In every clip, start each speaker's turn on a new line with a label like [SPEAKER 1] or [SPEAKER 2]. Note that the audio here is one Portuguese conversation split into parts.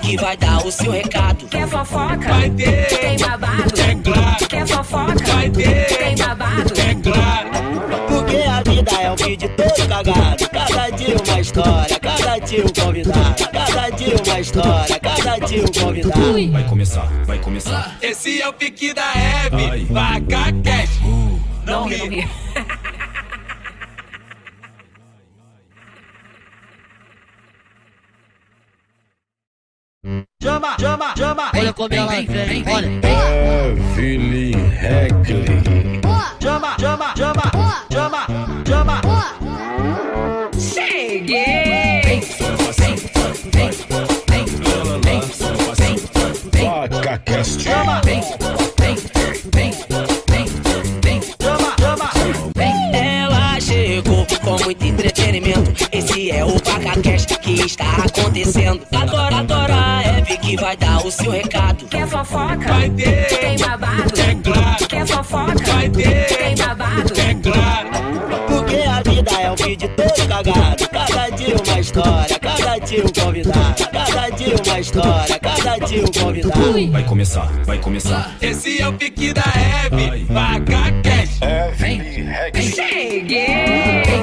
[SPEAKER 1] que vai dar o seu recado.
[SPEAKER 2] Quer é fofoca? Vai
[SPEAKER 3] ter.
[SPEAKER 2] Tem babado?
[SPEAKER 3] É claro.
[SPEAKER 2] Quer fofoca?
[SPEAKER 3] Vai ter.
[SPEAKER 2] Tem babado?
[SPEAKER 3] É claro,
[SPEAKER 1] Porque a vida é um vídeo todo cagado. Cada dia uma história, cada dia um convidado. Cada dia uma história, cada dia um convidado.
[SPEAKER 4] Vai começar, vai começar.
[SPEAKER 3] esse é o pique da Hebe,
[SPEAKER 4] Ai.
[SPEAKER 3] vaca cash. Não
[SPEAKER 2] Eu
[SPEAKER 3] ri.
[SPEAKER 2] vi.
[SPEAKER 1] Chama, chama, chama. Olha como ela vem, vem, olha.
[SPEAKER 4] Evelyn Heckley.
[SPEAKER 1] Chama, chama, chama. Chama, chama.
[SPEAKER 2] Cheguei!
[SPEAKER 4] Pacacast.
[SPEAKER 1] Chama, chama. Ela chegou com muito entretenimento. Esse é o PacaCast que está acontecendo. Agora, agora a Hebe que vai dar o seu recado.
[SPEAKER 2] Quer fofoca?
[SPEAKER 3] Vai
[SPEAKER 2] Tem
[SPEAKER 3] ter.
[SPEAKER 2] babado?
[SPEAKER 3] É claro,
[SPEAKER 2] Quer fofoca?
[SPEAKER 3] vai ter.
[SPEAKER 2] Tem babado?
[SPEAKER 3] É claro,
[SPEAKER 1] Porque a vida é um vídeo todo cagado. Cada dia uma história, cada dia um convidado. Cada dia uma história, cada dia um convidado.
[SPEAKER 4] Vai começar, vai começar.
[SPEAKER 3] esse é o pique da Hebe, vaca cash.
[SPEAKER 4] Evelyn Heckley.
[SPEAKER 2] Cheguei!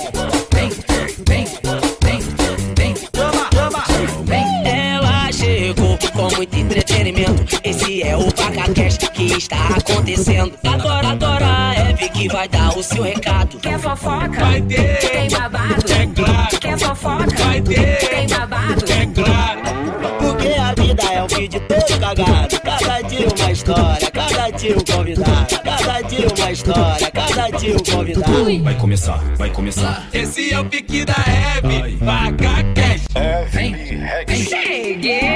[SPEAKER 1] chama. Ela chegou com muito entretenimento. Esse é o PacaCast que está acontecendo. Agora, agora a Eve que vai dar o seu recado.
[SPEAKER 2] Quer fofoca?
[SPEAKER 3] Vai ter.
[SPEAKER 2] Tem babado?
[SPEAKER 3] É claro,
[SPEAKER 2] Quer fofoca?
[SPEAKER 3] vai
[SPEAKER 2] Tem
[SPEAKER 3] ter.
[SPEAKER 2] babado?
[SPEAKER 3] É claro,
[SPEAKER 1] Porque a vida é um vídeo todo cagado. Cada dia uma história, cada dia um convidado. Cada dia uma história, cada dia um convidado.
[SPEAKER 4] Vai começar, vai começar.
[SPEAKER 3] esse é o pique da Hebe, vaca cash.
[SPEAKER 2] Cheguei!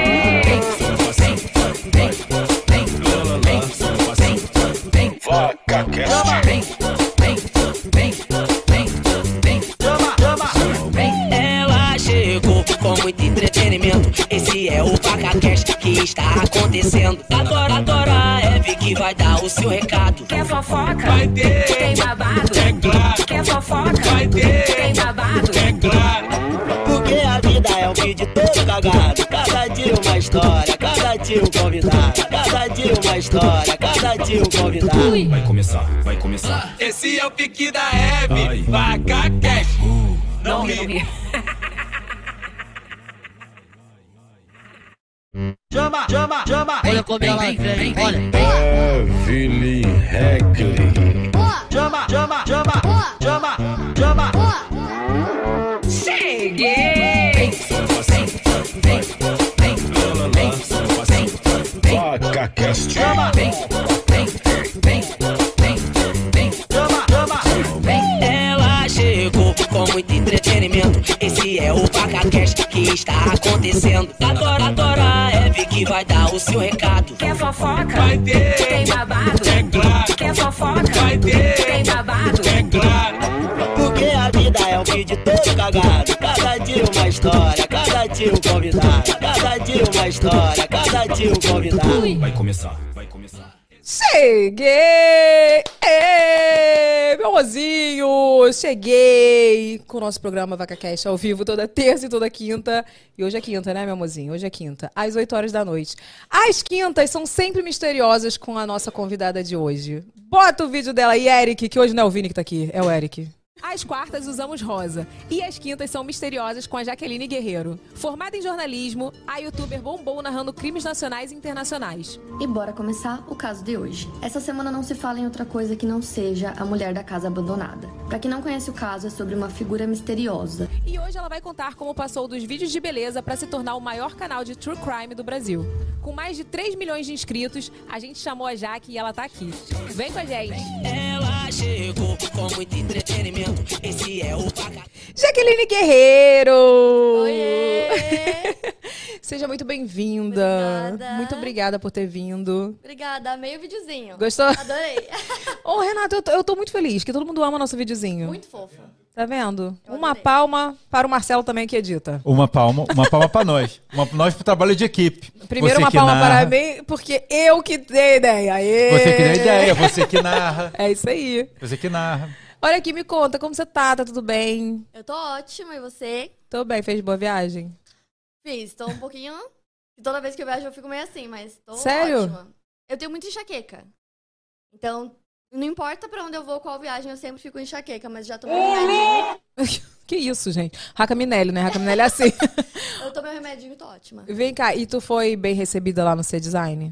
[SPEAKER 1] Chama, chama. Ela chegou com muito entretenimento. Esse é o PacaCast que está acontecendo. Agora, agora a Eve que vai dar o seu recado.
[SPEAKER 2] Quer fofoca?
[SPEAKER 3] Vai ter.
[SPEAKER 2] Tem babado? babado,
[SPEAKER 3] É claro.
[SPEAKER 2] quer fofoca,
[SPEAKER 3] Vai ter.
[SPEAKER 2] tem babado,
[SPEAKER 3] É claro,
[SPEAKER 1] Porque a vida é um vídeo todo cagado. Cada dia uma história, cada dia um convidado. Cada dia uma história, cada dia um convidado.
[SPEAKER 4] Vai começar, vai começar.
[SPEAKER 3] esse é o pique da Hebe, vaca cash. Não
[SPEAKER 2] não
[SPEAKER 3] ri,
[SPEAKER 2] ri.
[SPEAKER 3] chama, chama, chama.
[SPEAKER 5] Olha como ela vem, olha.
[SPEAKER 4] Evely Heckley.
[SPEAKER 3] Chama, chama, chama, chama, chama.
[SPEAKER 2] Cheguei!
[SPEAKER 4] Vaca Cast.
[SPEAKER 3] Chama, chama.
[SPEAKER 1] Ela chegou com muito entretenimento. Esse é o PacaCast que está acontecendo. Adora, adora a Eve que vai dar o seu recado.
[SPEAKER 2] Quer fofoca?
[SPEAKER 3] Vai ter.
[SPEAKER 2] Tem babado,
[SPEAKER 3] É claro.
[SPEAKER 2] quer fofoca?
[SPEAKER 3] Vai ter.
[SPEAKER 2] Tem babado,
[SPEAKER 3] É claro,
[SPEAKER 1] Porque a vida é um vídeo todo cagado. Cada dia uma história, cada dia um convidado. Cada dia uma história, cada dia um convidado.
[SPEAKER 4] Vai começar, vai começar.
[SPEAKER 6] Cheguei! Ê, meu mozinho! Cheguei com o nosso programa Vaca Cash ao vivo toda terça e toda quinta. E hoje é quinta, né, meu mozinho? Hoje é quinta, às 8 horas da noite. As quintas são sempre misteriosas com a nossa convidada de hoje. Bota o vídeo dela aí, Eric, que hoje não é o Vini que tá aqui, é o Eric. Às quartas usamos rosa e as quintas são misteriosas com a Jaqueline Guerreiro. Formada em jornalismo, a youtuber bombou narrando crimes nacionais e internacionais.
[SPEAKER 7] E bora começar o caso de hoje. Essa semana não se fala em outra coisa que não seja a mulher da casa abandonada. Pra quem não conhece o caso, é sobre uma figura misteriosa.
[SPEAKER 6] E hoje ela vai contar como passou dos vídeos de beleza para se tornar o maior canal de true crime do Brasil. Com mais de 3 milhões de inscritos, a gente chamou a Jaque e ela tá aqui. Vem com a gente.
[SPEAKER 1] Ela chegou com muito entretenimento. Esse é o PacaCast.
[SPEAKER 6] Jaqueline Guerreiro!
[SPEAKER 8] Oiê!
[SPEAKER 6] Seja muito bem-vinda.
[SPEAKER 8] Obrigada.
[SPEAKER 6] Muito obrigada por ter vindo.
[SPEAKER 8] Obrigada, amei o videozinho.
[SPEAKER 6] Gostou?
[SPEAKER 8] Adorei.
[SPEAKER 6] Ô, Renato, eu tô, eu tô muito feliz, que todo mundo ama nosso videozinho.
[SPEAKER 8] Muito fofo.
[SPEAKER 6] Tá vendo?
[SPEAKER 8] Eu
[SPEAKER 6] Uma
[SPEAKER 8] adorei.
[SPEAKER 6] palma para o Marcelo também que edita.
[SPEAKER 9] Uma palma, uma palma pra nós. Uma nós pro trabalho de equipe.
[SPEAKER 6] Primeiro
[SPEAKER 9] Você
[SPEAKER 6] uma
[SPEAKER 9] que
[SPEAKER 6] palma para
[SPEAKER 9] narra,
[SPEAKER 6] mim, porque eu que dei a ideia. Aê!
[SPEAKER 9] Você que dá ideia, você que narra.
[SPEAKER 6] É isso aí.
[SPEAKER 9] Você que narra.
[SPEAKER 6] Olha aqui, me conta, como você tá? Tá tudo bem?
[SPEAKER 8] Eu tô ótima, e você?
[SPEAKER 6] Tô bem, fez boa viagem?
[SPEAKER 8] Fiz, tô um pouquinho... e Toda vez que eu viajo eu fico meio assim, mas tô
[SPEAKER 6] Sério?
[SPEAKER 8] ótima. Eu tenho muita enxaqueca. Então, não importa pra onde eu vou, qual viagem, eu sempre fico enxaqueca, mas já tomei
[SPEAKER 6] Uhum.
[SPEAKER 8] um remedinho.
[SPEAKER 6] Que isso, gente? Raca Minelli, né? Raca Minelli é assim.
[SPEAKER 8] Eu tomei um remedinho e tô ótima.
[SPEAKER 6] Vem cá, e tu foi bem recebida lá no C-Design?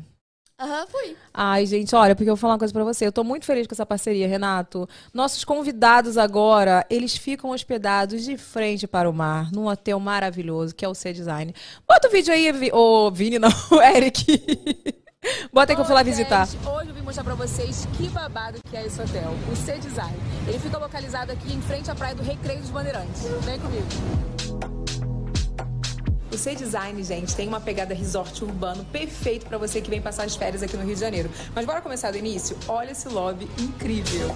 [SPEAKER 8] Aham, fui.
[SPEAKER 6] Ai, gente, olha, porque eu vou falar uma coisa pra você. Eu tô muito feliz com essa parceria, Renato. Nossos convidados agora, eles ficam hospedados de frente para o mar, num hotel maravilhoso, que é o C-Design. Bota o vídeo aí, Vi... ô, Vini, não, Eric. Bota aí que eu fui lá visitar. Hoje eu vim mostrar pra vocês que babado que é esse hotel, o C-Design. Ele fica localizado aqui em frente à praia do Recreio dos Bandeirantes. Vem comigo. O C-Design, gente, tem uma pegada resort urbano perfeito pra você que vem passar as férias aqui no Rio de Janeiro. Mas bora começar do início? Olha esse lobby incrível.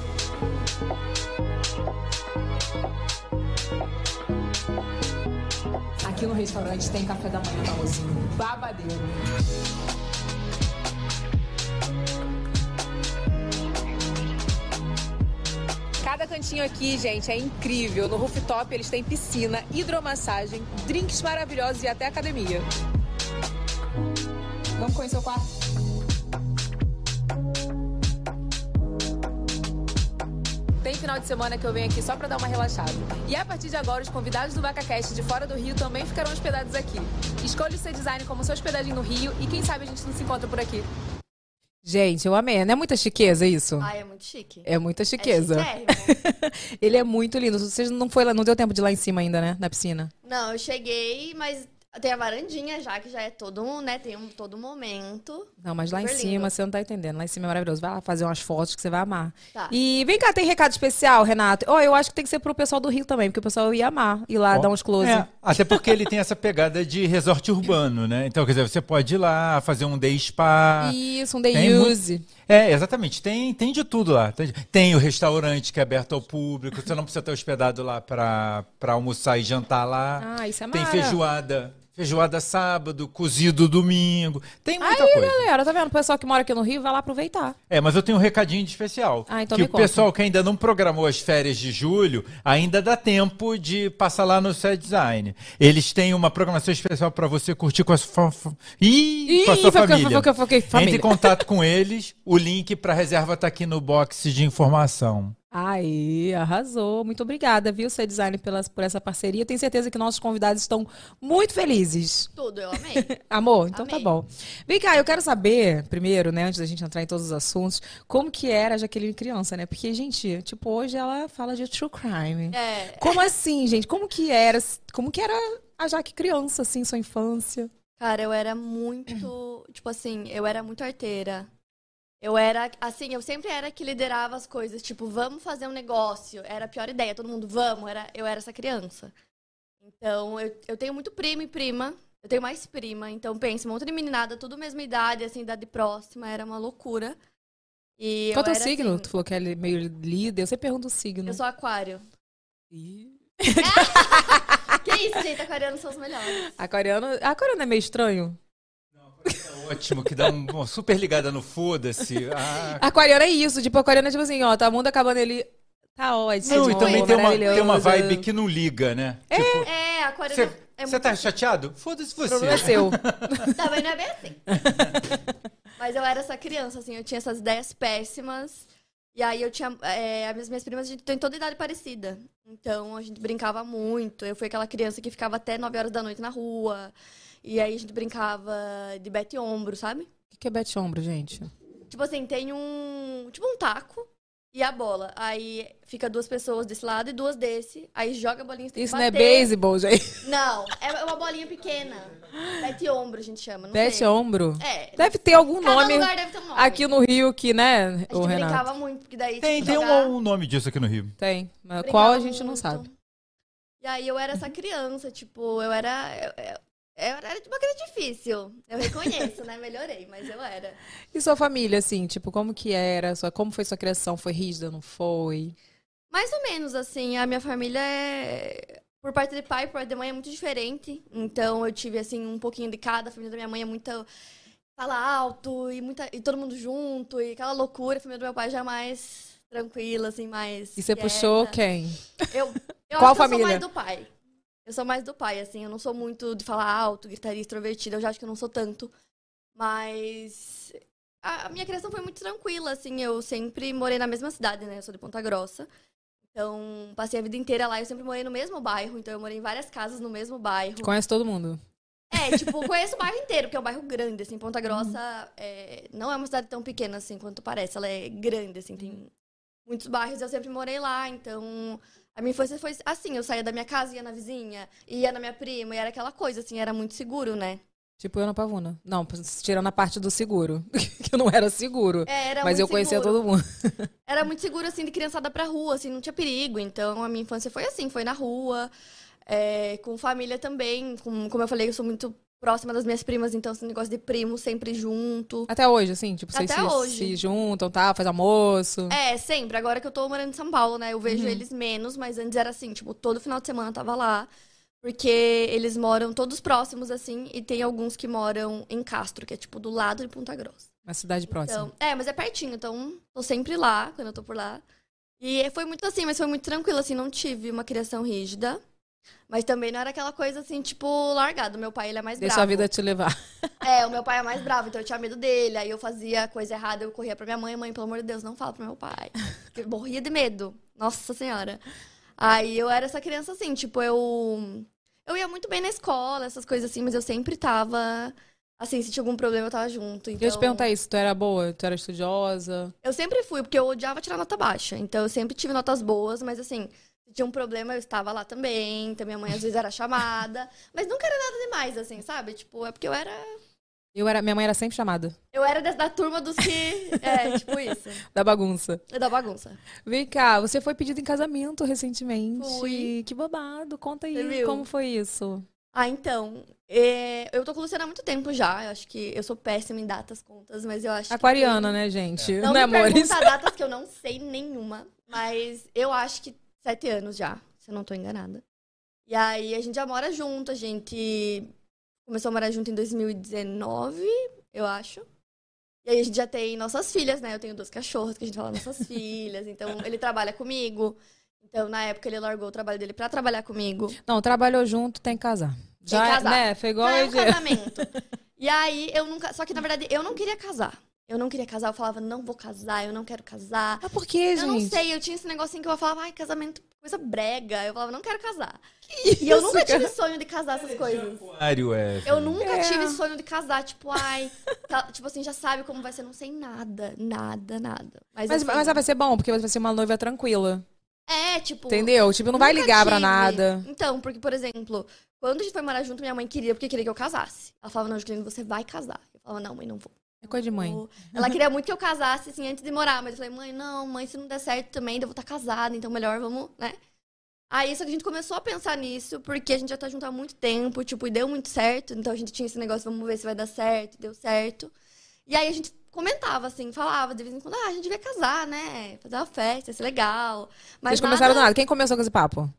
[SPEAKER 6] Aqui no restaurante tem café da manhã, famosinho. Babadeiro. Cada cantinho aqui, gente, é incrível. No rooftop eles têm piscina, hidromassagem, drinks maravilhosos e até academia. Vamos conhecer o quarto? Tem final de semana que eu venho aqui só pra dar uma relaxada. E a partir de agora, os convidados do VacaCast de fora do Rio também ficarão hospedados aqui. Escolha o seu design como sua hospedagem no Rio e quem sabe a gente não se encontra por aqui. Gente, eu amei. Não é muita chiqueza isso?
[SPEAKER 8] Ai, é muito chique.
[SPEAKER 6] É muita
[SPEAKER 8] É
[SPEAKER 6] chiqueza.
[SPEAKER 8] chiquérrimo.
[SPEAKER 6] Ele é muito lindo. Vocês não foi lá, não deu tempo de ir lá em cima ainda, né? Na piscina.
[SPEAKER 8] Não, eu cheguei, mas tem a varandinha já, que já é todo um, né? Tem um todo momento.
[SPEAKER 6] Não, mas lá em
[SPEAKER 8] Super
[SPEAKER 6] cima
[SPEAKER 8] lindo.
[SPEAKER 6] você não tá entendendo. Lá em cima é maravilhoso. Vai lá fazer umas fotos que você vai amar.
[SPEAKER 8] Tá.
[SPEAKER 6] E vem cá, tem recado especial, Renato? Ó, eu acho que tem que ser pro pessoal do Rio também, porque o pessoal ia amar ir lá
[SPEAKER 9] Ó,
[SPEAKER 6] dar uns close.
[SPEAKER 9] É, até porque ele tem essa pegada de resort urbano, né? Então, quer dizer, você pode ir lá, fazer um day spa.
[SPEAKER 6] Isso, um
[SPEAKER 9] Tem
[SPEAKER 6] day
[SPEAKER 9] mu-
[SPEAKER 6] use.
[SPEAKER 9] É, exatamente. Tem, tem de tudo lá. Tem, tem o restaurante que é aberto ao público. Você não precisa estar hospedado lá pra, pra almoçar e jantar lá.
[SPEAKER 6] Ah, isso é
[SPEAKER 9] tem
[SPEAKER 6] mara.
[SPEAKER 9] feijoada. Feijoada sábado, cozido domingo. Tem muita
[SPEAKER 6] Aí,
[SPEAKER 9] coisa.
[SPEAKER 6] galera, tá vendo? O pessoal que mora aqui no Rio vai lá aproveitar.
[SPEAKER 9] É, mas eu tenho um recadinho de especial.
[SPEAKER 6] Ah, então
[SPEAKER 9] que
[SPEAKER 6] me
[SPEAKER 9] o
[SPEAKER 6] conta.
[SPEAKER 9] pessoal que ainda não programou as férias de julho, ainda dá tempo de passar lá no Set Design. Eles têm uma programação especial para você curtir com a sua, fa- Ih,
[SPEAKER 6] Ih,
[SPEAKER 9] com a sua
[SPEAKER 6] foi o que eu-
[SPEAKER 9] família.
[SPEAKER 6] foi o que eu- foi o que eu- família.
[SPEAKER 9] Entre em contato com eles. O link para reserva tá aqui no box de informação.
[SPEAKER 6] Aí, arrasou. Muito obrigada, viu, Ser Design, pelas, por essa parceria. Tenho certeza que nossos convidados estão muito felizes.
[SPEAKER 8] Tudo, eu amei.
[SPEAKER 6] Amor, então tá
[SPEAKER 8] Amei.
[SPEAKER 6] bom. Vem cá, eu quero saber, primeiro, né, antes da gente entrar em todos os assuntos, como que era a Jaqueline criança, né? Porque, gente, tipo, hoje ela fala de true crime.
[SPEAKER 8] É,
[SPEAKER 6] Como assim, gente? Como que era? Como que era a Jaque criança, assim, sua infância?
[SPEAKER 8] cara, eu era muito. Tipo assim, eu era muito arteira. Eu era, assim, eu sempre era que liderava as coisas. Tipo, vamos fazer um negócio. Era a pior ideia. Todo mundo, vamos. Era, eu era essa criança. Então, eu, eu tenho muito primo e prima. Eu tenho mais prima. Então, pensa, um monte de meninada, tudo mesma idade, assim, idade próxima. Era uma loucura. E
[SPEAKER 6] Qual
[SPEAKER 8] eu
[SPEAKER 6] teu
[SPEAKER 8] era,
[SPEAKER 6] signo?
[SPEAKER 8] assim,
[SPEAKER 6] tu falou que é meio líder. Eu sempre pergunto o signo.
[SPEAKER 8] eu sou aquário.
[SPEAKER 6] Ih.
[SPEAKER 8] Que isso, gente? Aquarianos são os melhores.
[SPEAKER 6] Aquariano, aquariano é meio estranho?
[SPEAKER 9] Ótimo, que dá um- uma super ligada no foda-se. Ah,
[SPEAKER 6] Aquariano é isso, tipo, aquariano é tipo assim, ó, tá o mundo acabando ele. Tá ótimo.
[SPEAKER 9] não, então- e também tem uma, tem uma
[SPEAKER 6] maravilhoso.
[SPEAKER 9] vibe que não liga, né? É, tipo,
[SPEAKER 8] É, aquário
[SPEAKER 9] você
[SPEAKER 8] não- é
[SPEAKER 9] tá chateado? Foda-se
[SPEAKER 6] O
[SPEAKER 9] você.
[SPEAKER 6] problema é seu.
[SPEAKER 8] Também não é bem assim. Mas eu era essa criança, assim, eu tinha essas ideias péssimas. E aí eu tinha. é, as minhas, minhas primas, a gente tem toda idade parecida. Então a gente brincava muito. Eu fui aquela criança que ficava até 9 horas da noite na rua. E aí a gente brincava de bete ombro, sabe?
[SPEAKER 6] O que é Bete Ombro, gente?
[SPEAKER 8] Tipo assim, tem um. Tipo um taco e a bola. Aí fica duas pessoas desse lado e duas desse. Aí joga a bolinha. você tem que
[SPEAKER 6] Isso não é
[SPEAKER 8] bater.
[SPEAKER 6] beisebol, gente.
[SPEAKER 8] Não, é uma bolinha pequena. Bete ombro a gente chama. Não
[SPEAKER 6] Bete
[SPEAKER 8] sei.
[SPEAKER 6] Ombro?
[SPEAKER 8] É.
[SPEAKER 6] Deve ter algum
[SPEAKER 8] Cada
[SPEAKER 6] nome,
[SPEAKER 8] lugar deve ter um nome.
[SPEAKER 6] aqui no Rio que, né,
[SPEAKER 8] A
[SPEAKER 6] o
[SPEAKER 8] gente
[SPEAKER 6] Renato?
[SPEAKER 8] brincava muito, porque daí
[SPEAKER 9] Tem,
[SPEAKER 8] tipo,
[SPEAKER 9] tem
[SPEAKER 8] jogar,
[SPEAKER 9] um, um nome disso aqui no Rio.
[SPEAKER 6] Tem, mas
[SPEAKER 8] brincava
[SPEAKER 6] qual a gente não
[SPEAKER 8] muito.
[SPEAKER 6] sabe.
[SPEAKER 8] E aí eu era essa criança, tipo, eu era. Eu, eu- eu era de uma criança difícil. Eu reconheço, né? Melhorei, mas eu era.
[SPEAKER 6] E sua família, assim, tipo, como que era? Sua, como foi sua criação? Foi rígida, não foi?
[SPEAKER 8] Mais ou menos, assim, a minha família é. Por parte de pai, por parte de mãe é muito diferente. Então eu tive, assim, um pouquinho de cada. A família da minha mãe é muito. Fala alto e, muita, e todo mundo junto e aquela loucura. A família do meu pai já é mais tranquila, assim, mais.
[SPEAKER 6] E você
[SPEAKER 8] quieta.
[SPEAKER 6] puxou quem?
[SPEAKER 8] Eu, eu
[SPEAKER 6] Qual
[SPEAKER 8] acho que eu sou
[SPEAKER 6] família?
[SPEAKER 8] mais do pai. Eu sou mais do pai, assim. Eu não sou muito de falar alto, gritaria extrovertida. Eu já acho que eu não sou tanto. Mas a, a minha criação foi muito tranquila, assim. Eu sempre morei na mesma cidade, né? Eu sou de Ponta Grossa. Então, passei a vida inteira lá. Eu sempre morei no mesmo bairro. Então, eu morei em várias casas no mesmo bairro.
[SPEAKER 6] Conhece todo mundo.
[SPEAKER 8] É, tipo, conheço o bairro inteiro, porque é um bairro grande, assim. Ponta Grossa é, não é uma cidade tão pequena, assim, quanto parece. Ela é grande, assim, tem muitos bairros. Eu sempre morei lá, então... A minha infância foi assim, eu saía da minha casa, ia na vizinha, ia na minha prima, e era aquela coisa, assim, era muito seguro, né?
[SPEAKER 6] Tipo, eu na Pavuna. Não, tirando a parte do seguro, que não era seguro.
[SPEAKER 8] É, era
[SPEAKER 6] mas eu
[SPEAKER 8] muito
[SPEAKER 6] conhecia
[SPEAKER 8] seguro.
[SPEAKER 6] todo mundo.
[SPEAKER 8] Era muito seguro, assim, de criançada pra rua, assim, não tinha perigo. Então, a minha infância foi assim, foi na rua, é, com família também. Com, como eu falei, eu sou muito próxima das minhas primas, então esse negócio de primo sempre junto.
[SPEAKER 6] Até hoje, assim, tipo, vocês
[SPEAKER 8] Até
[SPEAKER 6] se,
[SPEAKER 8] hoje.
[SPEAKER 6] se juntam, tá? Faz almoço.
[SPEAKER 8] É, sempre. Agora que eu tô morando em São Paulo, né? Eu
[SPEAKER 6] Uhum.
[SPEAKER 8] vejo eles menos, mas antes era assim, tipo, todo final de semana eu tava lá. Porque eles moram todos próximos, assim, e tem alguns que moram em Castro, que é tipo do lado de Ponta Grossa.
[SPEAKER 6] Uma cidade próxima.
[SPEAKER 8] Então, é, mas é pertinho, então tô sempre lá quando eu tô por lá. E foi muito assim, mas foi muito tranquilo, assim, não tive uma criação rígida. Mas também não era aquela coisa assim, tipo, largado. Meu pai, ele é mais
[SPEAKER 6] Deixa
[SPEAKER 8] bravo.
[SPEAKER 6] a vida te levar.
[SPEAKER 8] É, o meu pai é mais bravo, então eu tinha medo dele. Aí eu fazia coisa errada, eu corria pra minha mãe, mãe, pelo amor de Deus, não fala pro meu pai. Porque eu morria de medo. Nossa senhora. Aí eu era essa criança assim, tipo, eu. Eu ia muito bem na escola, essas coisas assim, mas eu sempre tava. Assim, se tinha algum problema, eu tava junto. Então...
[SPEAKER 6] Eu te perguntar isso, tu era boa? Tu era estudiosa?
[SPEAKER 8] Eu sempre fui, porque eu odiava tirar nota baixa. Então eu sempre tive notas boas, mas assim, se tinha um problema, eu estava lá também. Então minha mãe às vezes era chamada. Mas nunca era nada demais, assim, sabe? Tipo, é porque eu era.
[SPEAKER 6] Eu era, minha mãe era sempre chamada.
[SPEAKER 8] Eu era da, da turma dos que. É, tipo isso.
[SPEAKER 6] Da bagunça.
[SPEAKER 8] É da bagunça.
[SPEAKER 6] Vem cá, você foi pedida em casamento recentemente.
[SPEAKER 8] Fui.
[SPEAKER 6] Que babado. Conta aí
[SPEAKER 8] Você viu?
[SPEAKER 6] como foi isso.
[SPEAKER 8] Ah, então. é, eu tô com o Luciano há muito tempo já. Eu acho que eu sou péssima em datas, contas, mas eu acho
[SPEAKER 6] Aquariana, né, gente?
[SPEAKER 8] que. Não
[SPEAKER 6] né,
[SPEAKER 8] me
[SPEAKER 6] amores?
[SPEAKER 8] pergunta datas que eu não sei nenhuma. Mas eu acho que sete anos já, se eu não tô enganada. E aí a gente já mora junto, a gente começou a morar junto em 2019, eu acho. E aí a gente já tem nossas filhas, né? Eu tenho duas cachorras que a gente fala nossas filhas. Então ele trabalha comigo. Então na época ele largou o trabalho dele pra trabalhar comigo.
[SPEAKER 6] Não, trabalhou junto, tem que casar. Já,
[SPEAKER 8] que casar.
[SPEAKER 6] né? Foi igual
[SPEAKER 8] Não, é
[SPEAKER 6] eu
[SPEAKER 8] um
[SPEAKER 6] disse.
[SPEAKER 8] casamento. E aí eu nunca, só que na verdade eu não queria casar. Eu não queria casar, eu falava não vou casar, eu não quero casar.
[SPEAKER 6] Ah, por quê, gente?
[SPEAKER 8] Eu não sei, eu tinha esse negocinho que eu falava, ai, casamento, coisa brega. Eu falava, não quero casar. e eu nunca tive sonho de casar essas coisas.
[SPEAKER 9] Aquário, é.
[SPEAKER 8] Eu nunca
[SPEAKER 6] É.
[SPEAKER 8] tive sonho de casar, tipo, ai, tá- tipo assim, já sabe como vai ser, não sei nada, nada, nada. Mas,
[SPEAKER 6] Mas,
[SPEAKER 8] assim,
[SPEAKER 6] mas vai ser bom, porque você vai ser uma noiva tranquila.
[SPEAKER 8] é, tipo.
[SPEAKER 6] Entendeu? Tipo, não vai
[SPEAKER 8] nunca
[SPEAKER 6] ligar pra
[SPEAKER 8] tive.
[SPEAKER 6] nada.
[SPEAKER 8] Então, porque, por exemplo, quando a gente foi morar junto, minha mãe queria, porque queria que eu casasse. Ela falava, não, Juliana, você vai casar. Eu falava, não, mãe, não vou.
[SPEAKER 6] É coisa de mãe.
[SPEAKER 8] Ou- Ela queria muito que eu casasse, assim, antes de morar. Mas eu falei, mãe, não, mãe, se não der certo também, ainda vou estar casada, então melhor vamos, né? Aí só que a gente começou a pensar nisso, porque a gente já tá junto há muito tempo, tipo, e deu muito certo. Então a gente tinha esse negócio, vamos ver se vai dar certo, deu certo. E aí a gente comentava, assim, falava de vez em quando, ah, a gente devia casar, né? Fazer uma festa, ia ser legal. Mas
[SPEAKER 6] Vocês começaram do
[SPEAKER 8] nada-
[SPEAKER 6] nada. Quem começou com esse papo?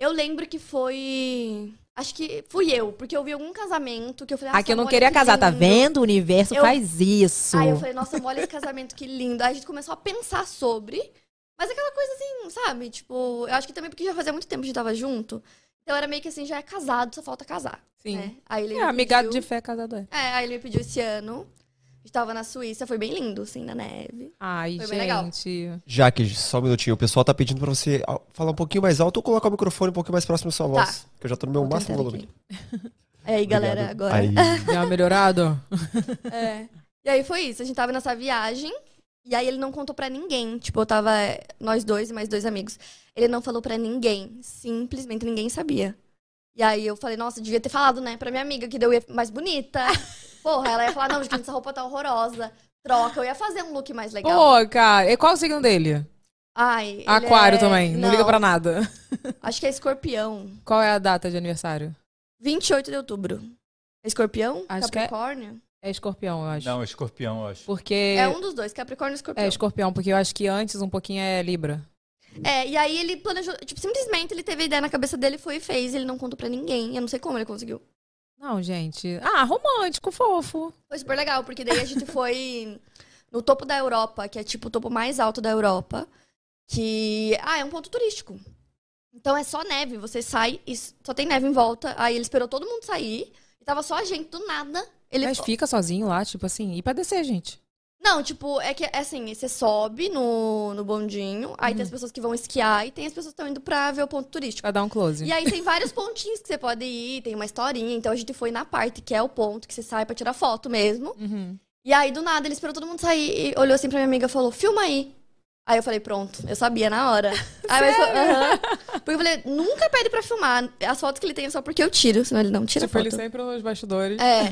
[SPEAKER 8] Eu lembro que foi. Acho que fui eu, porque eu vi algum casamento que eu falei, "Ah,
[SPEAKER 5] Aqui eu não
[SPEAKER 8] olha
[SPEAKER 5] queria
[SPEAKER 8] que
[SPEAKER 5] casar, tá
[SPEAKER 8] lindo.
[SPEAKER 5] vendo? O universo
[SPEAKER 8] é Eu-
[SPEAKER 5] faz isso.
[SPEAKER 8] Aí eu falei, nossa, olha esse casamento, que lindo. Aí a gente começou a pensar sobre. Mas aquela coisa assim, sabe? Tipo, eu acho que também porque já fazia muito tempo que a gente tava junto. Então era meio que assim, já é casado, só falta casar. Né? Aí ele
[SPEAKER 6] É,
[SPEAKER 8] me
[SPEAKER 6] amigado
[SPEAKER 8] pediu-
[SPEAKER 6] de fé, casado é.
[SPEAKER 8] É, aí ele me pediu esse ano. A gente tava na Suíça, foi bem lindo, assim, na neve.
[SPEAKER 6] Ai,
[SPEAKER 8] Foi bem legal.
[SPEAKER 6] gente.
[SPEAKER 10] Jaque, só um minutinho. O pessoal tá pedindo pra você ah, falar um pouquinho mais alto ou colocar o microfone um pouquinho mais próximo da sua
[SPEAKER 8] Tá.
[SPEAKER 10] voz. Que eu já tô no meu
[SPEAKER 8] Vou
[SPEAKER 10] máximo
[SPEAKER 8] tentar
[SPEAKER 10] volume.
[SPEAKER 8] É aí, galera,
[SPEAKER 10] Obrigado.
[SPEAKER 8] agora.
[SPEAKER 10] Aí.
[SPEAKER 6] Deu uma melhorada?
[SPEAKER 8] É. E aí foi isso, a gente tava nessa viagem. E aí ele não contou pra ninguém. Tipo, eu tava é, nós dois e mais dois amigos. Ele não falou pra ninguém. Simplesmente ninguém sabia. E aí eu falei, nossa, devia ter falado, né, pra minha amiga, que daí eu ia mais bonita. Porra, ela ia falar, não, gente, essa roupa tá horrorosa. Troca, eu ia fazer um look mais legal.
[SPEAKER 6] Pô, cara. E qual o signo dele?
[SPEAKER 8] Ai, ele
[SPEAKER 6] Aquário
[SPEAKER 8] é-
[SPEAKER 6] também. Não, liga pra nada.
[SPEAKER 8] Acho que é escorpião.
[SPEAKER 6] Qual é a data de aniversário?
[SPEAKER 8] 28 de outubro. É escorpião?
[SPEAKER 6] Acho que é-
[SPEAKER 8] Capricórnio?
[SPEAKER 6] É escorpião, eu acho.
[SPEAKER 9] Não, escorpião, eu acho.
[SPEAKER 6] Porque.
[SPEAKER 8] É... um dos dois, Capricórnio e Escorpião.
[SPEAKER 6] É escorpião, porque eu acho que antes um pouquinho é Libra.
[SPEAKER 8] É, e aí ele planejou, tipo, simplesmente ele teve a ideia na cabeça dele, foi e fez, ele não contou pra ninguém. Eu não sei como ele conseguiu.
[SPEAKER 6] Não, gente. Ah, romântico, fofo.
[SPEAKER 8] Foi super legal, porque daí a gente foi no topo da Europa, que é tipo o topo mais alto da Europa, que ah, é um ponto turístico. Então é só neve, você sai e s- só tem neve em volta. Aí ele esperou todo mundo sair, e tava só a gente do nada. Ele
[SPEAKER 6] Mas fica sozinho lá, tipo assim. E pra descer, gente.
[SPEAKER 8] Não, tipo, é que é assim, você sobe no, no bondinho, aí tem as pessoas que vão esquiar e tem as pessoas que estão indo pra ver o ponto turístico.
[SPEAKER 6] Uhum. Pra dar um close.
[SPEAKER 8] E aí tem vários pontinhos que você pode ir, tem uma historinha. Então a gente foi na parte que é o ponto que você sai pra tirar foto mesmo.
[SPEAKER 6] Uhum.
[SPEAKER 8] E aí do nada ele esperou todo mundo sair e olhou assim pra minha amiga e falou: "Filma aí". Aí eu falei: "Pronto, eu sabia na hora". aí mas foi, aham. Porque eu falei: "Nunca pede pra filmar. As fotos que ele tem é só porque eu tiro, senão ele não tira
[SPEAKER 6] Tipo, ele
[SPEAKER 8] foto".
[SPEAKER 6] sempre nos bastidores.
[SPEAKER 8] É.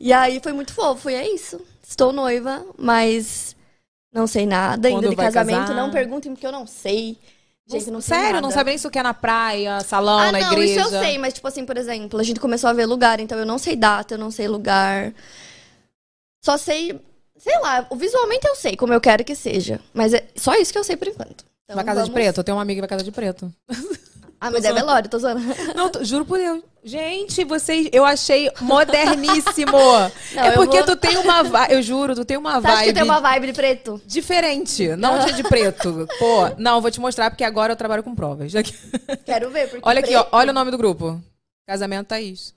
[SPEAKER 8] E aí foi muito fofo, e é isso. Estou noiva, mas não sei nada ainda
[SPEAKER 6] Quando
[SPEAKER 8] de
[SPEAKER 6] vai
[SPEAKER 8] casamento,
[SPEAKER 6] casar?
[SPEAKER 8] não perguntem porque eu não sei. Gente, eu não sei
[SPEAKER 6] Sério, não
[SPEAKER 8] nada.
[SPEAKER 6] sabe nem se o que é na praia, salão,
[SPEAKER 8] Ah,
[SPEAKER 6] na
[SPEAKER 8] não,
[SPEAKER 6] igreja.
[SPEAKER 8] isso eu sei, mas tipo assim, por exemplo, a gente começou a ver lugar, então eu não sei data, eu não sei lugar. Só sei, sei lá, visualmente eu sei como eu quero que seja, mas é só isso que eu sei por enquanto. Então,
[SPEAKER 6] Vai casa de
[SPEAKER 8] vamos-
[SPEAKER 6] preto? Eu tenho uma amiga que vai casa de preto.
[SPEAKER 8] Ah, mas é velório, tô zoando.
[SPEAKER 6] Não, tô- juro por Deus. Gente, vocês. Eu achei moderníssimo.
[SPEAKER 8] Não,
[SPEAKER 6] é
[SPEAKER 8] eu
[SPEAKER 6] porque
[SPEAKER 8] vou-
[SPEAKER 6] tu tem uma vibe. Eu juro, tu tem uma
[SPEAKER 8] Você acha que
[SPEAKER 6] vibe.
[SPEAKER 8] eu tenho uma vibe de preto?
[SPEAKER 6] Diferente, não de, de preto. Pô, não, vou te mostrar porque agora eu trabalho com provas. Já que-
[SPEAKER 8] Quero ver, porque
[SPEAKER 6] Olha aqui,
[SPEAKER 8] preto-
[SPEAKER 6] ó, olha o nome do grupo: Casamento Thaís.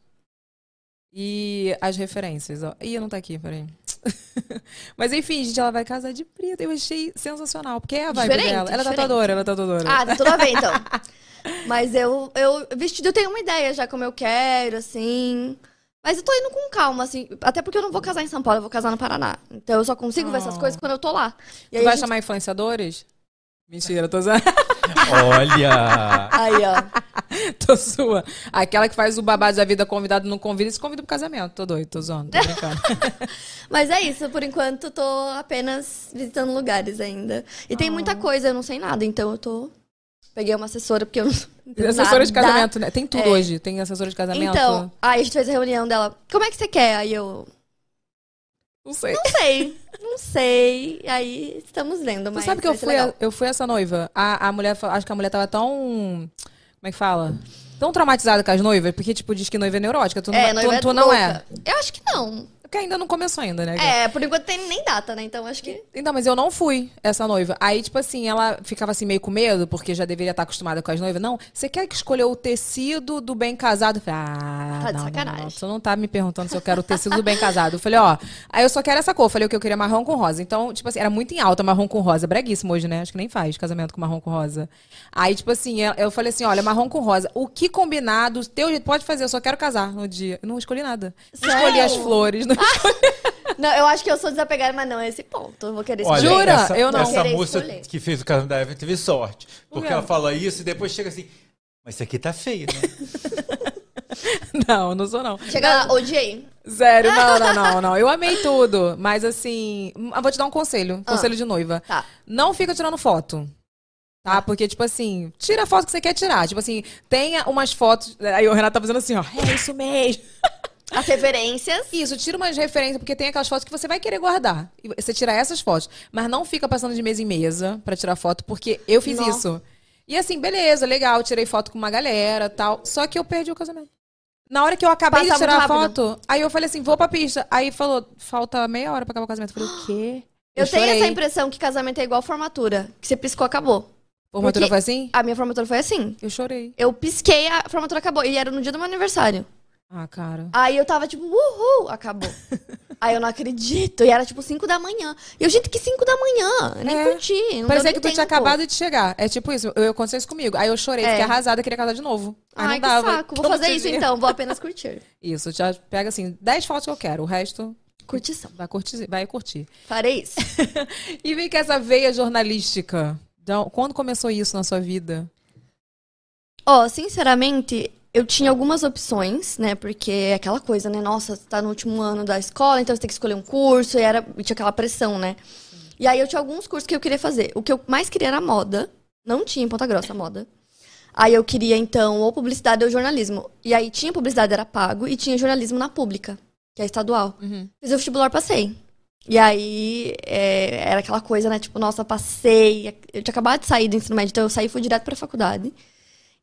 [SPEAKER 6] E as referências, ó. Ih, não tá aqui, peraí. Mas enfim, gente, ela vai casar de preto. Eu achei sensacional, porque é a vibe
[SPEAKER 8] Diferente,
[SPEAKER 6] dela. Ela é
[SPEAKER 8] diferente.
[SPEAKER 6] tatuadora, ela é tatuadora.
[SPEAKER 8] Ah, tá tudo a ver então. Mas eu, eu, vestido, eu tenho uma ideia já como eu quero, assim. Mas eu tô indo com calma, assim. Até porque eu não vou casar em São Paulo, eu vou casar no Paraná. Então eu só consigo ver essas
[SPEAKER 6] Oh.
[SPEAKER 8] coisas quando eu tô lá. E
[SPEAKER 6] tu
[SPEAKER 8] a
[SPEAKER 6] vai
[SPEAKER 8] gente-
[SPEAKER 6] chamar influenciadores? Mentira, tô zoando.
[SPEAKER 9] Olha!
[SPEAKER 8] Aí, ó.
[SPEAKER 6] Tô sua. Aquela que faz o babado da vida convidado não convida, se convida pro casamento. Tô doido, tô zoando, tá tô brincando.
[SPEAKER 8] Mas é isso, por enquanto tô apenas visitando lugares ainda. E tem muita
[SPEAKER 6] Oh.
[SPEAKER 8] coisa, eu não sei nada, então eu tô. Peguei uma assessora, porque eu não. entendo
[SPEAKER 6] assessora de
[SPEAKER 8] nada.
[SPEAKER 6] casamento, né? Tem tudo
[SPEAKER 8] É.
[SPEAKER 6] hoje. Tem assessora de casamento.
[SPEAKER 8] Então, aí a gente fez a reunião dela. Como é que você quer? Aí eu.
[SPEAKER 6] não sei.
[SPEAKER 8] Não sei, não sei. Aí estamos vendo,
[SPEAKER 6] Tu
[SPEAKER 8] mas.
[SPEAKER 6] sabe que
[SPEAKER 8] vai
[SPEAKER 6] eu
[SPEAKER 8] ser
[SPEAKER 6] fui,
[SPEAKER 8] legal.
[SPEAKER 6] a- eu fui essa noiva. A, a mulher, fa- acho que a mulher tava tão Como é que fala? Tão traumatizada com as noivas, porque, tipo, diz que noiva é neurótica. Tu,
[SPEAKER 8] É,
[SPEAKER 6] não,
[SPEAKER 8] noiva
[SPEAKER 6] tu,
[SPEAKER 8] é
[SPEAKER 6] tu não é.
[SPEAKER 8] louca. Eu acho que não.
[SPEAKER 6] Porque ainda não começou ainda, né? Gabi?
[SPEAKER 8] É, por enquanto tem nem data, né? Então acho que.
[SPEAKER 6] Então, mas eu não fui essa noiva. Aí, tipo assim, ela ficava assim meio com medo, porque já deveria estar acostumada com as noivas. Não, você quer que escolher o tecido do bem casado? Eu falei, ah,
[SPEAKER 8] Tá de
[SPEAKER 6] não,
[SPEAKER 8] sacanagem.
[SPEAKER 6] Não, não, tu não tá me perguntando se eu quero o tecido do bem casado. Eu falei, ó, aí eu só quero essa cor. Eu falei o que eu queria é marrom com rosa. Então, tipo assim, era muito em alta marrom com rosa. Breguíssimo hoje, né? Acho que nem faz casamento com marrom com rosa. Aí, tipo assim, eu- eu falei assim, olha, marrom com rosa. O que combinar do teu jeito? Pode fazer, eu só quero casar no dia. Eu não escolhi nada. Não
[SPEAKER 8] Sério?
[SPEAKER 6] escolhi as flores. Não escolhi...
[SPEAKER 8] Não, eu acho que eu sou desapegada, mas não é esse ponto. Eu vou querer
[SPEAKER 9] Olha,
[SPEAKER 8] escolher.
[SPEAKER 6] Jura?
[SPEAKER 9] Essa,
[SPEAKER 6] Eu não.
[SPEAKER 9] Essa
[SPEAKER 8] Querer
[SPEAKER 9] moça
[SPEAKER 8] escolher.
[SPEAKER 9] que fez o casamento da Evelyn teve sorte. Porque
[SPEAKER 6] quê?
[SPEAKER 9] ela fala isso e depois chega assim. Mas isso aqui tá feio, né?
[SPEAKER 6] Não, não sou não.
[SPEAKER 8] Chega lá, odiei.
[SPEAKER 6] Sério, não, não, não, não. Eu amei tudo. Mas assim, eu vou te dar um conselho. um Conselho de noiva.
[SPEAKER 8] Tá. Ah.
[SPEAKER 6] Não fica tirando foto. Tá? Porque, tipo assim, tira a foto que você quer tirar. Tipo assim, tenha umas fotos. Aí o Renato tá fazendo assim, ó. É isso mesmo.
[SPEAKER 8] As referências.
[SPEAKER 6] Isso, tira umas referências, porque tem aquelas fotos que você vai querer guardar. E você tira essas fotos. Mas não fica passando de mesa em mesa pra tirar foto, porque eu fiz
[SPEAKER 8] Nó.
[SPEAKER 6] isso. E assim, beleza, legal, tirei foto com uma galera tal. Só que eu perdi o casamento. Na hora que eu acabei
[SPEAKER 8] Passa
[SPEAKER 6] de tirar a
[SPEAKER 8] muito rápido.
[SPEAKER 6] foto, aí eu falei assim, vou pra pista. Aí falou, falta meia hora pra acabar o casamento. Eu falei, o quê?
[SPEAKER 8] Eu, tenho
[SPEAKER 6] chorei.
[SPEAKER 8] essa impressão que casamento é igual formatura. Que você piscou, acabou.
[SPEAKER 6] Formatura
[SPEAKER 8] porque-
[SPEAKER 6] foi assim?
[SPEAKER 8] A minha formatura foi assim.
[SPEAKER 6] Eu chorei.
[SPEAKER 8] Eu pisquei, a formatura acabou. E era no dia do meu aniversário.
[SPEAKER 6] Ah, cara.
[SPEAKER 8] Aí eu tava tipo, uhul, acabou. Aí eu não acredito. E era tipo 5 da manhã. E eu, gente, que 5 da manhã? Eu Nem
[SPEAKER 6] É.
[SPEAKER 8] curti. Não
[SPEAKER 6] Parecia
[SPEAKER 8] deu
[SPEAKER 6] que
[SPEAKER 8] nem
[SPEAKER 6] tu tinha
[SPEAKER 8] tempo.
[SPEAKER 6] acabado de chegar. É tipo isso, eu, aconteceu isso comigo. Aí eu chorei,
[SPEAKER 8] É.
[SPEAKER 6] fiquei arrasada, queria casar de novo. Aí
[SPEAKER 8] Ai,
[SPEAKER 6] não dava.
[SPEAKER 8] que saco. Vou
[SPEAKER 6] Como
[SPEAKER 8] fazer
[SPEAKER 6] te
[SPEAKER 8] isso
[SPEAKER 6] vi?
[SPEAKER 8] então. Vou apenas curtir.
[SPEAKER 6] Isso, já pega assim, 10 fotos que eu quero, o resto
[SPEAKER 8] Curtição.
[SPEAKER 6] vai curtir. Vai curtir.
[SPEAKER 8] Farei isso.
[SPEAKER 6] E vem com essa veia jornalística. Então, quando começou isso na sua vida?
[SPEAKER 8] Ó, sinceramente, eu tinha algumas opções, né? Porque é aquela coisa, né? Nossa, você tá no último ano da escola, então você tem que escolher um curso, e era, e tinha aquela pressão, né? E aí eu tinha alguns cursos que eu queria fazer. O que eu mais queria era moda. Não tinha em Ponta Grossa moda. Aí eu queria, então, ou publicidade ou jornalismo. E aí tinha publicidade, era pago, e tinha jornalismo na pública, que é estadual. Fiz o vestibular, passei. E aí é, era aquela coisa, né? Tipo, nossa, passei. Eu tinha acabado de sair do ensino médio, então eu saí e fui direto pra faculdade.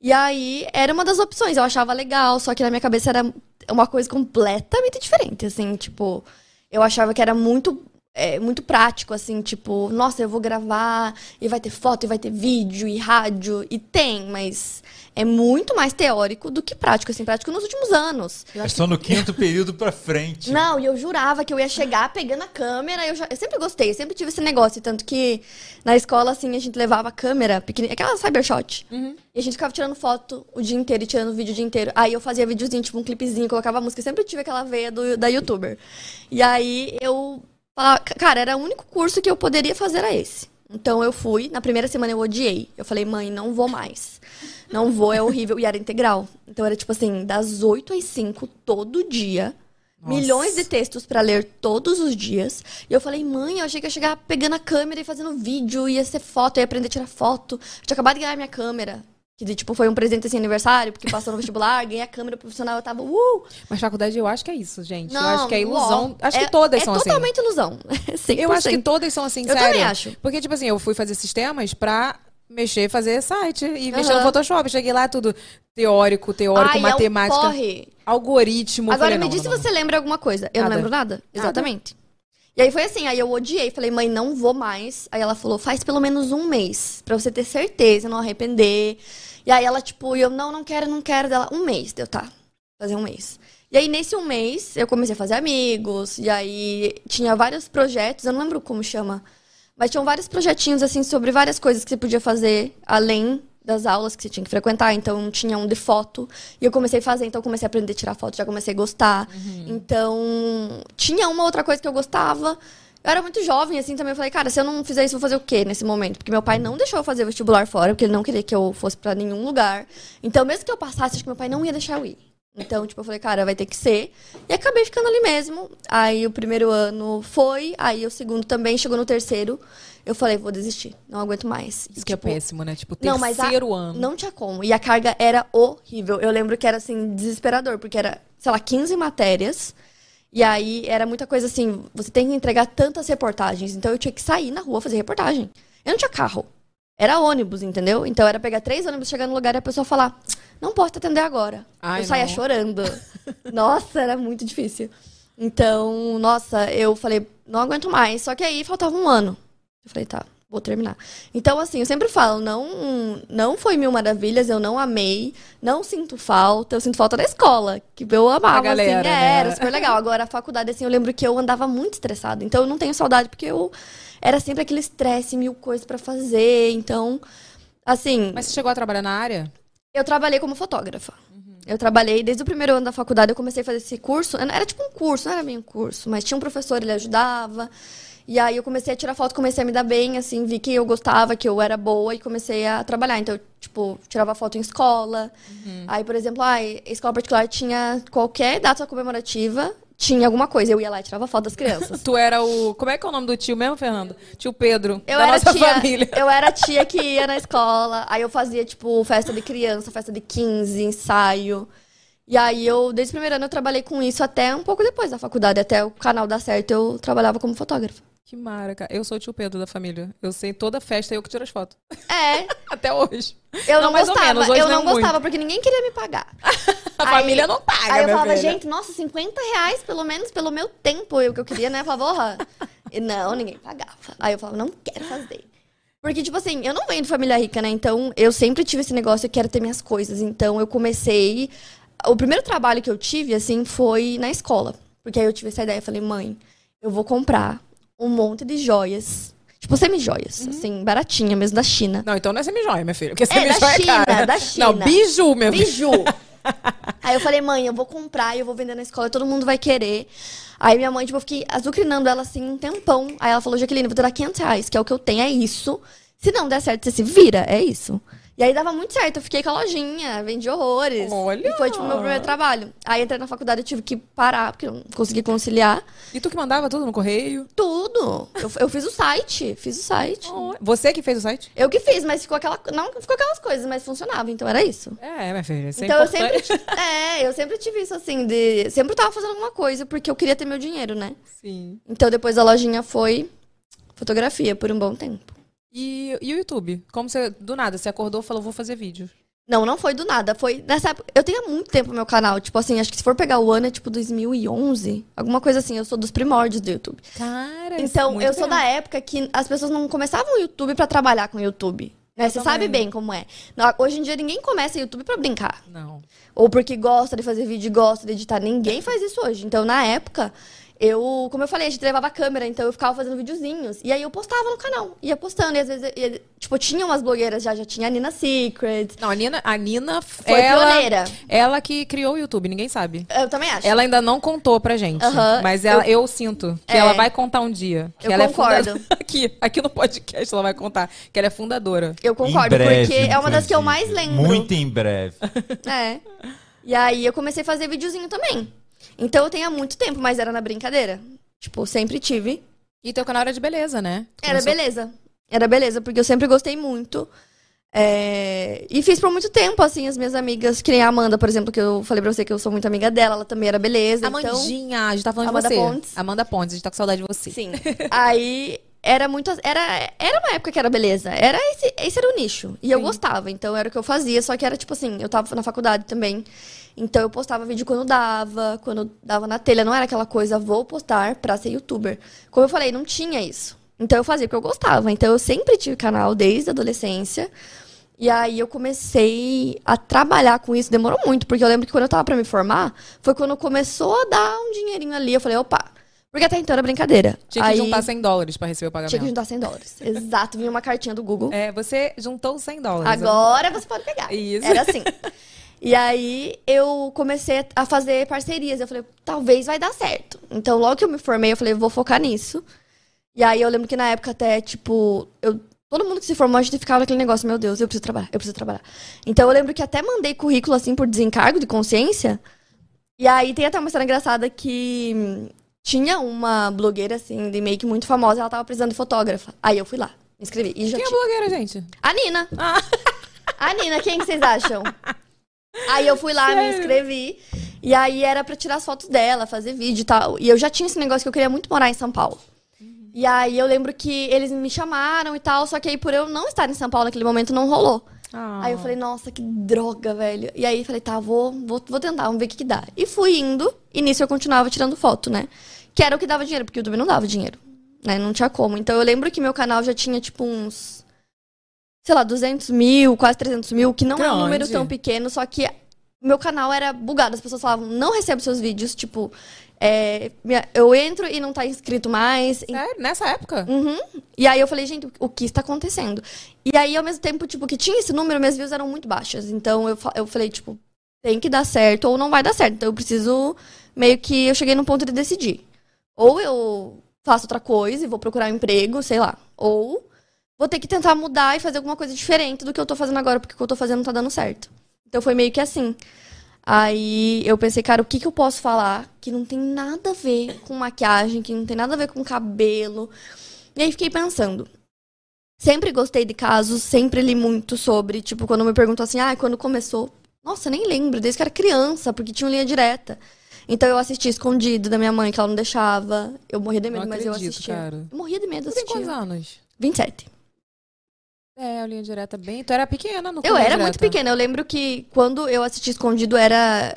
[SPEAKER 8] E aí era uma das opções, eu achava legal, só que na minha cabeça era uma coisa completamente diferente, assim, tipo, eu achava que era muito é, muito prático, assim, tipo, nossa, eu vou gravar e vai ter foto e vai ter vídeo e rádio e tem, mas é muito mais teórico do que prático, assim, prático nos últimos anos.
[SPEAKER 9] É só no quinto período pra frente.
[SPEAKER 8] Não, e eu jurava que eu ia chegar pegando a câmera. Eu, já- eu sempre gostei, sempre tive esse negócio. Tanto que na escola, assim, a gente levava a câmera, pequenininha, aquela cybershot. E a gente ficava tirando foto o dia inteiro e tirando vídeo o dia inteiro. Aí eu fazia videozinho, tipo um clipezinho, colocava música. Eu sempre tive aquela veia do- da youtuber. E aí eu falava, ca- cara, era o único curso que eu poderia fazer era esse. Então eu fui, na primeira semana eu odiei. Eu falei, mãe, não vou mais. Não vou, é horrível. E era integral. Então era tipo assim, das 8 às 5 todo dia. Milhões de textos pra ler todos os dias. E eu falei, mãe, eu achei que ia chegar pegando a câmera e fazendo vídeo, ia ser foto, eu ia aprender a tirar foto. Eu tinha acabado de ganhar minha câmera. Que, tipo, foi um presente assim, aniversário, porque passou no vestibular, ganhei a câmera profissional, eu tava, uh!
[SPEAKER 6] Mas faculdade eu acho que é isso, gente.
[SPEAKER 8] Não,
[SPEAKER 6] eu acho que é ilusão.
[SPEAKER 8] uó.
[SPEAKER 6] Acho que
[SPEAKER 8] É-
[SPEAKER 6] todas
[SPEAKER 8] é
[SPEAKER 6] são assim.
[SPEAKER 8] totalmente ilusão. 100%.
[SPEAKER 6] Eu acho que todas são assim,
[SPEAKER 8] Eu
[SPEAKER 6] sério.
[SPEAKER 8] também acho.
[SPEAKER 6] Porque, tipo assim, eu fui fazer sistemas pra mexer, fazer site e mexer no
[SPEAKER 8] Aham.
[SPEAKER 6] Photoshop. Cheguei lá, tudo teórico, teórico,
[SPEAKER 8] Ai, é um
[SPEAKER 6] matemática,
[SPEAKER 8] porre.
[SPEAKER 6] algoritmo.
[SPEAKER 8] Agora
[SPEAKER 6] Falei,
[SPEAKER 8] me
[SPEAKER 6] não,
[SPEAKER 8] diz
[SPEAKER 6] não,
[SPEAKER 8] se
[SPEAKER 6] não.
[SPEAKER 8] você lembra alguma coisa. Eu
[SPEAKER 6] Nada.
[SPEAKER 8] não lembro nada. Exatamente. E aí foi assim, aí eu odiei, falei, mãe, não vou mais. Aí ela falou, faz pelo menos um mês, pra você ter certeza, não arrepender. E aí ela, tipo, e eu, não, não quero, não quero dela. Um mês, deu, tá. Fazer um mês. E aí, nesse um mês, eu comecei a fazer amigos, e aí tinha vários projetos, eu não lembro como chama, mas tinham vários projetinhos, assim, sobre várias coisas que você podia fazer além das aulas que você tinha que frequentar. Então, tinha um de foto. E eu comecei a fazer, então, eu comecei a aprender a tirar foto, já comecei a gostar. Então, tinha uma outra coisa que eu gostava. Eu era muito jovem, assim, também. Eu falei, cara, se eu não fizer isso, eu vou fazer o quê nesse momento? Porque meu pai não deixou eu fazer vestibular fora, porque ele não queria que eu fosse pra nenhum lugar. Então, mesmo que eu passasse, acho que meu pai não ia deixar eu ir. Então, tipo, eu falei, cara, vai ter que ser. E acabei ficando ali mesmo. Aí o primeiro ano foi, aí o segundo também, chegou no terceiro. Eu falei, vou desistir, não aguento mais. E,
[SPEAKER 6] Isso que é
[SPEAKER 8] tipo,
[SPEAKER 6] péssimo, né? Tipo,
[SPEAKER 8] não, mas a-
[SPEAKER 6] terceiro ano.
[SPEAKER 8] Não tinha como. E a carga era horrível. Eu lembro que era assim, desesperador, porque era, sei lá, 15 matérias. E aí era muita coisa assim, você tem que entregar tantas reportagens. Então eu tinha que sair na rua fazer reportagem. Eu não tinha carro. Era ônibus, entendeu? Então era pegar três ônibus, chegar no lugar e a pessoa falar: Não posso te atender agora.
[SPEAKER 6] Ai,
[SPEAKER 8] eu saía
[SPEAKER 6] não.
[SPEAKER 8] chorando. nossa, era muito difícil. Então, nossa, eu falei: Não aguento mais. Só que aí faltava um ano. Eu falei: Tá, vou terminar. Então, assim, eu sempre falo: Não, não foi mil maravilhas, eu não amei, não sinto falta. Eu sinto falta da escola, que eu amava.
[SPEAKER 6] galera,
[SPEAKER 8] assim,
[SPEAKER 6] né?
[SPEAKER 8] era super legal. Agora, a faculdade, assim, eu lembro que eu andava muito estressada. Então, eu não tenho saudade, porque eu era sempre aquele estresse, mil coisas pra fazer. Então, assim,
[SPEAKER 6] Mas você chegou a trabalhar na área?
[SPEAKER 8] eu trabalhei como fotógrafa. Eu trabalhei desde o primeiro ano da faculdade, eu comecei a fazer esse curso. Era era tipo um curso, não era bem um curso, mas tinha um professor, ele ajudava. E aí eu comecei a tirar foto, comecei a me dar bem, assim, vi que eu gostava, que eu era boa e comecei a trabalhar. Então, eu, tipo, tirava foto em escola. Aí, por exemplo, ai, escola particular tinha qualquer data comemorativa, tinha alguma coisa. Eu ia lá e tirava foto das crianças.
[SPEAKER 6] Tu era o. Como é que é o nome do tio mesmo, Fernando? Tio Pedro.
[SPEAKER 8] Eu
[SPEAKER 6] da
[SPEAKER 8] era,
[SPEAKER 6] nossa
[SPEAKER 8] tia,
[SPEAKER 6] família.
[SPEAKER 8] eu era a tia que ia na escola, aí eu fazia, tipo, festa de criança, festa de 15, ensaio. E aí eu, desde o primeiro ano, eu trabalhei com isso até um pouco depois da faculdade, até o canal dar certo, eu trabalhava como fotógrafa.
[SPEAKER 6] Que maraca. Eu sou o tio Pedro da família. Eu sei toda festa eu que tiro as fotos.
[SPEAKER 8] É,
[SPEAKER 6] Até hoje.
[SPEAKER 8] eu
[SPEAKER 6] Não,
[SPEAKER 8] não,
[SPEAKER 6] mais ou
[SPEAKER 8] gostava,
[SPEAKER 6] menos, hoje
[SPEAKER 8] eu
[SPEAKER 6] não
[SPEAKER 8] não,
[SPEAKER 6] muito.
[SPEAKER 8] gostava, porque ninguém queria me pagar.
[SPEAKER 6] A
[SPEAKER 8] Aí-
[SPEAKER 6] família não paga, né,
[SPEAKER 8] Aí eu
[SPEAKER 6] minha
[SPEAKER 8] falava,
[SPEAKER 6] filha.
[SPEAKER 8] gente, nossa, 50 reais pelo menos pelo meu tempo, eu que eu queria, né? Eu falava, porra. E não, ninguém pagava. Aí eu falava, não quero fazer. Porque, tipo assim, eu não venho de família rica, né? Então, eu sempre tive esse negócio, eu quero ter minhas coisas. Então, eu comecei. O primeiro trabalho que eu tive, assim, foi na escola. Porque aí eu tive essa ideia, eu falei, mãe, eu vou comprar um monte de joias. Tipo, semi-joias, assim, baratinha mesmo, da China.
[SPEAKER 6] Não, então não é semijoia, minha filha. Porque
[SPEAKER 8] da
[SPEAKER 6] semijoia é
[SPEAKER 8] China,
[SPEAKER 6] cara.
[SPEAKER 8] da China.
[SPEAKER 6] Não, biju, meu filho.
[SPEAKER 8] Biju. Aí eu falei, mãe, eu vou comprar e eu vou vender na escola, todo mundo vai querer. Aí minha mãe, tipo, eu fiquei azucrinando ela assim um tempão. Aí ela falou, Jaqueline, eu vou te dar 500 reais, que é o que eu tenho, é isso. Se não der certo, você se vira, é isso. E aí dava muito certo, eu fiquei com a lojinha, vendi horrores.
[SPEAKER 6] Olha!
[SPEAKER 8] E foi, tipo, meu primeiro trabalho. Aí entrei na faculdade, eu tive que parar, porque eu não consegui conciliar.
[SPEAKER 6] E tu que mandava tudo no correio?
[SPEAKER 8] Tudo! Eu, eu fiz o site, fiz o site.
[SPEAKER 6] Você que fez o site?
[SPEAKER 8] Eu que fiz, mas ficou aquela. Não ficou aquelas coisas, mas funcionava, então era isso.
[SPEAKER 6] É, minha filha. Isso
[SPEAKER 8] Então
[SPEAKER 6] é
[SPEAKER 8] eu
[SPEAKER 6] importante.
[SPEAKER 8] sempre, ti- é, eu sempre tive isso assim de, sempre tava fazendo alguma coisa porque eu queria ter meu dinheiro, né?
[SPEAKER 6] Sim.
[SPEAKER 8] Então depois a lojinha foi fotografia por um bom tempo.
[SPEAKER 6] E, e o YouTube? Como você, do nada, você acordou e falou, vou fazer vídeo.
[SPEAKER 8] Não, não foi do nada, foi nessa época, eu tenho há muito tempo meu canal, tipo assim, acho que se for pegar o ano é tipo 2011, alguma coisa assim, eu sou dos primórdios do YouTube.
[SPEAKER 6] Cara, é
[SPEAKER 8] Então, eu sou da época que as pessoas não começavam o YouTube pra trabalhar com o YouTube. Né? Você sabe bem como é. Não, Hoje em dia ninguém começa YouTube pra brincar.
[SPEAKER 6] Não.
[SPEAKER 8] ou porque gosta de fazer vídeo, e gosta de editar. Ninguém faz isso hoje. Então, na época, eu, como eu falei, a gente levava a câmera, então eu ficava fazendo videozinhos. E aí eu postava no canal, ia postando. E às vezes, eu ia- tipo, tinha umas blogueiras já, já tinha a Nina Secret.
[SPEAKER 6] Não, a Nina, a Nina
[SPEAKER 8] Foi
[SPEAKER 6] ela,
[SPEAKER 8] pioneira.
[SPEAKER 6] Ela que criou o YouTube, ninguém sabe.
[SPEAKER 8] Eu também acho.
[SPEAKER 6] Ela ainda não contou pra gente,
[SPEAKER 8] Aham,
[SPEAKER 6] mas ela, eu, sinto que
[SPEAKER 8] É.
[SPEAKER 6] ela vai contar um dia. Que
[SPEAKER 8] Eu
[SPEAKER 6] ela É
[SPEAKER 8] concordo.
[SPEAKER 6] fundadora- aqui, aqui no podcast ela vai contar que ela é fundadora.
[SPEAKER 8] Eu
[SPEAKER 9] Em
[SPEAKER 8] concordo,
[SPEAKER 9] breve,
[SPEAKER 8] porque é uma das que eu
[SPEAKER 9] inclusive.
[SPEAKER 8] mais lembro.
[SPEAKER 9] Muito em breve.
[SPEAKER 8] É. E aí eu comecei a fazer videozinho também. Então eu tenho há muito tempo, mas era na brincadeira. Tipo, sempre tive.
[SPEAKER 6] E teu canal era de beleza, né? Tu
[SPEAKER 8] Era
[SPEAKER 6] começou-
[SPEAKER 8] beleza. Era beleza, porque eu sempre gostei muito. É, E fiz por muito tempo, assim, as minhas amigas, que nem a Amanda, por exemplo, que eu falei pra você que eu sou muito amiga dela, ela também era beleza. Então...
[SPEAKER 6] Amandinha, a gente tá falando
[SPEAKER 8] Amanda
[SPEAKER 6] de você.
[SPEAKER 8] Pontes.
[SPEAKER 6] Amanda Pontes, a gente tá com saudade de você.
[SPEAKER 8] Sim. Aí era muito. Era, era uma época que era beleza. Era esse, esse era o nicho. E eu gostava, então era o que eu fazia. Só que era tipo assim, eu tava na faculdade também. Então eu postava vídeo quando dava, quando dava na telha. Não era aquela coisa, vou postar pra ser youtuber. Como eu falei, não tinha isso. Então eu fazia o que eu gostava. Então eu sempre tive canal desde a adolescência. E aí eu comecei a trabalhar com isso, demorou muito, porque eu lembro que quando eu tava pra me formar, foi quando começou a dar um dinheirinho ali, eu falei, opa. Porque até então era brincadeira.
[SPEAKER 6] Tinha que
[SPEAKER 8] aí,
[SPEAKER 6] juntar 100 dólares pra receber o pagamento.
[SPEAKER 8] tinha que juntar 100 dólares. Exato, vinha uma cartinha do Google.
[SPEAKER 6] É, você juntou 100 dólares.
[SPEAKER 8] Agora você pode pegar.
[SPEAKER 6] Isso.
[SPEAKER 8] Era assim. E aí eu comecei a fazer parcerias. Eu falei, talvez vai dar certo. Então, logo que eu me formei, eu falei, vou focar nisso. E aí eu lembro que na época até, tipo, eu. Todo mundo que se formou, a gente ficava naquele negócio, meu Deus, eu preciso trabalhar, eu preciso trabalhar. Então eu lembro que até mandei currículo assim por desencargo de consciência. E aí tem até uma história engraçada que hum, tinha uma blogueira assim, de make muito famosa, ela tava precisando de fotógrafa. Aí eu fui lá, me inscrevi. E já
[SPEAKER 6] Quem é
[SPEAKER 8] tinha-
[SPEAKER 6] blogueira, gente? Ah.
[SPEAKER 8] a Nina. A Nina, quem que vocês acham? Aí eu fui lá, me inscrevi. E aí era pra tirar as fotos dela, fazer vídeo e tal. E eu já tinha esse negócio que eu queria muito morar em São Paulo. E aí eu lembro que eles me chamaram e tal, só que aí por eu não estar em São Paulo naquele momento não rolou. Aí eu falei, nossa, que droga, velho. E aí eu falei, tá, vou, vou, vou tentar, vamos ver o que, que dá. E fui indo, e nisso eu continuava tirando foto, né? Que era o que dava dinheiro, porque o YouTube não dava dinheiro, né? Não tinha como. Então eu lembro que meu canal já tinha, tipo, uns, sei lá, 200 mil, quase 300 mil, que não é um
[SPEAKER 6] Grande.
[SPEAKER 8] número tão pequeno, só que meu canal era bugado. As pessoas falavam, não recebo seus vídeos, tipo, é, minha- eu entro e não tá inscrito mais.
[SPEAKER 6] Sério? Nessa época?
[SPEAKER 8] Uhum. E aí eu falei, gente, o que está acontecendo? E aí, ao mesmo tempo, tipo, que tinha esse número, minhas views eram muito baixas. Então eu, fa- eu falei, tipo, tem que dar certo ou não vai dar certo. Então eu preciso. Meio que eu cheguei num ponto de decidir. Ou eu faço outra coisa e vou procurar um emprego, sei lá. Ou vou ter que tentar mudar e fazer alguma coisa diferente do que eu tô fazendo agora, porque o que eu tô fazendo não tá dando certo. Então foi meio que assim. Aí eu pensei, cara, o que, que eu posso falar que não tem nada a ver com maquiagem, que não tem nada a ver com cabelo. E aí fiquei pensando. Sempre gostei de casos, sempre li muito sobre, tipo, quando me perguntam assim, ah, quando começou. Nossa, nem lembro, desde que era criança, porque tinha linha direta. Então eu assisti escondido da minha mãe, que ela não deixava. Eu morria de
[SPEAKER 6] Não
[SPEAKER 8] medo, mas eu
[SPEAKER 6] acredito,
[SPEAKER 8] assistia.
[SPEAKER 6] cara.
[SPEAKER 8] Eu morria de medo,
[SPEAKER 6] Você tem quantos
[SPEAKER 8] assistia.
[SPEAKER 6] anos?
[SPEAKER 8] 27.
[SPEAKER 6] É, a linha direta bem. Tu era pequena, não
[SPEAKER 8] Eu era muito pequena. Eu lembro que quando eu assisti Escondido era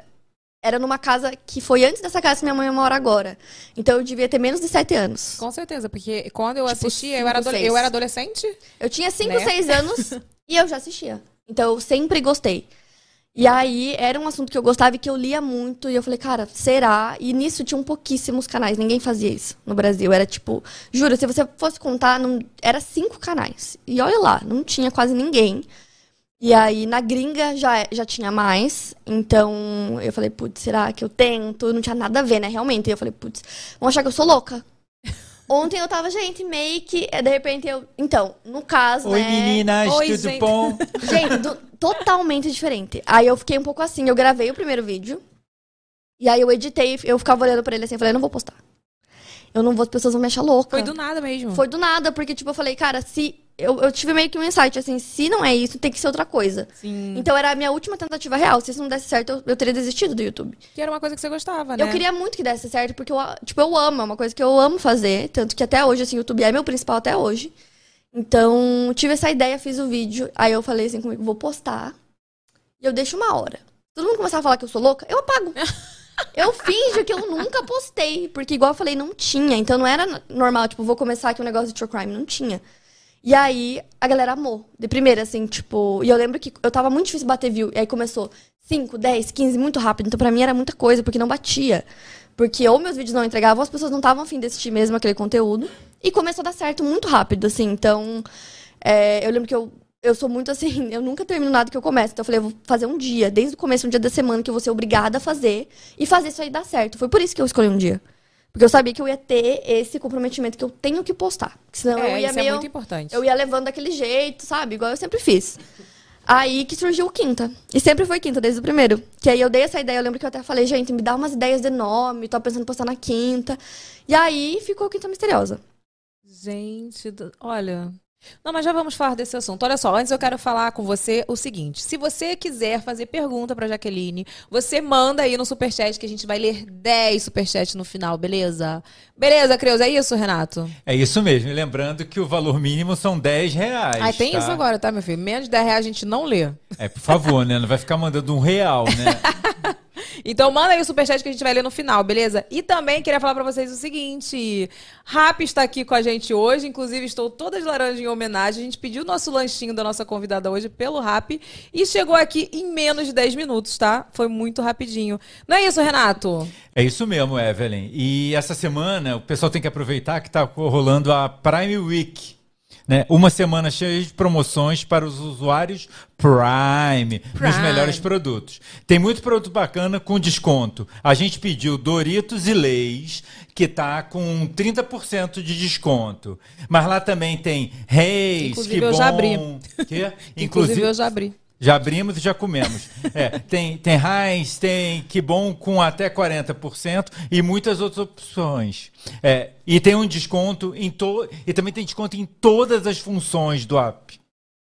[SPEAKER 8] era numa casa que foi antes dessa casa que minha mãe mora agora. Então eu devia ter menos de 7 anos.
[SPEAKER 6] Com certeza, porque quando eu
[SPEAKER 8] Tipo,
[SPEAKER 6] assistia, eu
[SPEAKER 8] cinco,
[SPEAKER 6] era, adole-
[SPEAKER 8] seis.
[SPEAKER 6] eu era adolescente.
[SPEAKER 8] Eu tinha 5,
[SPEAKER 6] Né?
[SPEAKER 8] 6 anos e eu já assistia. Então eu sempre gostei. E aí era um assunto que eu gostava e que eu lia muito. E eu falei, cara, será? E nisso tinham pouquíssimos canais. Ninguém fazia isso no Brasil. Era tipo, juro, se você fosse contar, não... era cinco canais. E olha lá, não tinha quase ninguém. E aí na gringa já, é- já tinha mais. Então eu falei, putz, será que eu tento? Não tinha nada a ver, né? Realmente. E eu falei, putz, vão achar que eu sou louca. Ontem eu tava, gente, make. De repente eu. Então, no caso.
[SPEAKER 9] Oi,
[SPEAKER 8] né?
[SPEAKER 9] meninas,
[SPEAKER 6] Oi,
[SPEAKER 9] tudo
[SPEAKER 6] gente.
[SPEAKER 9] bom?
[SPEAKER 8] Gente, do- totalmente diferente. Aí eu fiquei um pouco assim, eu gravei o primeiro vídeo. E aí eu editei, eu ficava olhando pra ele assim, eu falei, eu não vou postar. Eu não vou, as pessoas vão me achar louca.
[SPEAKER 6] Foi do nada mesmo.
[SPEAKER 8] Foi do nada, porque tipo, eu falei, cara, se... Eu, eu tive meio que um insight, assim, se não é isso, tem que ser outra coisa.
[SPEAKER 6] Sim.
[SPEAKER 8] Então era a minha última tentativa real. Se isso não desse certo, eu, eu teria desistido do YouTube.
[SPEAKER 6] Que era uma coisa que você gostava, né?
[SPEAKER 8] Eu queria muito que desse certo, porque eu, a- tipo, eu amo, é uma coisa que eu amo fazer. Tanto que até hoje, assim, o YouTube é meu principal até hoje. Então, tive essa ideia, fiz o vídeo. Aí eu falei assim comigo, vou postar. E eu deixo uma hora. Todo mundo começar a falar que eu sou louca, eu apago. Eu finjo que eu nunca postei. Porque, igual eu falei, não tinha. Então não era n- normal, tipo, vou começar aqui um negócio de true crime. Não tinha. E aí, a galera amou. De primeira, assim, tipo. E eu lembro que eu tava muito difícil bater view. E aí começou 5, 10, 15, muito rápido. Então, pra mim era muita coisa, porque não batia. Porque ou meus vídeos não entregavam, ou as pessoas não estavam afim de assistir mesmo aquele conteúdo. E começou a dar certo muito rápido, assim. Então, é, eu lembro que eu. Eu sou muito assim, eu nunca termino nada que eu começo. Então eu falei, eu vou fazer um dia, desde o começo, um dia da semana, que eu vou ser obrigada a fazer e fazer isso aí dar certo. Foi por isso que eu escolhi um dia. Porque eu sabia que eu ia ter esse comprometimento que eu tenho que postar. Porque senão eu
[SPEAKER 6] É,
[SPEAKER 8] ia
[SPEAKER 6] isso
[SPEAKER 8] meio...
[SPEAKER 6] é muito importante.
[SPEAKER 8] Eu ia levando daquele jeito, sabe? Igual eu sempre fiz. Aí que surgiu o quinta. E sempre foi quinta, desde o primeiro. Que aí eu dei essa ideia, eu lembro que eu até falei, gente, me dá umas ideias de nome, tô pensando em postar na quinta. E aí ficou quinta misteriosa.
[SPEAKER 6] Gente, do- olha. Não, mas já vamos falar desse assunto. Olha só, antes eu quero falar com você o seguinte: se você quiser fazer pergunta pra Jaqueline, você manda aí no superchat que a gente vai ler 10 superchats no final, beleza? Beleza, Creuza? É isso, Renato?
[SPEAKER 9] É isso mesmo. E Lembrando que o valor mínimo são 10 reais.
[SPEAKER 6] Ah, tem
[SPEAKER 9] tá?
[SPEAKER 6] isso agora, tá, meu filho? Menos de 10 reais a gente não lê.
[SPEAKER 9] É, por favor, né? Não vai ficar mandando um real, né?
[SPEAKER 6] Então manda aí o superchat que a gente vai ler no final, beleza? E também queria falar pra vocês o seguinte: Rap está aqui com a gente hoje, inclusive estou toda de laranja em homenagem. A gente pediu o nosso lanchinho da nossa convidada hoje pelo Rap e chegou aqui em menos de 10 minutos, tá? Foi muito rapidinho. Não é isso, Renato?
[SPEAKER 9] É isso mesmo, Evelyn. E essa semana o pessoal tem que aproveitar que está rolando a Prime Week. Né? Uma semana cheia de promoções para os usuários Prime, nos
[SPEAKER 6] Prime.
[SPEAKER 9] melhores produtos. Tem muito produto bacana com desconto. A gente pediu Doritos e Leis, que tá com 30% de desconto. Mas lá também tem Reis,
[SPEAKER 6] Inclusive,
[SPEAKER 9] que
[SPEAKER 6] eu
[SPEAKER 9] bom.
[SPEAKER 6] já abri.
[SPEAKER 9] Quê?
[SPEAKER 6] Inclusive, eu já abri.
[SPEAKER 9] Já abrimos e já comemos. É, tem, tem Heinz, tem Que Bom com até 40% e muitas outras opções. É, e tem um desconto em to e também tem desconto em todas as funções do app.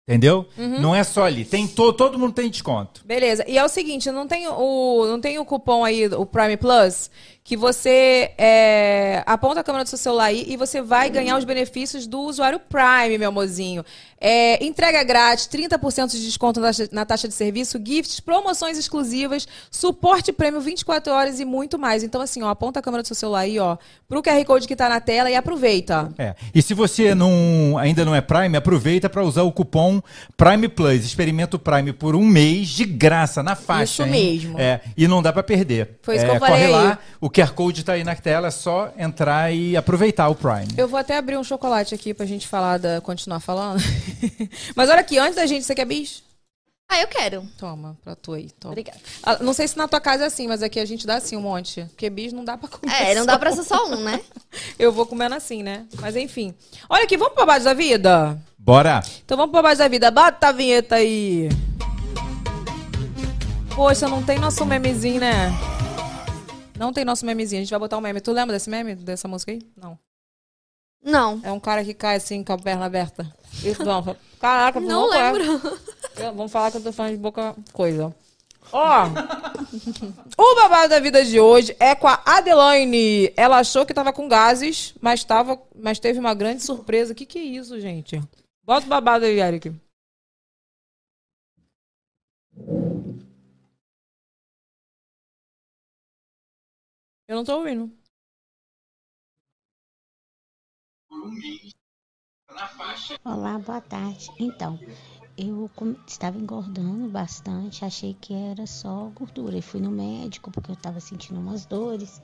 [SPEAKER 9] Entendeu? Não é só ali. Tem to todo mundo tem desconto.
[SPEAKER 6] Beleza. E é o seguinte, não tem o, não tem o cupom aí, o Prime Plus, que você é, aponta a câmera do seu celular aí e você vai ganhar os benefícios do usuário Prime, meu amorzinho. É, entrega grátis, 30% de desconto na taxa- na taxa de serviço, gifts, promoções exclusivas, suporte prêmio 24 horas e muito mais. Então, assim, ó, aponta a câmera do seu celular aí, ó, pro QR Code que tá na tela e aproveita.
[SPEAKER 9] É. E se você não, ainda não é Prime, aproveita para usar o cupom Prime Plus. Experimenta o Prime por um mês de graça na faixa.
[SPEAKER 5] Isso
[SPEAKER 9] hein?
[SPEAKER 5] mesmo.
[SPEAKER 9] É, e não dá para perder.
[SPEAKER 6] Foi isso
[SPEAKER 9] É,
[SPEAKER 6] que eu
[SPEAKER 9] corre
[SPEAKER 6] falei.
[SPEAKER 9] lá, o QR Code tá aí na tela, é só entrar e aproveitar o Prime.
[SPEAKER 6] Eu vou até abrir um chocolate aqui pra gente falar da, continuar falando. Mas olha aqui, antes da gente, você quer bis?
[SPEAKER 8] Ah, eu quero.
[SPEAKER 6] Toma, pra tu aí. Toma.
[SPEAKER 8] Obrigada.
[SPEAKER 6] Ah, não sei se na tua casa é assim, mas aqui a gente dá assim um monte. Porque bis não dá pra comer.
[SPEAKER 8] É, não
[SPEAKER 6] só.
[SPEAKER 8] dá pra ser só um, né?
[SPEAKER 6] Eu vou comendo assim, né? Mas enfim. Olha aqui, vamos pro babado da vida?
[SPEAKER 9] Bora!
[SPEAKER 6] Então vamos pro babado da vida. Bota a vinheta aí. Poxa, não tem nosso memezinho, né? Não tem nosso memezinho. A gente vai botar um meme. Tu lembra desse meme? Dessa música aí? Não.
[SPEAKER 8] Não.
[SPEAKER 6] É um cara que cai assim com a perna aberta. Isso, não. Caraca,
[SPEAKER 8] Não
[SPEAKER 6] é.
[SPEAKER 8] lembro.
[SPEAKER 6] Eu- Vamos falar que eu tô falando de boca coisa. Ó, o babado da vida de hoje é com a Adelaine. Ela achou que tava com gases, mas, tava, mas teve uma grande surpresa. O que que é isso, gente? Bota o babado aí, Eric. Eu não tô ouvindo.
[SPEAKER 11] Olá, boa tarde. Então, eu com- estava engordando bastante, achei que era só gordura. E fui no médico porque eu estava sentindo umas dores.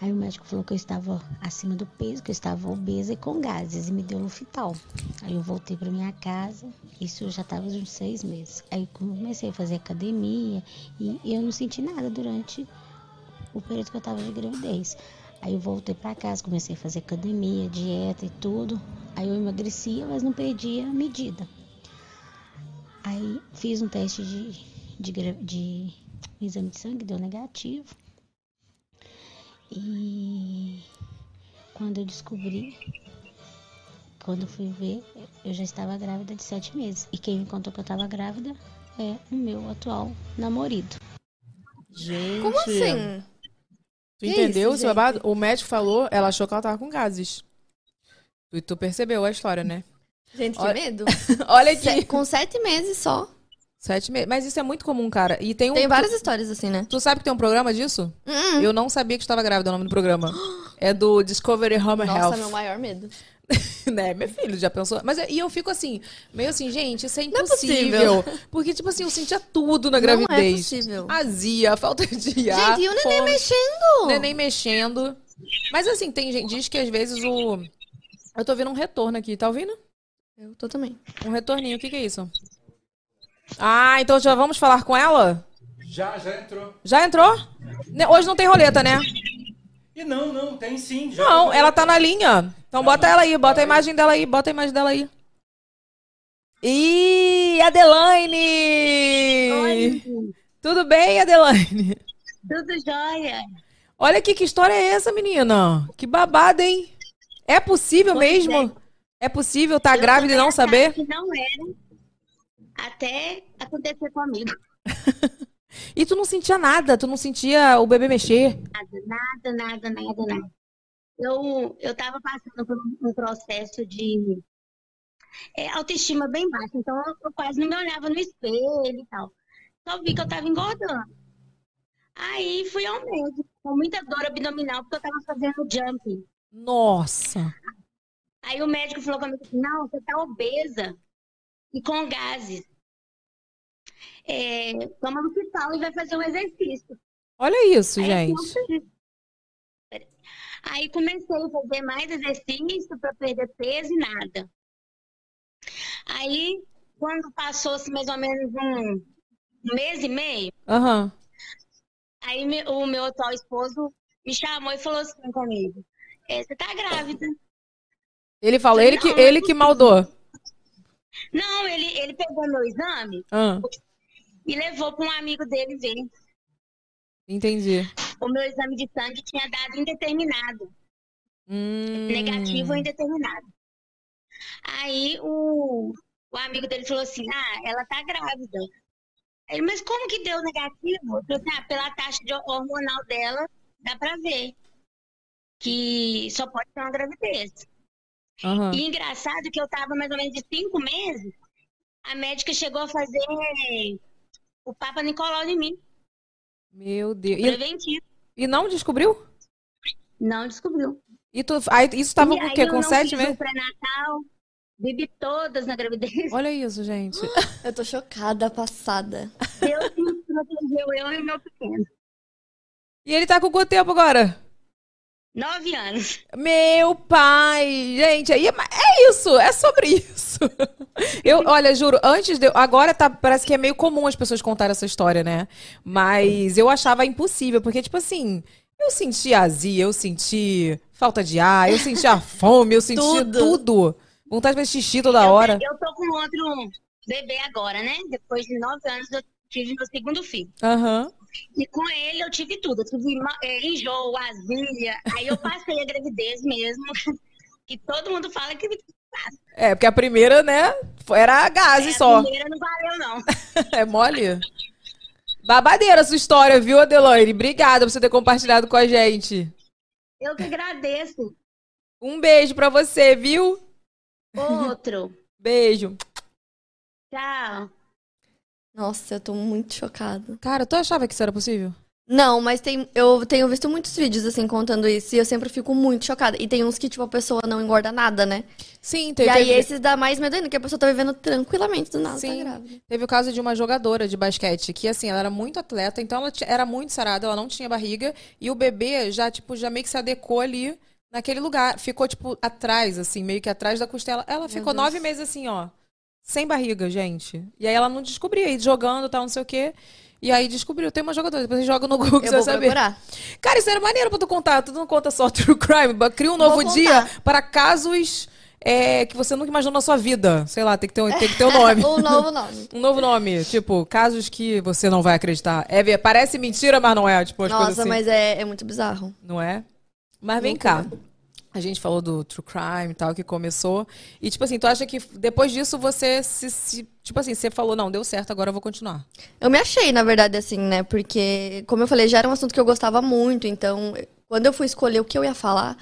[SPEAKER 11] Aí o médico falou que eu estava acima do peso, que eu estava obesa e com gases, e me deu Lufital. Aí eu voltei para minha casa, isso eu já estava uns seis meses. Aí comecei a fazer academia e eu não senti nada durante o período que eu estava de gravidez. Aí eu voltei para casa, comecei a fazer academia, dieta e tudo. Aí eu emagrecia, mas não perdia a medida. Aí fiz um teste de, de, gra- de exame de sangue, deu negativo. E quando eu descobri, quando eu fui ver, eu já estava grávida de sete meses. E quem me contou que eu estava grávida é o meu atual namorado.
[SPEAKER 6] Gente.
[SPEAKER 8] Como assim?
[SPEAKER 6] Tu
[SPEAKER 8] Que
[SPEAKER 6] entendeu
[SPEAKER 8] isso,
[SPEAKER 6] seu babado? O médico falou, ela achou que ela tava com gases. E tu percebeu a história, né?
[SPEAKER 8] Gente, que
[SPEAKER 6] Olha-
[SPEAKER 8] medo.
[SPEAKER 6] Olha
[SPEAKER 8] Se- com sete meses só.
[SPEAKER 6] Sete meses. Mas isso é muito comum, cara. E tem um.
[SPEAKER 8] Tem várias histórias assim, né?
[SPEAKER 6] Tu sabe que tem um programa disso?
[SPEAKER 8] Hum.
[SPEAKER 6] Eu não sabia que estava grávida o nome do programa. É do Discovery Home
[SPEAKER 8] Nossa, meu
[SPEAKER 6] Health.
[SPEAKER 8] maior medo.
[SPEAKER 6] né, meu filho, já pensou? Mas eu- e eu fico assim, meio assim, gente, isso é
[SPEAKER 8] Não é
[SPEAKER 6] impossível. Porque, tipo assim, eu sentia tudo na gravidez.
[SPEAKER 8] Não é possível.
[SPEAKER 6] Azia, falta de ar.
[SPEAKER 8] Gente, e o neném
[SPEAKER 6] fome,
[SPEAKER 8] mexendo?
[SPEAKER 6] neném mexendo. Mas assim, tem gente, diz que às vezes o. Eu tô vendo um retorno aqui, tá ouvindo?
[SPEAKER 8] Eu tô também.
[SPEAKER 6] Um retorninho, o que, que é isso? Ah, então já vamos falar com ela?
[SPEAKER 9] Já, já entrou.
[SPEAKER 6] Já entrou? Ne- Hoje não tem roleta, né?
[SPEAKER 9] E não, não, tem sim. já
[SPEAKER 6] Não,
[SPEAKER 9] tá-
[SPEAKER 6] ela tá na linha. Então bota ela aí, bota a imagem dela aí, bota a imagem dela aí. Ih, Adelaine! Tudo bem, Adelaine?
[SPEAKER 11] Tudo jóia?
[SPEAKER 6] Olha aqui, que história é essa, menina? Que babada, hein? É possível
[SPEAKER 11] Pois
[SPEAKER 6] mesmo? É possível tá
[SPEAKER 11] Eu
[SPEAKER 6] grávida e
[SPEAKER 11] também
[SPEAKER 6] não
[SPEAKER 11] achava
[SPEAKER 6] saber?
[SPEAKER 11] que não era. Até acontecer comigo.
[SPEAKER 6] E tu não sentia nada, tu não sentia o bebê mexer.
[SPEAKER 11] Nada, nada, nada, nada. Eu, eu tava passando por um processo de é, autoestima bem baixa, então eu, eu quase não me olhava no espelho e tal. Só vi que eu tava engordando. Aí fui ao médico, com muita dor abdominal, porque eu tava fazendo jumping.
[SPEAKER 6] Nossa.
[SPEAKER 11] Aí o médico falou comigo assim, não, você tá obesa e com gases. É, toma no hospital e vai fazer um exercício.
[SPEAKER 6] Olha isso,
[SPEAKER 11] Aí eu
[SPEAKER 6] gente.
[SPEAKER 11] fiz. Aí comecei a fazer mais exercício para perder peso e nada. Aí, quando passou-se mais ou menos um um mês e meio,
[SPEAKER 6] Aham.
[SPEAKER 11] Aí me- o meu atual esposo me chamou e falou assim comigo: "É, Você tá grávida?
[SPEAKER 6] Ele falou, ele que,
[SPEAKER 11] Não,
[SPEAKER 6] ele que maldou.
[SPEAKER 11] Não, ele, ele pegou meu exame
[SPEAKER 6] Ah,
[SPEAKER 11] e levou para um amigo dele ver.
[SPEAKER 6] entendi.
[SPEAKER 11] O meu exame de sangue tinha dado indeterminado,
[SPEAKER 6] Hum.
[SPEAKER 11] negativo ou indeterminado. Aí o, o amigo dele falou assim: Ah, ela tá grávida.
[SPEAKER 5] É, tá
[SPEAKER 11] Ele, mas como que deu negativo? Eu falei assim, ah, pela taxa de hormonal dela
[SPEAKER 5] dá pra ver que só pode ser uma gravidez.
[SPEAKER 6] Aham.
[SPEAKER 5] E engraçado que eu tava mais ou menos de cinco meses, a médica chegou a fazer o Papa Nicolau em mim,
[SPEAKER 6] Meu Deus. E,
[SPEAKER 5] preventivo.
[SPEAKER 6] e não descobriu?
[SPEAKER 5] Não descobriu.
[SPEAKER 6] E tu, aí, isso tava
[SPEAKER 5] E
[SPEAKER 6] com o
[SPEAKER 5] aí
[SPEAKER 6] quê?
[SPEAKER 5] eu
[SPEAKER 6] Com
[SPEAKER 5] não
[SPEAKER 6] sete
[SPEAKER 5] fiz
[SPEAKER 6] meses?
[SPEAKER 5] o pré-natal, bebi todas na gravidez.
[SPEAKER 6] Olha isso, gente.
[SPEAKER 8] Eu tô chocada, passada.
[SPEAKER 5] Deus me protegeu, eu e meu pequeno.
[SPEAKER 6] E ele tá com quanto tempo agora?
[SPEAKER 5] Nove anos.
[SPEAKER 6] Meu pai! Gente, aí é, ma- é isso, é sobre isso. Eu, olha, juro, antes de. eu- Agora tá, parece que é meio comum as pessoas contarem essa história, né? Mas eu achava impossível, porque, tipo assim, eu senti azia, eu senti falta de ar, eu senti a fome, eu senti
[SPEAKER 5] Tudo.
[SPEAKER 6] tudo. Vontade de fazer xixi toda hora.
[SPEAKER 5] Eu um tô com outro bebê agora, né? Depois de nove anos eu tive meu segundo filho.
[SPEAKER 6] Aham.
[SPEAKER 5] E com ele eu tive tudo. Eu tive ma- eh, enjoo, azia. Aí eu passei a gravidez mesmo. E todo mundo fala que é,
[SPEAKER 6] É, porque a primeira, né? Era gases
[SPEAKER 5] a
[SPEAKER 6] só.
[SPEAKER 5] primeira não valeu, não.
[SPEAKER 6] É mole? Babadeira a sua história, viu, Adelaine? Obrigada por você ter compartilhado com a gente.
[SPEAKER 5] Eu que agradeço.
[SPEAKER 6] Um beijo pra você, viu?
[SPEAKER 5] Outro.
[SPEAKER 6] Beijo.
[SPEAKER 5] Tchau.
[SPEAKER 8] Nossa, eu tô muito chocada.
[SPEAKER 6] Cara, tu achava que isso era possível?
[SPEAKER 8] Não, mas tem, eu tenho visto muitos vídeos assim contando isso e eu sempre fico muito chocada. E tem uns que, tipo, a pessoa não engorda nada, né?
[SPEAKER 6] Sim,
[SPEAKER 8] E
[SPEAKER 6] teve.
[SPEAKER 8] aí
[SPEAKER 6] teve-
[SPEAKER 8] esses dá mais medo ainda, que a pessoa tá vivendo tranquilamente do nada, tá
[SPEAKER 6] Sim.
[SPEAKER 8] grávida.
[SPEAKER 6] Teve o caso de uma jogadora de basquete que, assim, ela era muito atleta, então ela ti- era muito sarada, ela não tinha barriga, e o bebê já, tipo, já meio que se adequou ali naquele lugar. Ficou, tipo, atrás, assim, meio que atrás da costela. Ela ficou
[SPEAKER 8] Deus.
[SPEAKER 6] nove meses assim, ó, sem barriga, gente. E aí ela não descobria, e jogando, tal, não sei o quê. E aí descobriu, tem uma jogadora, depois você joga no Google,
[SPEAKER 8] Eu
[SPEAKER 6] você vai
[SPEAKER 8] vou
[SPEAKER 6] saber.
[SPEAKER 8] procurar.
[SPEAKER 6] Cara, isso era maneiro pra tu contar. Tu não conta só true crime. ba- Cria um novo
[SPEAKER 8] Vou
[SPEAKER 6] dia para casos é, que você nunca imaginou na sua vida. Sei lá, tem que ter um, tem que ter um nome.
[SPEAKER 8] Um novo nome.
[SPEAKER 6] Um novo nome. Tipo, casos que você não vai acreditar. É, ver- parece mentira, mas não é. Tipo, as coisas
[SPEAKER 8] Nossa,
[SPEAKER 6] assim.
[SPEAKER 8] mas é, é muito bizarro.
[SPEAKER 6] Não é? Mas vem cá. A gente falou do true crime e tal, que começou. E, tipo assim, tu acha que depois disso você se. se- tipo assim, você falou, não, deu certo, agora eu vou continuar.
[SPEAKER 8] Eu me achei, na verdade, assim, né? Porque, como eu falei, já era um assunto que eu gostava muito. Então, quando eu fui escolher o que eu ia falar,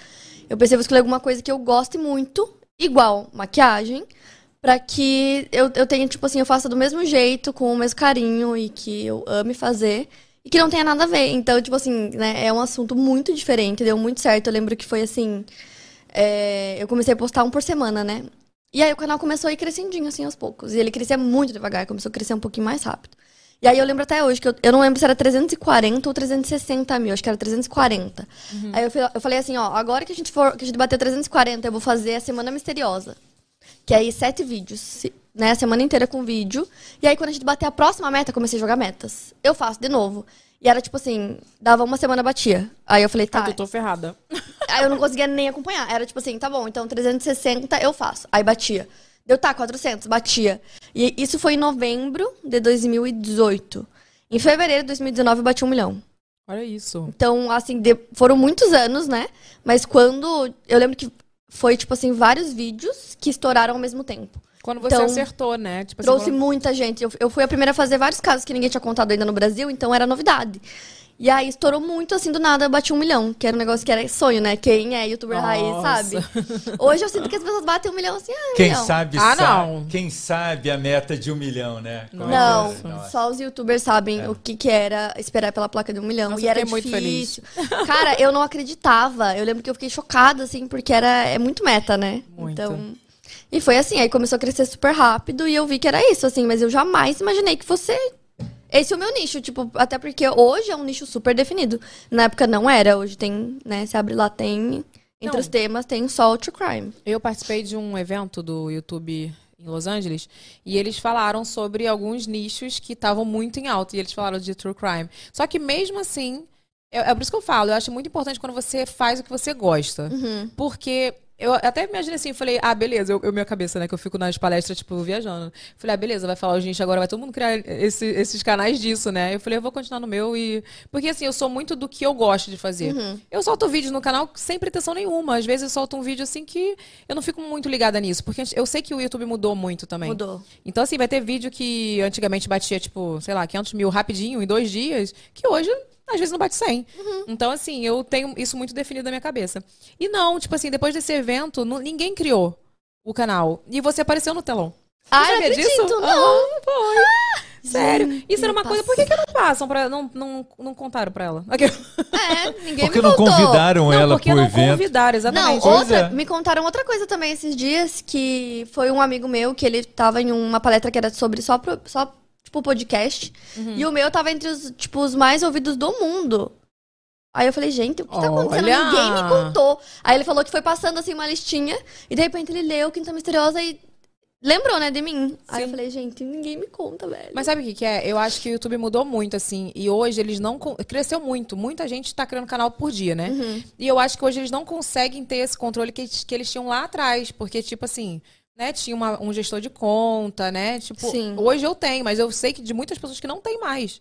[SPEAKER 8] eu pensei, vou escolher alguma coisa que eu goste muito, igual maquiagem, pra que eu, eu tenha, tipo assim, eu faça do mesmo jeito, com o mesmo carinho e que eu ame fazer. E que não tenha nada a ver. Então, tipo assim, né? É um assunto muito diferente, deu muito certo. Eu lembro que foi assim. é, eu comecei a postar um por semana, né? E aí o canal começou a ir crescendinho, assim, aos poucos. E ele crescia muito devagar, começou a crescer um pouquinho mais rápido. E aí eu lembro até hoje, que eu, eu não lembro se era 340 ou 360 mil, acho que era 340. Aí eu, fui- eu falei assim, ó, agora que a gente for, que a gente bater 340, eu vou fazer a Semana Misteriosa. Que é aí sete vídeos, se- né? A semana inteira com vídeo. E aí quando a gente bater a próxima meta, eu comecei a jogar metas. Eu faço de novo. E era tipo assim, dava uma semana, batia. Aí eu falei, tá,
[SPEAKER 6] Eu tô ferrada.
[SPEAKER 8] Aí eu não conseguia nem acompanhar. Era tipo assim, tá bom, então 360 eu faço. Aí batia. Deu, tá, 400, batia. E isso foi em novembro de 2018. Em fevereiro de 2019 eu bati um milhão.
[SPEAKER 6] Olha isso.
[SPEAKER 8] Então, assim, de- foram muitos anos, né? Mas quando. Eu lembro que foi, tipo assim, vários vídeos que estouraram ao mesmo tempo.
[SPEAKER 6] Quando você
[SPEAKER 8] Então,
[SPEAKER 6] acertou, né? Tipo, assim,
[SPEAKER 8] Trouxe
[SPEAKER 6] quando-
[SPEAKER 8] muita gente. Eu, eu fui a primeira a fazer vários casos que ninguém tinha contado ainda no Brasil, então era novidade. E aí estourou muito, assim, do nada, eu bati um milhão, que era um negócio que era sonho, né? Quem é youtuber raiz, sabe? Hoje eu sinto que as pessoas batem um milhão assim, ah, um
[SPEAKER 9] Quem
[SPEAKER 8] milhão.
[SPEAKER 9] sabe,
[SPEAKER 6] Ah,
[SPEAKER 9] sa-
[SPEAKER 6] não.
[SPEAKER 9] Quem sabe a meta de um milhão, né? Como é que
[SPEAKER 8] Não,
[SPEAKER 9] é? Nossa.
[SPEAKER 8] só os youtubers sabem o que, que era esperar pela placa de um milhão.
[SPEAKER 6] Nossa,
[SPEAKER 8] e era
[SPEAKER 6] fiquei muito
[SPEAKER 8] difícil. Cara, eu não acreditava. Eu lembro que eu fiquei chocada, assim, porque era, é muito meta, né?
[SPEAKER 6] Muito.
[SPEAKER 8] Então. E foi assim, aí começou a crescer super rápido e eu vi que era isso, assim, mas eu jamais imaginei que fosse. Esse é o meu nicho, tipo, até porque hoje é um nicho super definido. Na época não era, hoje tem, né? Se abre lá, tem. Entre
[SPEAKER 6] Não.
[SPEAKER 8] os temas tem só o True Crime.
[SPEAKER 6] Eu participei de um evento do YouTube em Los Angeles e eles falaram sobre alguns nichos que estavam muito em alta e eles falaram de true crime. Só que mesmo assim, é, é por isso que eu falo, eu acho muito importante quando você faz o que você gosta. Porque eu até imaginei assim, eu falei, ah, beleza, eu, eu- minha cabeça, né, que eu fico nas palestras, tipo, viajando. Falei, ah, beleza, vai falar, gente, agora vai todo mundo criar esse- esses canais disso, né? Eu falei, eu vou continuar no meu e. Porque assim, eu sou muito do que eu gosto de fazer. Eu solto vídeo no canal sem pretensão nenhuma. Às vezes eu solto um vídeo assim que eu não fico muito ligada nisso, porque eu sei que o YouTube mudou muito também.
[SPEAKER 8] Mudou.
[SPEAKER 6] Então, assim, vai ter vídeo que antigamente batia, tipo, sei lá, 500 mil rapidinho, em dois dias, que hoje às vezes não bate 100.
[SPEAKER 8] Uhum.
[SPEAKER 6] Então, assim, eu tenho isso muito definido na minha cabeça. E não, tipo assim, depois desse evento, nu- ninguém criou o canal. E você apareceu no telão.
[SPEAKER 8] Ai,
[SPEAKER 6] Você
[SPEAKER 8] não
[SPEAKER 6] sabia disso?
[SPEAKER 8] Ah, acredito, não. Ah!
[SPEAKER 6] Aham, foi. Sério. Isso era uma
[SPEAKER 8] me
[SPEAKER 6] coisa. Por que, que não passam pra. Não, não, não contaram pra ela? Aqui.
[SPEAKER 8] Ninguém
[SPEAKER 9] Porque
[SPEAKER 8] me
[SPEAKER 9] não
[SPEAKER 8] contou.
[SPEAKER 9] convidaram ela
[SPEAKER 6] porque
[SPEAKER 9] pro
[SPEAKER 6] não
[SPEAKER 9] evento. é.
[SPEAKER 6] convidaram,
[SPEAKER 8] Não,
[SPEAKER 6] exatamente.
[SPEAKER 8] outra, me contaram outra coisa também esses dias, que foi um amigo meu que ele tava em uma palestra que era sobre só, pro- só tipo, podcast.
[SPEAKER 6] Uhum.
[SPEAKER 8] E o meu tava entre os, tipo, os mais ouvidos do mundo. Aí eu falei, gente, o que tá acontecendo?
[SPEAKER 6] Olha!
[SPEAKER 8] Ninguém me contou. Aí ele falou que foi passando assim uma listinha, e de repente ele leu Quinta Misteriosa e lembrou, né, de mim. Aí eu falei, gente, ninguém me conta, velho.
[SPEAKER 6] Mas sabe o que, que é? Eu acho que o YouTube mudou muito, assim. E hoje eles não. con- Cresceu muito. Muita gente tá criando canal por dia, né?
[SPEAKER 8] Uhum.
[SPEAKER 6] E eu acho que hoje eles não conseguem ter esse controle que, eles- que eles tinham lá atrás. Porque, tipo assim, né? Tinha uma- um gestor de conta, né? Tipo,
[SPEAKER 8] Sim.
[SPEAKER 6] hoje eu tenho, mas eu sei que de muitas pessoas que não tem mais.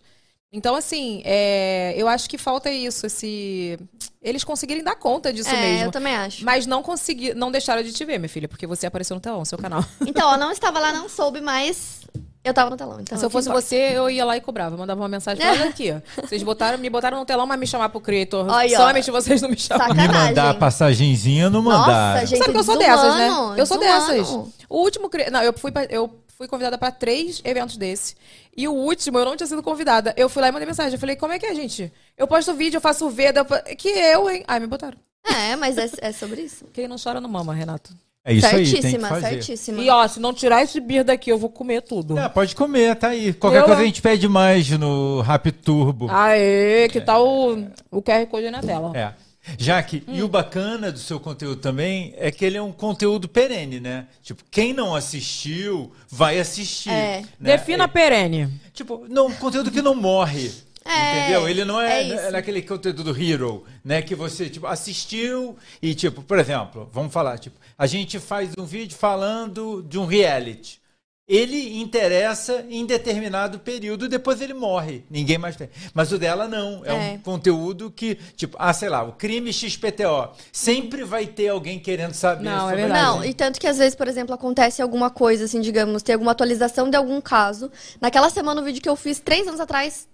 [SPEAKER 6] Então, assim, é, eu acho que falta isso, esse. Eles conseguirem dar conta disso
[SPEAKER 8] é,
[SPEAKER 6] mesmo.
[SPEAKER 8] eu também acho.
[SPEAKER 6] Mas não consegui, não deixaram de te ver, minha filha, porque você apareceu no telão, seu canal.
[SPEAKER 8] Então, eu não estava lá, não soube, mas eu tava no telão. Então
[SPEAKER 6] Se eu
[SPEAKER 8] que
[SPEAKER 6] fosse
[SPEAKER 8] importa.
[SPEAKER 6] você, eu ia lá e cobrava. Mandava uma mensagem pra ela aqui, ó. Vocês botaram, me botaram no telão, mas me chamar pro Creator.
[SPEAKER 8] Aí, ó.
[SPEAKER 6] Somente vocês não me chamaram.
[SPEAKER 9] Me mandar a passagenzinha, não
[SPEAKER 8] Nossa,
[SPEAKER 9] mandaram.
[SPEAKER 8] gente,
[SPEAKER 6] Sabe que eu sou
[SPEAKER 8] desumano,
[SPEAKER 6] dessas, né? Eu sou
[SPEAKER 8] desumano.
[SPEAKER 6] dessas. O último. cri- Não, eu fui, pra- eu fui convidada pra três eventos desse. E o último, eu não tinha sido convidada. Eu fui lá e mandei mensagem. Eu falei, como é que é, gente? Eu posto vídeo, eu faço veda. eu fa- Que eu, hein? Ai, me botaram.
[SPEAKER 8] É, mas é, é sobre isso.
[SPEAKER 6] Quem não chora não mama, Renato.
[SPEAKER 9] É isso aí, tem que
[SPEAKER 8] certíssima,
[SPEAKER 9] fazer.
[SPEAKER 8] certíssima.
[SPEAKER 6] E ó, se não tirar esse birra daqui, eu vou comer tudo.
[SPEAKER 9] É, pode comer, tá aí. Qualquer
[SPEAKER 6] Eu- Ah,
[SPEAKER 9] coisa a gente pede mais no Rap Turbo.
[SPEAKER 6] Aê, que tal o, o QR Code aí na tela? ó.
[SPEAKER 9] É. Jaque, e o bacana do seu conteúdo também é que ele é um conteúdo perene, né? Tipo, quem não assistiu, vai assistir.
[SPEAKER 8] É.
[SPEAKER 9] né?
[SPEAKER 6] Defina perene.
[SPEAKER 9] É, tipo, não, conteúdo que não morre.
[SPEAKER 8] É,
[SPEAKER 9] entendeu? Ele não é,
[SPEAKER 8] é isso.
[SPEAKER 9] é naquele conteúdo do Hero, né? Que você, tipo, assistiu e, tipo, por exemplo, vamos falar, tipo, a gente faz um vídeo falando de um reality. Ele interessa em determinado período, depois ele morre. Ninguém mais tem. Mas o dela não. É,
[SPEAKER 8] É.
[SPEAKER 9] um conteúdo que, tipo, ah, sei lá, o crime XPTO. Sempre vai ter alguém querendo saber
[SPEAKER 6] Não, é
[SPEAKER 9] sobre
[SPEAKER 6] verdade.
[SPEAKER 9] aquilo.
[SPEAKER 8] Não, e tanto que às vezes, por exemplo, acontece alguma coisa, assim, digamos, tem alguma atualização de algum caso. Naquela semana, o vídeo que eu fiz três anos atrás,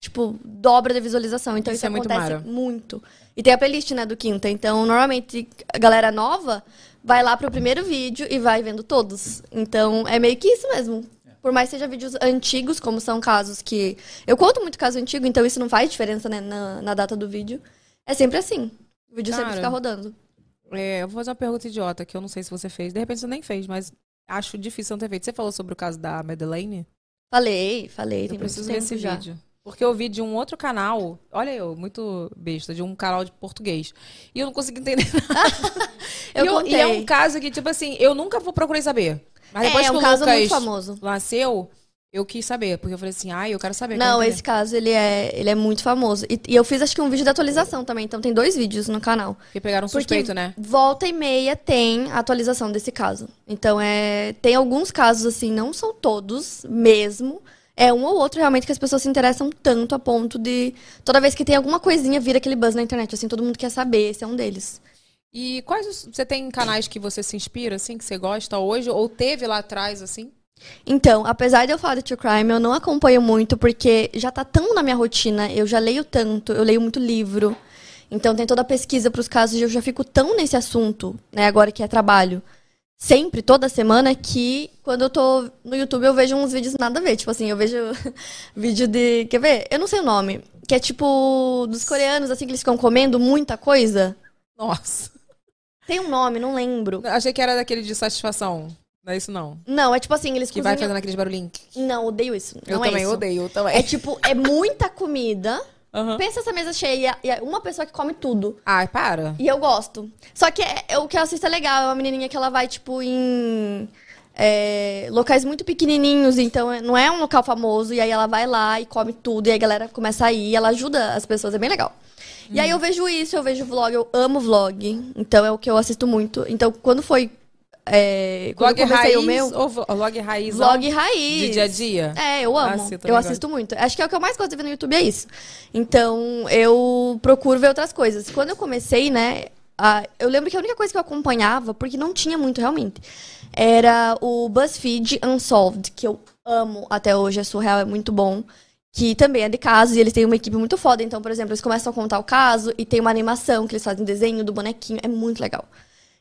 [SPEAKER 8] tipo, dobra de visualização. Então
[SPEAKER 6] Isso
[SPEAKER 8] isso,
[SPEAKER 6] é muito
[SPEAKER 8] acontece
[SPEAKER 6] mara.
[SPEAKER 8] muito. E tem a playlist, né, do Quinta. Então, normalmente, a galera nova vai lá pro primeiro vídeo e vai vendo todos. Então, é meio que isso mesmo. Por mais que seja vídeos antigos, como são casos que. Eu conto muito caso antigo, então isso não faz diferença, né, na, na data do vídeo. É sempre assim. O vídeo sempre
[SPEAKER 6] Cara.
[SPEAKER 8] fica rodando.
[SPEAKER 6] É, eu vou fazer uma pergunta idiota que eu não sei se você fez. De repente você nem fez, mas acho difícil não ter feito. Você falou sobre o caso da Madeleine?
[SPEAKER 8] Falei, falei.
[SPEAKER 6] Eu
[SPEAKER 8] tem
[SPEAKER 6] preciso ver
[SPEAKER 8] muito
[SPEAKER 6] esse
[SPEAKER 8] tempo já.
[SPEAKER 6] vídeo. Porque eu vi de um outro canal, olha eu, muito besta, de um canal de português. E eu não consegui entender
[SPEAKER 8] Eu
[SPEAKER 6] e, eu- e
[SPEAKER 8] contei.
[SPEAKER 6] é um caso que, tipo assim, eu nunca vou procurar saber. Mas
[SPEAKER 8] É,
[SPEAKER 6] depois
[SPEAKER 8] é
[SPEAKER 6] que
[SPEAKER 8] um
[SPEAKER 6] o
[SPEAKER 8] caso
[SPEAKER 6] Lucas
[SPEAKER 8] muito famoso.
[SPEAKER 6] nasceu, eu quis saber. Porque eu falei assim, ai, eu quero saber. eu quero
[SPEAKER 8] Não,
[SPEAKER 6] entender.
[SPEAKER 8] esse caso ele é, ele é muito famoso. E, e eu fiz acho que um vídeo de atualização também, então tem dois vídeos no canal.
[SPEAKER 6] Porque pegaram um suspeito, né?
[SPEAKER 8] Volta e meia tem a atualização desse caso. Então é, tem alguns casos assim, não são todos mesmo. É um ou outro realmente que as pessoas se interessam tanto a ponto de toda vez que tem alguma coisinha vira aquele buzz na internet, assim, todo mundo quer saber, esse é um deles.
[SPEAKER 6] E quais os- você tem canais que você se inspira, assim, que você gosta hoje? Ou teve lá atrás, assim?
[SPEAKER 8] Então, apesar de eu falar de true crime, eu não acompanho muito porque já tá tão na minha rotina, eu já leio tanto, eu leio muito livro. Então tem toda a pesquisa para os casos e eu já fico tão nesse assunto, né, agora que é trabalho. Sempre, toda semana, que quando eu tô no YouTube eu vejo uns vídeos nada a ver. Tipo assim, eu vejo vídeo de. Quer ver? Eu não sei o nome. Que é tipo dos coreanos, assim, que eles ficam comendo muita coisa.
[SPEAKER 6] Nossa.
[SPEAKER 8] Tem um nome, não lembro.
[SPEAKER 6] Achei que era daquele de satisfação. Não é isso, não.
[SPEAKER 8] Não, é tipo assim, eles
[SPEAKER 6] Que
[SPEAKER 8] cozinham.
[SPEAKER 6] vai fazendo aqueles barulhinhos.
[SPEAKER 8] Não, odeio isso.
[SPEAKER 6] Eu
[SPEAKER 8] não é
[SPEAKER 6] também
[SPEAKER 8] isso.
[SPEAKER 6] odeio, eu também.
[SPEAKER 8] É tipo, é muita comida.
[SPEAKER 6] Aham.
[SPEAKER 8] Pensa essa mesa cheia e é uma pessoa que come tudo.
[SPEAKER 6] Ai, para.
[SPEAKER 8] E eu gosto. Só que é- é- o que eu assisto é legal. É uma menininha que ela vai, tipo, em é, locais muito pequenininhos. Então, é- não é um local famoso. E aí ela vai lá e come tudo. E aí a galera começa a ir. Ela ajuda as pessoas. É bem legal. E
[SPEAKER 6] Uhum.
[SPEAKER 8] aí eu vejo isso. Eu vejo vlog. Eu amo vlog. Então, é o que eu assisto muito. Então, quando foi... é, quando
[SPEAKER 6] Vlog
[SPEAKER 8] eu comecei
[SPEAKER 6] raiz
[SPEAKER 8] o meu...
[SPEAKER 6] ou vlo- vlog raiz?
[SPEAKER 8] Vlog raiz.
[SPEAKER 6] De dia a dia?
[SPEAKER 8] É, eu amo.
[SPEAKER 6] Ah, sim, eu também
[SPEAKER 8] eu assisto muito. Acho que é o que eu mais gosto de ver no YouTube é isso. Então, eu procuro ver outras coisas. Quando eu comecei, né, a- eu lembro que a única coisa que eu acompanhava, porque não tinha muito realmente, era o BuzzFeed Unsolved, que eu amo até hoje, é surreal, é muito bom. que também é de casos, e eles têm uma equipe muito foda. Então, por exemplo, eles começam a contar o caso e tem uma animação que eles fazem desenho do bonequinho, é muito legal.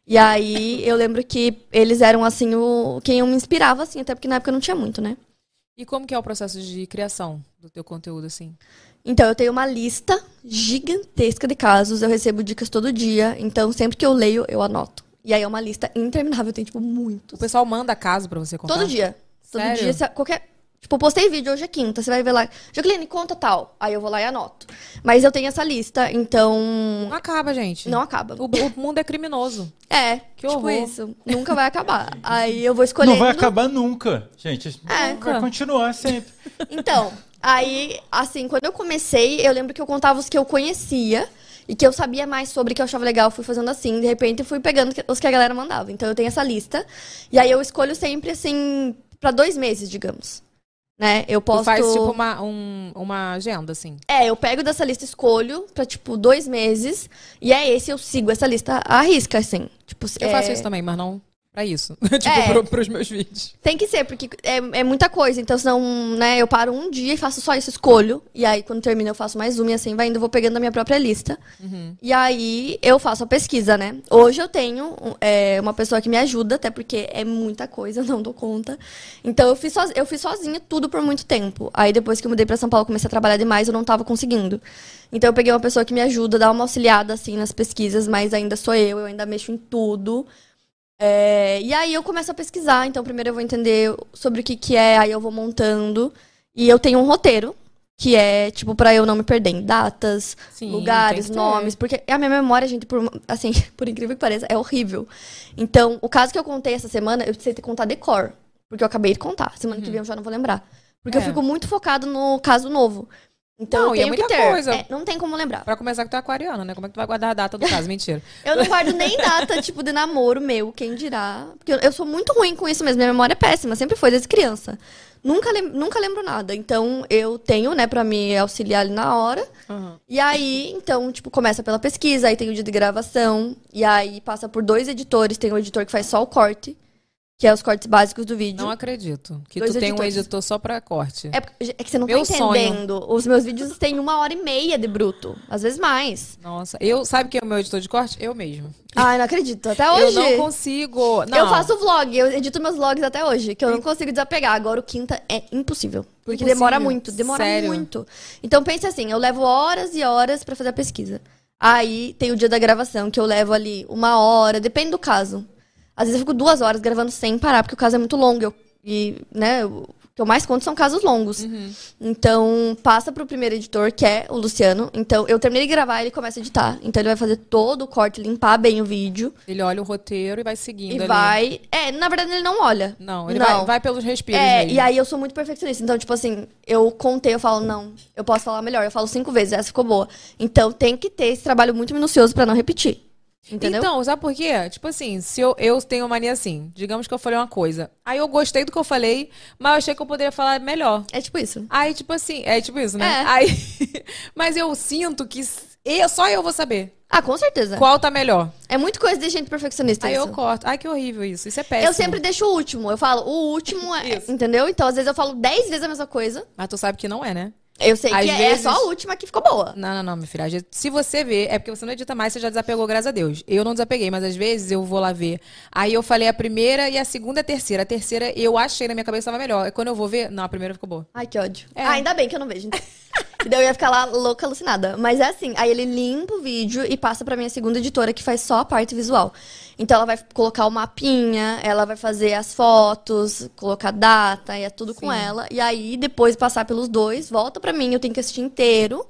[SPEAKER 8] E aí eu lembro que eles eram assim o quem eu me inspirava assim, até porque na época não tinha muito, né?
[SPEAKER 6] E como que é o processo de criação do teu conteúdo assim?
[SPEAKER 8] Então, eu tenho uma lista gigantesca de casos, eu recebo dicas todo dia, então sempre que eu leio, eu anoto. E aí é uma lista interminável, tem tipo muito.
[SPEAKER 6] O pessoal manda caso pra você contar?
[SPEAKER 8] Todo dia. Todo
[SPEAKER 6] Sério?
[SPEAKER 8] dia, se- qualquer. Tipo, eu postei vídeo, hoje é quinta, você vai ver lá. Jacqueline, conta tal. Aí eu vou lá e anoto. Mas eu tenho essa lista, então. Não
[SPEAKER 6] acaba, gente.
[SPEAKER 8] Não acaba.
[SPEAKER 6] O, o mundo é criminoso.
[SPEAKER 8] É. Que
[SPEAKER 6] horror.
[SPEAKER 8] Tipo isso. Nunca vai acabar. Aí eu vou escolhendo.
[SPEAKER 9] Não vai acabar nunca, gente.
[SPEAKER 8] É.
[SPEAKER 9] Vai continuar sempre.
[SPEAKER 8] Então, aí, assim, quando eu comecei, eu lembro que eu contava os que eu conhecia e que eu sabia mais sobre, que eu achava legal, eu fui fazendo assim, de repente eu fui pegando que- os que a galera mandava. Então eu tenho essa lista. E aí eu escolho sempre, assim, pra dois meses, digamos. Né? Eu posto.
[SPEAKER 6] Tu faz tipo uma, um- uma agenda, assim.
[SPEAKER 8] É, eu pego dessa lista, escolho pra, tipo, dois meses. E é esse, eu sigo essa lista à risca, assim. Tipo,
[SPEAKER 6] Eu faço
[SPEAKER 8] é-
[SPEAKER 6] isso também, mas não pra isso. tipo,
[SPEAKER 8] É.
[SPEAKER 6] pro- pros meus vídeos.
[SPEAKER 8] Tem que ser, porque é, é muita coisa. Então, senão, né, eu paro um dia e faço só isso, escolho. E aí, quando termina, eu faço mais uma e assim vai indo, eu vou pegando a minha própria lista. E aí, eu faço a pesquisa, né? Hoje eu tenho um, é, uma pessoa que me ajuda, até porque é muita coisa, eu não dou conta. Então, eu fiz, soz- eu fiz sozinha tudo por muito tempo. Aí, depois que eu mudei pra São Paulo, comecei a trabalhar demais, eu não tava conseguindo. Então, eu peguei uma pessoa que me ajuda, dá uma auxiliada, assim, nas pesquisas, mas ainda sou eu, eu ainda mexo em tudo. É, e aí eu começo a pesquisar, então primeiro eu vou entender sobre o que que é, aí eu vou montando. E eu tenho um roteiro, que é, tipo, pra eu não me perder em datas,
[SPEAKER 6] Sim,
[SPEAKER 8] lugares,
[SPEAKER 6] tem que ter.
[SPEAKER 8] nomes, porque é a minha memória, gente, por, assim, por incrível que pareça, é horrível. Então, o caso que eu contei essa semana, eu precisei ter contar decor, porque eu acabei de contar. Semana que vem eu já não vou lembrar. Porque eu
[SPEAKER 6] Uhum. É.
[SPEAKER 8] fico muito focado no caso novo. Então, eu
[SPEAKER 6] e é
[SPEAKER 8] tenho que
[SPEAKER 6] muita
[SPEAKER 8] ter.
[SPEAKER 6] coisa.
[SPEAKER 8] É, não tem como lembrar.
[SPEAKER 6] Pra começar que tu é aquariana, né? Como é que tu vai guardar a data do caso? Mentira.
[SPEAKER 8] Eu não guardo nem data, tipo, de namoro meu, quem dirá. Porque eu, eu sou muito ruim com isso mesmo. Minha memória é péssima, sempre foi desde criança. Nunca, lem- nunca lembro nada. Então, eu tenho, né, pra me auxiliar ali na hora. E aí, então, tipo, começa pela pesquisa, aí tem o dia de gravação. E aí passa por dois editores. Tem um editor que faz só o corte, que é os cortes básicos do vídeo.
[SPEAKER 6] Não acredito. Que
[SPEAKER 8] Dois
[SPEAKER 6] tu tem um
[SPEAKER 8] editores.
[SPEAKER 6] editor só pra corte.
[SPEAKER 8] É, porque- é que você não
[SPEAKER 6] Meu
[SPEAKER 8] tá
[SPEAKER 6] sonho.
[SPEAKER 8] entendendo. Os meus vídeos têm uma hora e meia de bruto. Às vezes mais.
[SPEAKER 6] Nossa, eu sabe quem é o meu editor de corte? Eu mesmo.
[SPEAKER 8] Ai, não acredito. Até
[SPEAKER 6] Eu
[SPEAKER 8] hoje.
[SPEAKER 6] não consigo. Não.
[SPEAKER 8] Eu faço vlog, eu edito meus vlogs até hoje, que eu não consigo desapegar. Agora o quinta é impossível. Porque
[SPEAKER 6] Impossível.
[SPEAKER 8] demora muito, demora
[SPEAKER 6] Sério?
[SPEAKER 8] muito. Então pense assim, eu levo horas e horas pra fazer a pesquisa. Aí tem o dia da gravação, que eu levo ali uma hora, depende do caso. Às vezes eu fico duas horas gravando sem parar, porque o caso é muito longo. eu- e, né, o que eu mais conto são casos longos.
[SPEAKER 6] Uhum.
[SPEAKER 8] Então, passa pro primeiro editor, que é o Luciano. Então, eu terminei de gravar, ele começa a editar. Então, ele vai fazer todo o corte, limpar bem o vídeo.
[SPEAKER 6] Ele olha o roteiro e vai seguindo
[SPEAKER 8] E
[SPEAKER 6] ali. né?
[SPEAKER 8] vai. É, na verdade ele não olha.
[SPEAKER 6] Não, ele Vai, vai pelos respiros
[SPEAKER 8] É,
[SPEAKER 6] mesmo.
[SPEAKER 8] e aí eu sou muito perfeccionista. Então, tipo assim, eu contei, eu falo, não, eu posso falar melhor. Eu falo cinco vezes, essa ficou boa. Então tem que ter esse trabalho muito minucioso pra não repetir. Entendeu?
[SPEAKER 6] Então, sabe por quê? Tipo assim, se eu, eu tenho mania assim, digamos que eu falei uma coisa. Aí eu gostei do que eu falei, mas eu achei que eu poderia falar melhor.
[SPEAKER 8] É tipo isso.
[SPEAKER 6] Aí, tipo assim, é tipo isso, né?
[SPEAKER 8] É.
[SPEAKER 6] Aí, mas eu sinto que s- eu- só eu vou saber.
[SPEAKER 8] Ah, com certeza.
[SPEAKER 6] Qual tá melhor?
[SPEAKER 8] É muito coisa de gente perfeccionista.
[SPEAKER 6] Aí
[SPEAKER 8] isso.
[SPEAKER 6] eu corto. Ai, que horrível isso. Isso é péssimo.
[SPEAKER 8] Eu sempre deixo o último. Eu falo, o último é. Entendeu? Então, às vezes eu falo dez vezes a mesma coisa.
[SPEAKER 6] Mas tu sabe que não é, né?
[SPEAKER 8] Eu sei
[SPEAKER 6] Às
[SPEAKER 8] que é-
[SPEAKER 6] vezes-
[SPEAKER 8] é só a última que ficou boa.
[SPEAKER 6] Não, não, não, minha filha. Às vezes, Se você vê, é porque você não edita mais, você já desapegou, graças a Deus. Eu não desapeguei, mas às vezes eu vou lá ver. Aí eu falei a primeira e a segunda e a terceira. A terceira eu achei na minha cabeça tava melhor. E quando eu vou ver, não, a primeira ficou boa.
[SPEAKER 8] Ai, que ódio.
[SPEAKER 6] É.
[SPEAKER 8] Ah, ainda bem que eu não vejo. Então. E daí eu ia ficar lá louca, alucinada. Mas é assim, aí ele limpa o vídeo e passa pra minha segunda editora, que faz só a parte visual. Então ela vai colocar o mapinha, ela vai fazer as fotos, colocar data, e é tudo com ela. E aí, depois passar pelos dois, volta pra mim, eu tenho que assistir inteiro.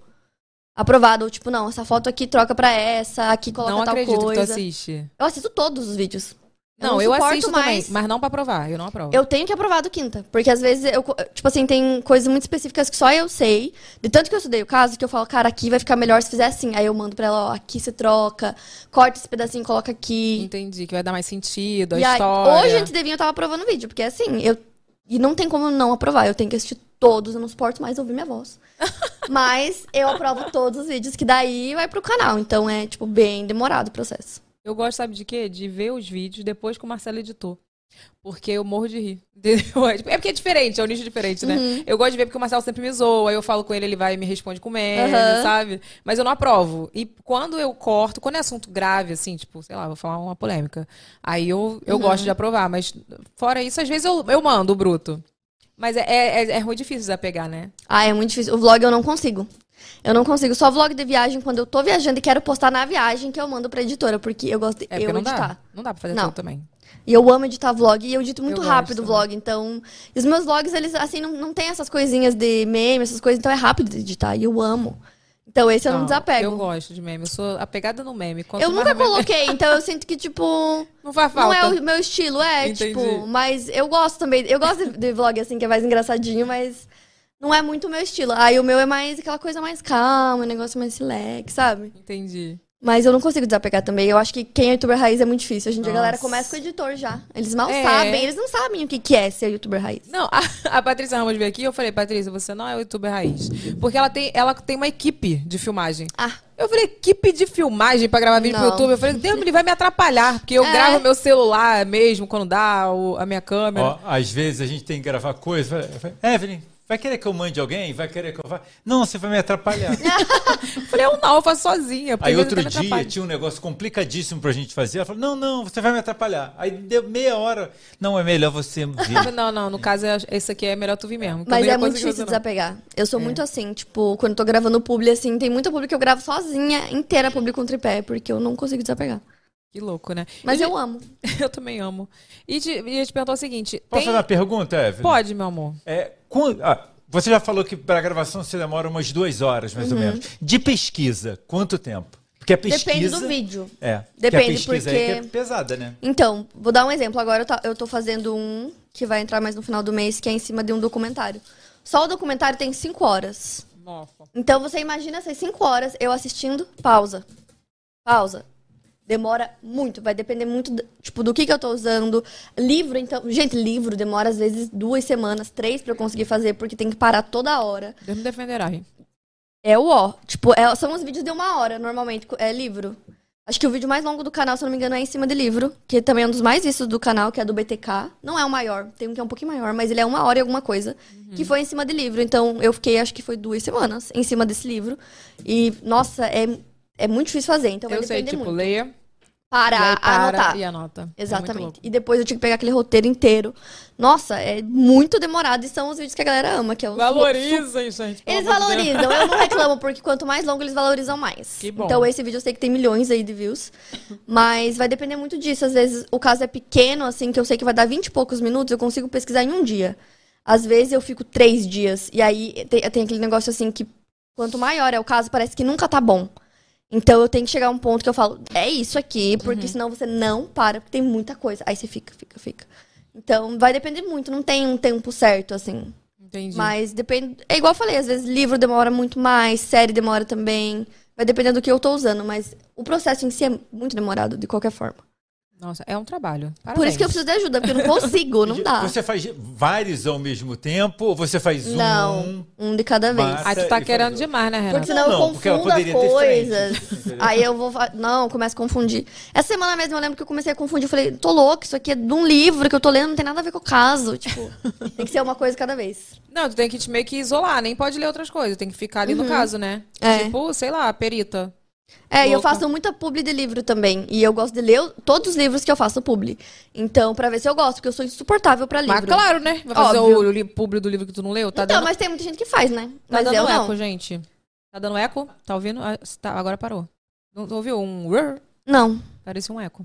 [SPEAKER 8] Aprovado, ou tipo, não, essa foto aqui troca pra essa, aqui coloca
[SPEAKER 6] não
[SPEAKER 8] tal
[SPEAKER 6] acredito
[SPEAKER 8] coisa.
[SPEAKER 6] que tu assiste.
[SPEAKER 8] Eu assisto todos os vídeos.
[SPEAKER 6] Não, eu,
[SPEAKER 8] suporto
[SPEAKER 6] assisto
[SPEAKER 8] mais.
[SPEAKER 6] também, mas não pra aprovar. Eu não aprovo.
[SPEAKER 8] Eu tenho que aprovar do quinta. Porque às vezes eu. co- Tipo assim, tem coisas muito específicas que só eu sei. De tanto que eu estudei o caso, que eu falo, cara, aqui vai ficar melhor se fizer assim. Aí eu mando pra ela, ó, aqui você troca, corta esse pedacinho e coloca aqui.
[SPEAKER 6] Entendi, que vai dar mais sentido, a
[SPEAKER 8] E aí,
[SPEAKER 6] história.
[SPEAKER 8] hoje, antes de vir, eu tava aprovando o vídeo, porque assim, eu. E não tem como não aprovar. Eu tenho que assistir todos, eu não suporto mais ouvir minha voz. Mas eu aprovo todos os vídeos, que daí vai pro canal. Então é, tipo, bem demorado o processo.
[SPEAKER 6] Eu gosto, sabe de quê? De ver os vídeos depois que o Marcelo editou. Porque eu morro de rir. Entendeu? É tipo- é porque é diferente, é um nicho diferente, né?
[SPEAKER 8] Uhum.
[SPEAKER 6] Eu gosto de ver porque o Marcelo sempre me zoa. Aí eu falo com ele, ele vai e me responde com meme,
[SPEAKER 8] Aham.
[SPEAKER 6] sabe? Mas eu não aprovo. E quando eu corto, quando é assunto grave, assim, tipo, sei lá, vou falar uma polêmica. Aí eu, eu
[SPEAKER 8] Uhum.
[SPEAKER 6] gosto de aprovar. Mas fora isso, às vezes eu, eu mando o bruto. Mas é, é, é- é ruim difícil desapegar, né?
[SPEAKER 8] Ah, é muito difícil. O vlog eu não consigo. Eu não consigo. Só vlog de viagem quando eu tô viajando e quero postar na viagem que eu mando pra editora, porque eu gosto de
[SPEAKER 6] É
[SPEAKER 8] eu
[SPEAKER 6] porque não
[SPEAKER 8] editar.
[SPEAKER 6] dá. Não dá pra fazer
[SPEAKER 8] Não.
[SPEAKER 6] tudo também.
[SPEAKER 8] E eu amo editar vlog e eu edito muito
[SPEAKER 6] Eu gosto né?
[SPEAKER 8] rápido o
[SPEAKER 6] também.
[SPEAKER 8] vlog. Então, e os meus vlogs, eles, assim, não, não tem essas coisinhas de meme, essas coisas. Então é rápido de editar e eu amo. Então esse eu não, desapego.
[SPEAKER 6] Eu gosto de meme. Eu sou apegada no meme. Quanto
[SPEAKER 8] eu
[SPEAKER 6] mais
[SPEAKER 8] nunca
[SPEAKER 6] meme-
[SPEAKER 8] coloquei, então eu sinto que, tipo.
[SPEAKER 6] Não faz
[SPEAKER 8] Não é
[SPEAKER 6] falta.
[SPEAKER 8] o meu estilo, é,
[SPEAKER 6] Entendi.
[SPEAKER 8] tipo. Mas eu gosto também. Eu gosto de, de vlog assim, que é mais engraçadinho, mas não é muito o meu estilo. Aí o meu é mais aquela coisa mais calma, um negócio mais relax, sabe?
[SPEAKER 6] Entendi.
[SPEAKER 8] Mas eu não consigo desapegar também. Eu acho que quem é youtuber raiz é muito difícil. Hoje em dia a galera
[SPEAKER 6] Nossa.
[SPEAKER 8] começa com o editor já. Eles mal
[SPEAKER 6] É.
[SPEAKER 8] sabem, eles não sabem o que que é ser youtuber raiz.
[SPEAKER 6] Não, a, a Patrícia Ramos veio aqui e eu falei, Patrícia, você não é youtuber raiz. Porque ela tem, ela tem uma equipe de filmagem.
[SPEAKER 8] Ah.
[SPEAKER 6] Eu falei, equipe de filmagem pra gravar vídeo pro
[SPEAKER 8] Não.
[SPEAKER 6] YouTube? Eu falei, Deus, ele vai me atrapalhar, porque eu
[SPEAKER 8] É.
[SPEAKER 6] gravo meu celular mesmo quando dá, o- a minha câmera.
[SPEAKER 9] Ó, às vezes a gente tem que gravar coisa. vai- vai- Evelyn, vai querer que eu mande alguém? Vai querer que eu vá? Não, você vai me atrapalhar.
[SPEAKER 6] Eu falei, eu não, eu faço sozinha. porque
[SPEAKER 9] Aí
[SPEAKER 6] às vezes
[SPEAKER 9] outro
[SPEAKER 6] até me
[SPEAKER 9] dia
[SPEAKER 6] atrapalha.
[SPEAKER 9] tinha um negócio complicadíssimo pra gente fazer. Ela falou: não, não, você vai me atrapalhar. Aí deu meia hora. Não, é melhor você
[SPEAKER 6] Eu
[SPEAKER 9] vir.
[SPEAKER 6] falei, Não, não, no caso, é- esse aqui é melhor tu vir mesmo. que eu
[SPEAKER 8] Mas
[SPEAKER 6] não ia
[SPEAKER 8] é muito
[SPEAKER 6] conseguir
[SPEAKER 8] difícil
[SPEAKER 6] fazer, não. É.
[SPEAKER 8] desapegar. Eu sou muito assim, tipo, quando eu tô gravando publi, assim, tem muita publi que eu gravo sozinha, inteira publi com tripé, porque eu não consigo desapegar.
[SPEAKER 6] Que louco, né?
[SPEAKER 8] Mas
[SPEAKER 6] E
[SPEAKER 8] eu amo.
[SPEAKER 6] de- Eu também amo. E te, e eu te perguntar o seguinte:
[SPEAKER 9] Posso
[SPEAKER 6] tem-
[SPEAKER 9] fazer uma pergunta, Evelyn?
[SPEAKER 6] Pode, meu amor.
[SPEAKER 9] É, quan- ah, você já falou que para gravação você demora umas duas horas, mais ou
[SPEAKER 8] Uhum.
[SPEAKER 9] menos. De pesquisa, quanto tempo? Porque a pesquisa.
[SPEAKER 8] Depende do vídeo.
[SPEAKER 9] É.
[SPEAKER 8] Depende,
[SPEAKER 9] que a pesquisa aí que
[SPEAKER 8] porque-
[SPEAKER 9] é pesada, né?
[SPEAKER 8] Então, vou dar um exemplo. Agora eu, tá- eu tô fazendo um que vai entrar mais no final do mês, que é em cima de um documentário. Só o documentário tem cinco horas.
[SPEAKER 6] Nossa.
[SPEAKER 8] Então você imagina essas cinco horas eu assistindo, pausa. Pausa. Demora muito, vai depender muito, do- tipo, do que, que eu tô usando. Livro, então. Gente, livro demora às vezes duas semanas, três pra eu conseguir fazer, porque tem que parar toda hora.
[SPEAKER 6] Deus me defenderá, hein?
[SPEAKER 8] É o ó. Tipo, é- são os vídeos de uma hora, normalmente. co- É livro. Acho que o vídeo mais longo do canal, se eu não me engano, é em cima de livro. Que também é um dos mais vistos do canal, que é do BTK. Não é o maior. Tem um que é um pouquinho maior, mas ele é uma hora e alguma coisa.
[SPEAKER 6] Uhum.
[SPEAKER 8] Que foi em cima de livro. Então, eu fiquei, acho que foi duas semanas em cima desse livro. E, nossa, é, é muito difícil fazer. Então, vai
[SPEAKER 6] eu sei,
[SPEAKER 8] depender
[SPEAKER 6] tipo,
[SPEAKER 8] muito.
[SPEAKER 6] leia. e
[SPEAKER 8] Para,
[SPEAKER 6] aí para
[SPEAKER 8] anotar.
[SPEAKER 6] E anota. É muito
[SPEAKER 8] Exatamente.
[SPEAKER 6] louco.
[SPEAKER 8] e depois eu tinha que pegar aquele roteiro inteiro. Nossa, é muito demorado. E são os vídeos que a galera ama, que é os
[SPEAKER 6] Valorizem, gente. pelo
[SPEAKER 8] eles
[SPEAKER 6] amor de Deus.
[SPEAKER 8] valorizam, eu não reclamo, porque quanto mais longo, eles valorizam mais.
[SPEAKER 6] Que bom.
[SPEAKER 8] Então esse vídeo eu sei que tem milhões aí de views. Mas vai depender muito disso. Às vezes o caso é pequeno, assim, que eu sei que vai dar 20 e poucos minutos, eu consigo pesquisar em um dia. Às vezes eu fico três dias. E aí tem, tem aquele negócio assim que quanto maior é o caso, parece que nunca tá bom. Então eu tenho que chegar a um ponto que eu falo, é isso aqui, porque
[SPEAKER 6] Uhum.
[SPEAKER 8] senão você não para, porque tem muita coisa. Aí você fica, fica, fica. Então vai depender muito, não tem um tempo certo, assim.
[SPEAKER 6] Entendi.
[SPEAKER 8] Mas depende. É igual eu falei, às vezes livro demora muito mais, série demora também. Vai depender do que eu tô usando, mas o processo em si é muito demorado, de qualquer forma.
[SPEAKER 6] Nossa, é um trabalho. Parabéns.
[SPEAKER 8] Por isso que eu preciso de ajuda, porque eu não consigo, não dá.
[SPEAKER 6] é
[SPEAKER 9] Você faz vários ao mesmo tempo ou você faz um?
[SPEAKER 8] Não, um de cada vez.
[SPEAKER 9] Mas-
[SPEAKER 6] Aí tu tá
[SPEAKER 9] Nossa, e
[SPEAKER 6] querendo
[SPEAKER 9] faz-
[SPEAKER 6] demais, né,
[SPEAKER 8] Porque
[SPEAKER 6] Renata?
[SPEAKER 8] senão eu
[SPEAKER 9] Não, porque ela
[SPEAKER 8] confundo as
[SPEAKER 9] poderia ter frente,
[SPEAKER 8] coisas.
[SPEAKER 9] entendeu?
[SPEAKER 8] Aí eu vou. fa- Não, eu começo a confundir. Essa semana mesmo eu lembro que eu comecei a confundir. Eu falei, tô louco, isso aqui é de um livro que eu tô lendo, não tem nada a ver com o caso. Tipo, tem que ser uma coisa cada vez.
[SPEAKER 6] Não, tu tem que te meio que isolar, nem pode ler outras coisas. Tem que ficar ali no caso, né?
[SPEAKER 8] É.
[SPEAKER 6] Tipo, sei lá, perita.
[SPEAKER 8] É, e eu
[SPEAKER 6] Louca.
[SPEAKER 8] faço muita publi de livro também. E eu gosto de ler o- todos os livros que eu faço publi. Então, pra ver se eu gosto, porque eu sou insuportável pra livro.
[SPEAKER 6] Mas claro, né? Vai fazer
[SPEAKER 8] Óbvio.
[SPEAKER 6] o li- público do livro que tu não leu? Tá
[SPEAKER 8] então,
[SPEAKER 6] dando,
[SPEAKER 8] mas tem muita gente que faz, né?
[SPEAKER 6] tá
[SPEAKER 8] mas
[SPEAKER 6] dando
[SPEAKER 8] eu
[SPEAKER 6] eco,
[SPEAKER 8] não.
[SPEAKER 6] gente. Tá dando eco? Tá ouvindo? Ah, tá, agora parou. Não tu ouviu um... rrr?
[SPEAKER 8] Não.
[SPEAKER 6] Parecia um eco.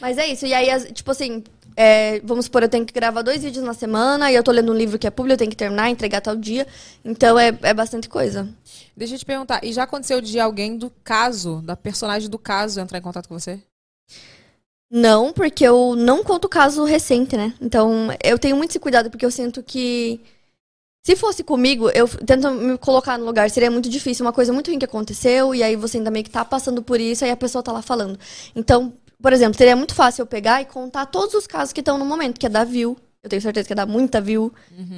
[SPEAKER 8] Mas é isso. E aí, as- tipo assim, é, vamos supor, eu tenho que gravar dois vídeos na semana, e eu tô lendo um livro que é publi, eu tenho que terminar, entregar tal dia. Então, é, é bastante coisa.
[SPEAKER 6] Deixa eu te perguntar, e já aconteceu de alguém do caso, da personagem do caso, entrar em contato com você?
[SPEAKER 8] Não, porque eu não conto caso recente, né? Então, eu tenho muito esse cuidado, porque eu sinto que. Se fosse comigo, eu f- tento me colocar no lugar, seria muito difícil, uma coisa muito ruim que aconteceu, e aí você ainda meio que tá passando por isso, aí a pessoa tá lá falando. Então, por exemplo, seria muito fácil eu pegar e contar todos os casos que é
[SPEAKER 6] Uhum.
[SPEAKER 8] estão no momento, que ia dar view. Eu tenho certeza que ia dar muita view,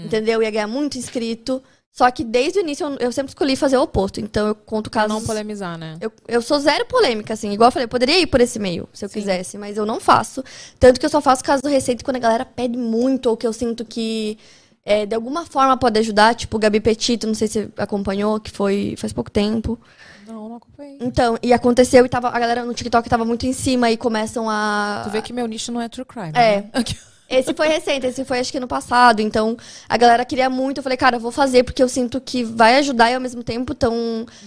[SPEAKER 8] entendeu? Ia ganhar muito inscrito. Só que desde o início eu, eu sempre escolhi fazer o oposto. Então eu conto
[SPEAKER 6] Pra
[SPEAKER 8] casos.
[SPEAKER 6] não polemizar, né?
[SPEAKER 8] Eu, eu sou zero polêmica, assim. Igual eu falei, eu poderia ir por esse meio, se eu quisesse, mas eu não faço. Tanto que eu só faço caso recente quando a galera pede muito, ou que eu sinto que é, de alguma forma pode ajudar. Tipo, o Gabi Petito, não sei se você acompanhou, que foi faz pouco tempo.
[SPEAKER 6] Não, não acompanhei.
[SPEAKER 8] Então, e aconteceu e tava, a galera no TikTok tava muito em cima e começam a.
[SPEAKER 6] Tu vê que meu nicho não é true crime.
[SPEAKER 8] É.
[SPEAKER 6] né?
[SPEAKER 8] Esse foi recente, esse foi acho que no passado. Então, a galera queria muito. Eu falei, cara, eu vou fazer porque eu sinto que vai ajudar e ao mesmo tempo tão.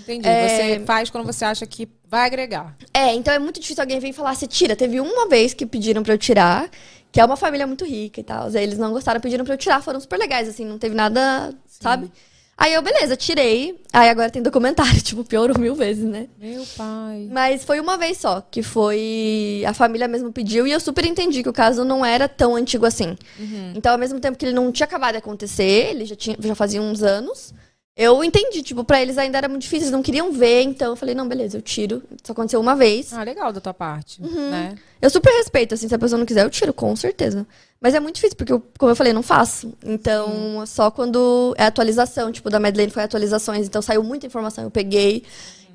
[SPEAKER 6] Entendi. Você faz quando você acha que vai agregar.
[SPEAKER 8] É, então é muito difícil alguém vir falar, se tira. Teve uma vez que pediram pra eu tirar, que é uma família muito rica e tal. Aí eles não gostaram, pediram pra eu tirar, foram super legais, assim, não teve nada, sabe? Aí eu, beleza, tirei. Aí agora tem documentário, tipo, piorou mil vezes, né?
[SPEAKER 6] Meu pai.
[SPEAKER 8] Mas foi uma vez só, que foi. A família mesmo pediu, e eu super entendi que o caso não era tão antigo assim. Então, ao mesmo tempo que ele não tinha acabado de acontecer, ele já, tinha, já fazia uns anos, eu entendi, tipo, pra eles ainda era muito difícil, eles não queriam ver, então eu falei, não, beleza, eu tiro. Isso aconteceu uma vez.
[SPEAKER 6] Ah, legal da tua parte,
[SPEAKER 8] Uhum.
[SPEAKER 6] né?
[SPEAKER 8] Eu super respeito, assim, se a pessoa não quiser, eu tiro, com certeza. Mas é muito difícil, porque, eu, como eu falei, eu não faço. Então, é só quando é atualização, tipo, da Madeleine foi atualizações, então saiu muita informação, eu peguei.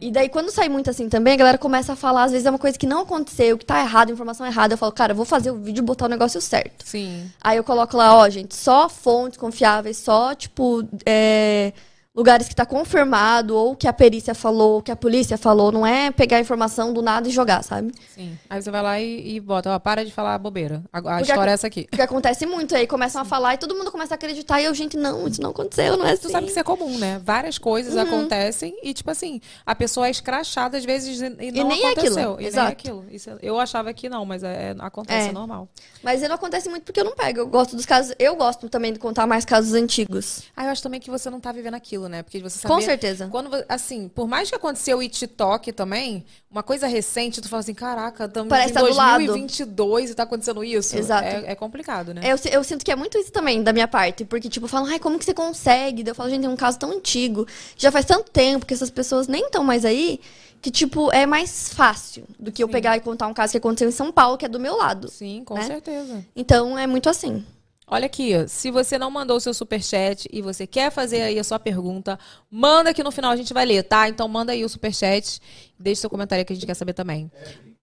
[SPEAKER 8] E daí, quando sai muito assim também, a galera começa a falar, às vezes é uma coisa que não aconteceu, que tá errado, informação errada. Eu falo, cara, eu vou fazer o vídeo e botar o negócio certo.
[SPEAKER 6] Sim.
[SPEAKER 8] Aí eu coloco lá, ó, gente, só fontes confiáveis, só, tipo, é, lugares que tá confirmado, ou que a perícia falou, ou que a polícia falou. Não é pegar a informação do nada e jogar, sabe?
[SPEAKER 6] Sim. Aí você vai lá e, e bota, ó, para de falar bobeira. A, a
[SPEAKER 8] Porque
[SPEAKER 6] história
[SPEAKER 8] ac-
[SPEAKER 6] é essa aqui.
[SPEAKER 8] Porque acontece muito, aí começam a falar e todo mundo começa a acreditar. E eu, gente, não, isso não aconteceu, não é assim. Uhum.
[SPEAKER 6] Tu sabe que isso é comum, né? Várias coisas acontecem e, tipo assim, a pessoa é escrachada às vezes e e não
[SPEAKER 8] nem é aquilo,
[SPEAKER 6] aconteceu. E nem
[SPEAKER 8] exato.
[SPEAKER 6] é aquilo. Isso é- eu achava que não, mas é, é- acontece, é.
[SPEAKER 8] É.
[SPEAKER 6] normal.
[SPEAKER 8] Mas não acontece muito porque eu não pego. Eu gosto dos casos. Eu gosto também de contar mais casos antigos.
[SPEAKER 6] Ah, eu acho também que você não tá vivendo aquilo, né? Porque você sabe.
[SPEAKER 8] Com certeza.
[SPEAKER 6] Quando, vo- assim, por mais que aconteceu e te toque também, uma coisa recente, tu fala assim, caraca, estamos
[SPEAKER 8] Parece
[SPEAKER 6] em
[SPEAKER 8] tá do lado.
[SPEAKER 6] 2022 e tá acontecendo isso.
[SPEAKER 8] Exato.
[SPEAKER 6] É, é complicado, né?
[SPEAKER 8] Eu, si- eu sinto que é muito isso também da minha parte. Porque, tipo, falam, ai, como que você consegue? Daí eu falo, gente, é um caso tão antigo. Já faz tanto tempo que essas pessoas nem estão mais aí. Que, tipo, é mais fácil do que eu pegar e contar um caso que aconteceu em São Paulo, que é do meu lado.
[SPEAKER 6] Sim, com
[SPEAKER 8] né?
[SPEAKER 6] certeza.
[SPEAKER 8] Então, é muito assim.
[SPEAKER 6] Olha aqui, ó, se você não mandou o seu superchat e você quer fazer aí a sua pergunta, manda aqui no final, a gente vai ler, tá? Então manda aí o superchat, deixa seu comentário que a gente quer saber também.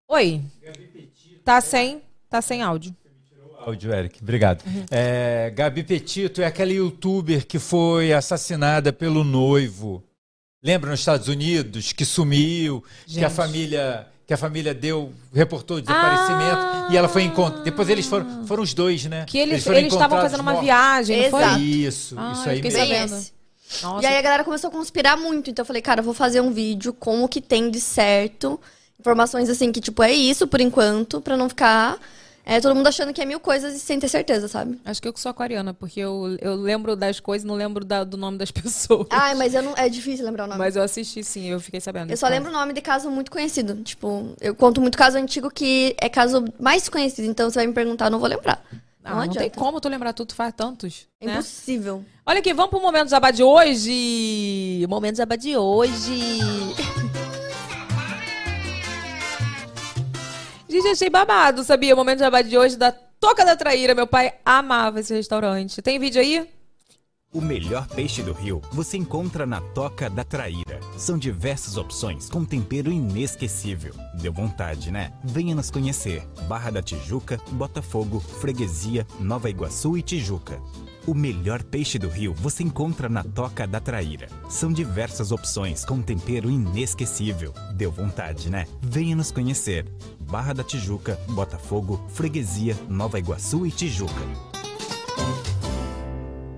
[SPEAKER 6] Oi. Tá sem, tá sem áudio.
[SPEAKER 9] Áudio, Eric, obrigado. É, Gabi Petito é aquela youtuber que foi assassinada pelo noivo. Lembra nos Estados Unidos que sumiu, que a
[SPEAKER 12] Gente.
[SPEAKER 9] família que a família deu reportou o desaparecimento e ela foi encontrada. Depois eles foram foram os dois, né?
[SPEAKER 6] Ah. Que eles,
[SPEAKER 9] foram
[SPEAKER 6] eles estavam
[SPEAKER 9] encontrados
[SPEAKER 6] fazendo uma
[SPEAKER 9] mortos.
[SPEAKER 6] viagem, não foi?
[SPEAKER 8] Exato.
[SPEAKER 9] Isso,
[SPEAKER 6] Ah,
[SPEAKER 9] isso
[SPEAKER 6] eu
[SPEAKER 9] aí
[SPEAKER 6] fiquei
[SPEAKER 9] mesmo.
[SPEAKER 6] sabendo.
[SPEAKER 8] Esse.
[SPEAKER 6] Nossa.
[SPEAKER 8] E aí a galera começou a conspirar muito. Então eu falei, cara, eu vou fazer um vídeo com o que tem de certo. Informações assim que, tipo, é isso por enquanto, pra não ficar é, todo mundo achando que é mil coisas e sem ter certeza, sabe?
[SPEAKER 6] Acho que eu que sou aquariana, porque eu, eu lembro das coisas e não lembro da- do nome das pessoas.
[SPEAKER 8] Ai, mas eu não. É difícil lembrar o nome.
[SPEAKER 6] Mas eu assisti sim, eu fiquei sabendo. Tá.
[SPEAKER 8] Eu só lembro o nome de caso muito conhecido. Tipo, eu conto muito caso antigo que é caso mais conhecido. Então você vai me perguntar, eu não vou lembrar.
[SPEAKER 6] Ah, não tem
[SPEAKER 8] adianta.
[SPEAKER 6] como tu lembrar tudo, tu faz tantos.
[SPEAKER 8] É
[SPEAKER 6] né?
[SPEAKER 8] impossível.
[SPEAKER 6] Olha aqui, vamos pro momento jabá de hoje. Momento jabá de hoje. Gente, achei babado, sabia? O momento jabá de hoje da Toca da Traíra. Meu pai amava esse restaurante. Tem vídeo aí?
[SPEAKER 13] O melhor peixe do Rio você encontra na Toca da Traíra. São diversas opções com tempero inesquecível. Deu vontade, né? Venha nos conhecer. Barra da Tijuca, Botafogo, Freguesia, Nova Iguaçu e Tijuca. O melhor peixe do Rio você encontra na Toca da Traíra. São diversas opções com tempero inesquecível. Deu vontade, né? Venha nos conhecer. Barra da Tijuca, Botafogo, Freguesia, Nova Iguaçu e Tijuca.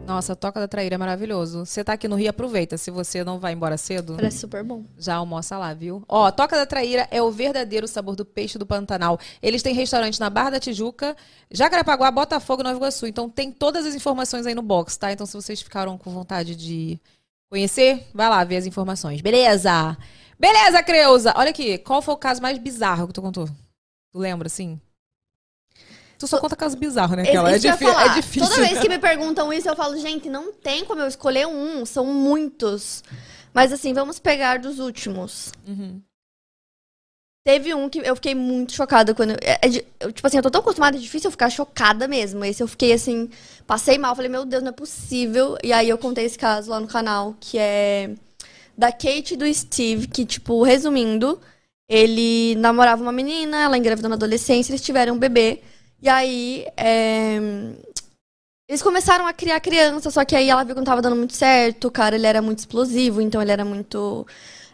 [SPEAKER 6] Nossa, Toca da Traíra é maravilhoso. Você tá aqui no Rio, aproveita. Se você não vai embora cedo,
[SPEAKER 8] Parece é super bom.
[SPEAKER 6] já almoça lá, viu? Ó, Toca da Traíra é o verdadeiro sabor do peixe do Pantanal. Eles têm restaurante na Barra da Tijuca, Jacarepaguá, Botafogo e Nova Iguaçu. Então tem todas as informações aí no box, tá? Então se vocês ficaram com vontade de conhecer, vai lá ver as informações. Beleza? Beleza, Creuza? Olha aqui, qual foi o caso mais bizarro que tu contou? Tu lembra, assim? Tu só conta caso bizarro, né? Aquela?
[SPEAKER 8] Isso
[SPEAKER 6] é,
[SPEAKER 8] que eu ia
[SPEAKER 6] difí- é
[SPEAKER 8] falar.
[SPEAKER 6] difícil.
[SPEAKER 8] Toda vez que me perguntam isso, eu falo, gente, não tem como eu escolher um, são
[SPEAKER 6] Uhum.
[SPEAKER 8] muitos. Mas assim, vamos pegar dos últimos. Teve um que eu fiquei muito chocada quando. é- é de- eu, tipo assim, eu tô tão acostumada, é difícil eu ficar chocada mesmo. Esse eu fiquei assim, passei mal, falei, meu Deus, não é possível. E aí eu contei esse caso lá no canal, que é da Kate e do Steve, que, tipo, resumindo, ele namorava uma menina, ela engravidou na adolescência, eles tiveram um bebê. E aí, é, eles começaram a criar criança, só que aí ela viu que não tava dando muito certo, o cara ele era muito explosivo, então ele era muito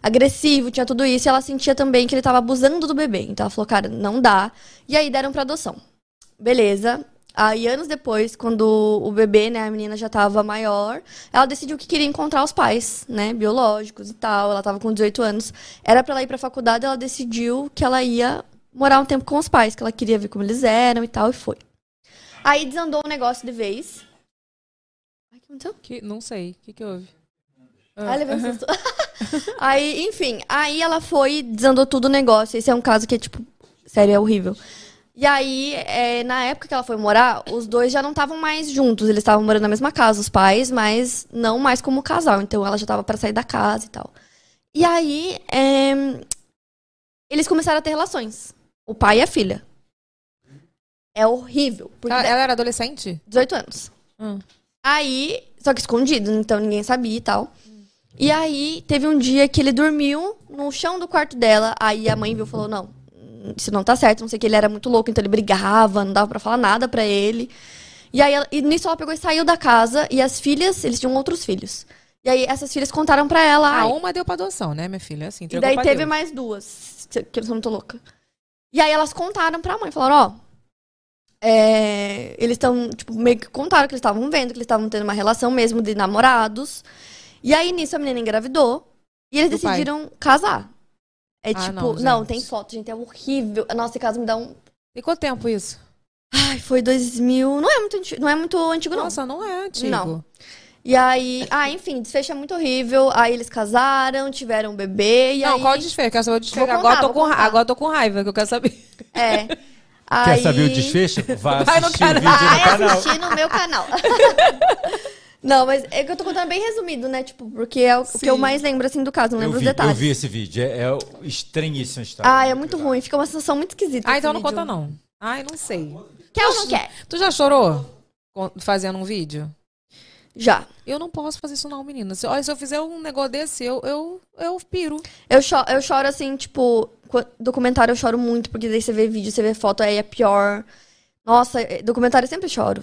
[SPEAKER 8] agressivo, tinha tudo isso, e ela sentia também que ele tava abusando do bebê. Então ela falou, cara, não dá. E aí deram pra adoção. Beleza. Aí anos depois, quando o bebê, né, a menina já tava maior, ela decidiu que queria encontrar os pais, né, biológicos e tal. Ela tava com 18 anos. Era pra ela ir pra faculdade, ela decidiu que ela ia morar um tempo com os pais, que ela queria ver como eles eram e tal, e foi. Aí desandou o negócio de vez. Ai, que aconteceu?
[SPEAKER 6] não sei. O que, que houve? Ah,
[SPEAKER 8] Ai, levei um susto. aí, enfim, aí ela foi e desandou tudo o negócio. Esse é um caso que é, tipo, sério, é horrível. E aí, é, na época que ela foi morar, os dois já não estavam mais juntos. Eles estavam morando na mesma casa, os pais, mas não mais como casal. Então ela já tava pra sair da casa e tal. E aí, é, eles começaram a ter relações. O pai e a filha. É horrível.
[SPEAKER 6] Ela- ela era adolescente? Hum.
[SPEAKER 8] 18 anos. Aí, só que escondido, então ninguém sabia e tal. E aí, teve um dia que ele dormiu no chão do quarto dela. Aí a mãe viu e falou: Não, isso não tá certo. Não sei o que, ele era muito louco, então ele brigava, não dava pra falar nada pra ele. E aí, ela- e nisso ela pegou e saiu da casa. E as filhas, eles tinham outros filhos. E aí, essas filhas contaram pra ela.
[SPEAKER 6] Ah,
[SPEAKER 8] "Ai,
[SPEAKER 6] uma deu pra adoção, né, minha filha? Assim,
[SPEAKER 8] e
[SPEAKER 6] entregou
[SPEAKER 8] daí
[SPEAKER 6] pra
[SPEAKER 8] teve
[SPEAKER 6] Deus.
[SPEAKER 8] mais duas, que eu- que eu sou muito louca. E aí elas contaram pra mãe, falaram, ó, é, eles estão, tipo, meio que contaram que eles estavam vendo, que eles estavam tendo uma relação mesmo de namorados. E aí, nisso, a menina engravidou e eles
[SPEAKER 6] Do pai.
[SPEAKER 8] decidiram casar. É
[SPEAKER 6] Ah,
[SPEAKER 8] tipo,
[SPEAKER 6] não,
[SPEAKER 8] não,
[SPEAKER 6] gente.
[SPEAKER 8] tem foto, gente, é horrível. Nossa, esse caso me dá um...
[SPEAKER 6] E quanto tempo isso?
[SPEAKER 8] Ai, foi 2000, não é muito antigo, não é muito antigo, não.
[SPEAKER 6] Nossa, não é antigo.
[SPEAKER 8] Não. E aí, ah, enfim, desfecho é muito horrível. Aí eles casaram, tiveram um bebê e
[SPEAKER 6] não,
[SPEAKER 8] aí...
[SPEAKER 6] qual o desfecho? Quero saber o desfecho.
[SPEAKER 8] Vou contar,
[SPEAKER 6] agora, eu tô
[SPEAKER 8] vou
[SPEAKER 6] com, ra- agora eu tô com raiva, que eu quero saber.
[SPEAKER 8] É.
[SPEAKER 9] Quer
[SPEAKER 8] Aí-
[SPEAKER 9] saber o desfecho? Vá
[SPEAKER 6] Vai no
[SPEAKER 9] assistir o vídeo
[SPEAKER 6] canal.
[SPEAKER 9] no
[SPEAKER 8] Vai
[SPEAKER 9] canal.
[SPEAKER 8] assistir no meu canal. Não, mas é que eu tô contando bem resumido, né? Tipo, porque é o o que eu mais lembro, assim, do caso. Não
[SPEAKER 9] Eu
[SPEAKER 8] lembro
[SPEAKER 9] vi,
[SPEAKER 8] os detalhes.
[SPEAKER 9] eu vi esse vídeo. É, é estranhíssima a história.
[SPEAKER 8] Ah, é muito ruim. Fica uma sensação muito esquisita.
[SPEAKER 6] Ah, então
[SPEAKER 8] esse
[SPEAKER 6] não conta,
[SPEAKER 8] vídeo.
[SPEAKER 6] não. Ai, não sei.
[SPEAKER 8] Quer ou não quer?
[SPEAKER 6] Tu já chorou con- fazendo um vídeo?
[SPEAKER 8] Já.
[SPEAKER 6] Eu não posso fazer isso, não, menina. Se, olha, se eu fizer um negócio desse, eu, eu, eu piro.
[SPEAKER 8] Eu, cho eu choro, assim, tipo... qu- Documentário eu choro muito, porque daí você vê vídeo, você vê foto, aí é pior. Nossa, é- documentário eu sempre choro.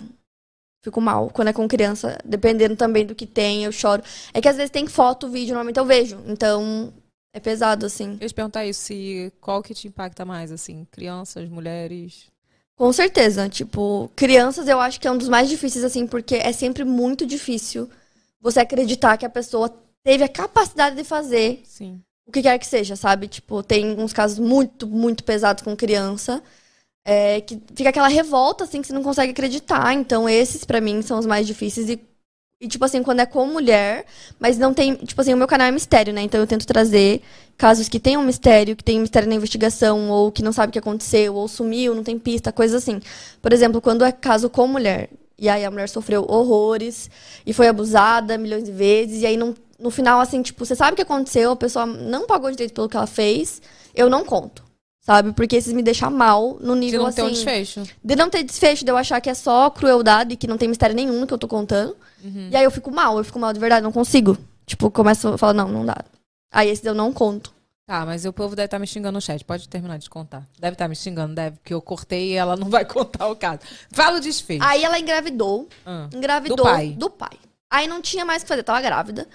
[SPEAKER 8] Fico mal. Quando é com criança, dependendo também do que tem, eu choro. É que às vezes tem foto, vídeo, normalmente eu vejo. Então, é pesado, assim.
[SPEAKER 6] Eu ia te perguntar isso, se qual que te impacta mais, assim? Crianças, mulheres.
[SPEAKER 8] Com certeza, tipo, crianças eu acho que é um dos mais difíceis, assim, porque é sempre muito difícil você acreditar que a pessoa teve a capacidade de fazer
[SPEAKER 6] Sim.
[SPEAKER 8] o que quer que seja, sabe? Tipo, tem uns casos muito, muito pesados com criança, é, que fica aquela revolta, assim, que você não consegue acreditar. Então, esses, pra mim, são os mais difíceis. E, e, tipo assim, quando é com mulher, mas não tem. Tipo assim, o meu canal é mistério, né? Então, eu tento trazer casos que tem um mistério, que tem um mistério na investigação, ou que não sabe o que aconteceu, ou sumiu, não tem pista, coisas assim. Por exemplo, quando é caso com mulher. E aí a mulher sofreu horrores e foi abusada milhões de vezes. E aí não- no final, assim, tipo, você sabe o que aconteceu, a pessoa não pagou direito pelo que ela fez, eu não conto. Sabe? Porque esses me deixam mal no nível
[SPEAKER 6] não
[SPEAKER 8] assim.
[SPEAKER 6] ter um desfecho.
[SPEAKER 8] De não ter desfecho, de eu achar que é só crueldade, que não tem mistério nenhum que eu tô contando. E aí eu fico mal, eu fico mal de verdade, não consigo. Tipo, começo a falar, não, não dá. Aí esses Ah, eu não conto.
[SPEAKER 6] Tá, mas o povo deve estar me xingando no chat. Pode terminar de contar. Deve estar me xingando, deve, porque eu cortei e ela não vai contar o caso. Fala o desfecho.
[SPEAKER 8] Aí ela engravidou.
[SPEAKER 6] Ah.
[SPEAKER 8] Engravidou
[SPEAKER 6] Do pai.
[SPEAKER 8] pai. Aí não tinha mais o que fazer, tava grávida.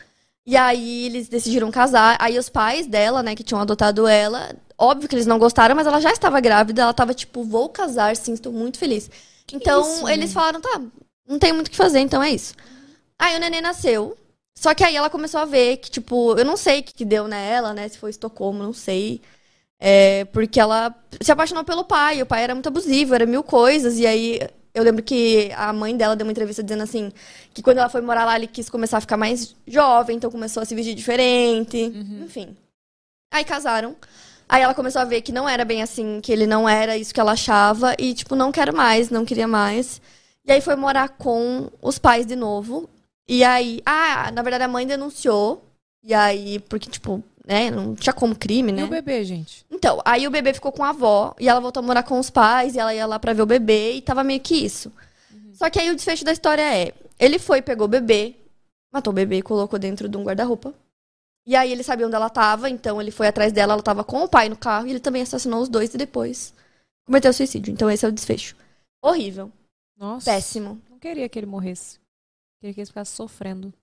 [SPEAKER 8] E aí eles decidiram casar. Aí os pais dela, né, que tinham adotado ela, óbvio que eles não gostaram, mas ela já estava grávida. Ela tava tipo, vou casar, sim, estou muito feliz. então
[SPEAKER 12] isso,
[SPEAKER 8] eles
[SPEAKER 12] gente?
[SPEAKER 8] falaram, tá, não tem muito o que fazer, então é isso. Aí o neném nasceu. Só que aí ela começou a ver que, tipo, eu não sei o que, que deu nela, né? Se foi Estocolmo, não sei. É, porque ela se apaixonou pelo pai. O pai era muito abusivo, era mil coisas. E aí eu lembro que a mãe dela deu uma entrevista dizendo assim: que quando ela foi morar lá, ele quis começar a ficar mais jovem, então começou a se vestir diferente. Enfim. Aí casaram. Aí ela começou a ver que não era bem assim, que ele não era isso que ela achava e tipo, não quero mais, não queria mais. E aí foi morar com os pais de novo. E aí, ah, na verdade a mãe denunciou. E aí, porque tipo, né, não tinha como crime, né?
[SPEAKER 6] E o bebê, gente?
[SPEAKER 8] Então, aí o bebê ficou com a avó e ela voltou a morar com os pais e ela ia lá pra ver o bebê e tava meio que isso.
[SPEAKER 6] Uhum.
[SPEAKER 8] Só que aí o desfecho da história é: ele foi, pegou o bebê, matou o bebê e colocou dentro de um guarda-roupa. E aí ele sabia onde ela tava, então ele foi atrás dela, ela tava com o pai no carro e ele também assassinou os dois e depois cometeu suicídio. Então esse é o desfecho. Horrível.
[SPEAKER 6] Nossa.
[SPEAKER 8] Péssimo.
[SPEAKER 6] Não queria que ele morresse. Queria que ele ficasse sofrendo.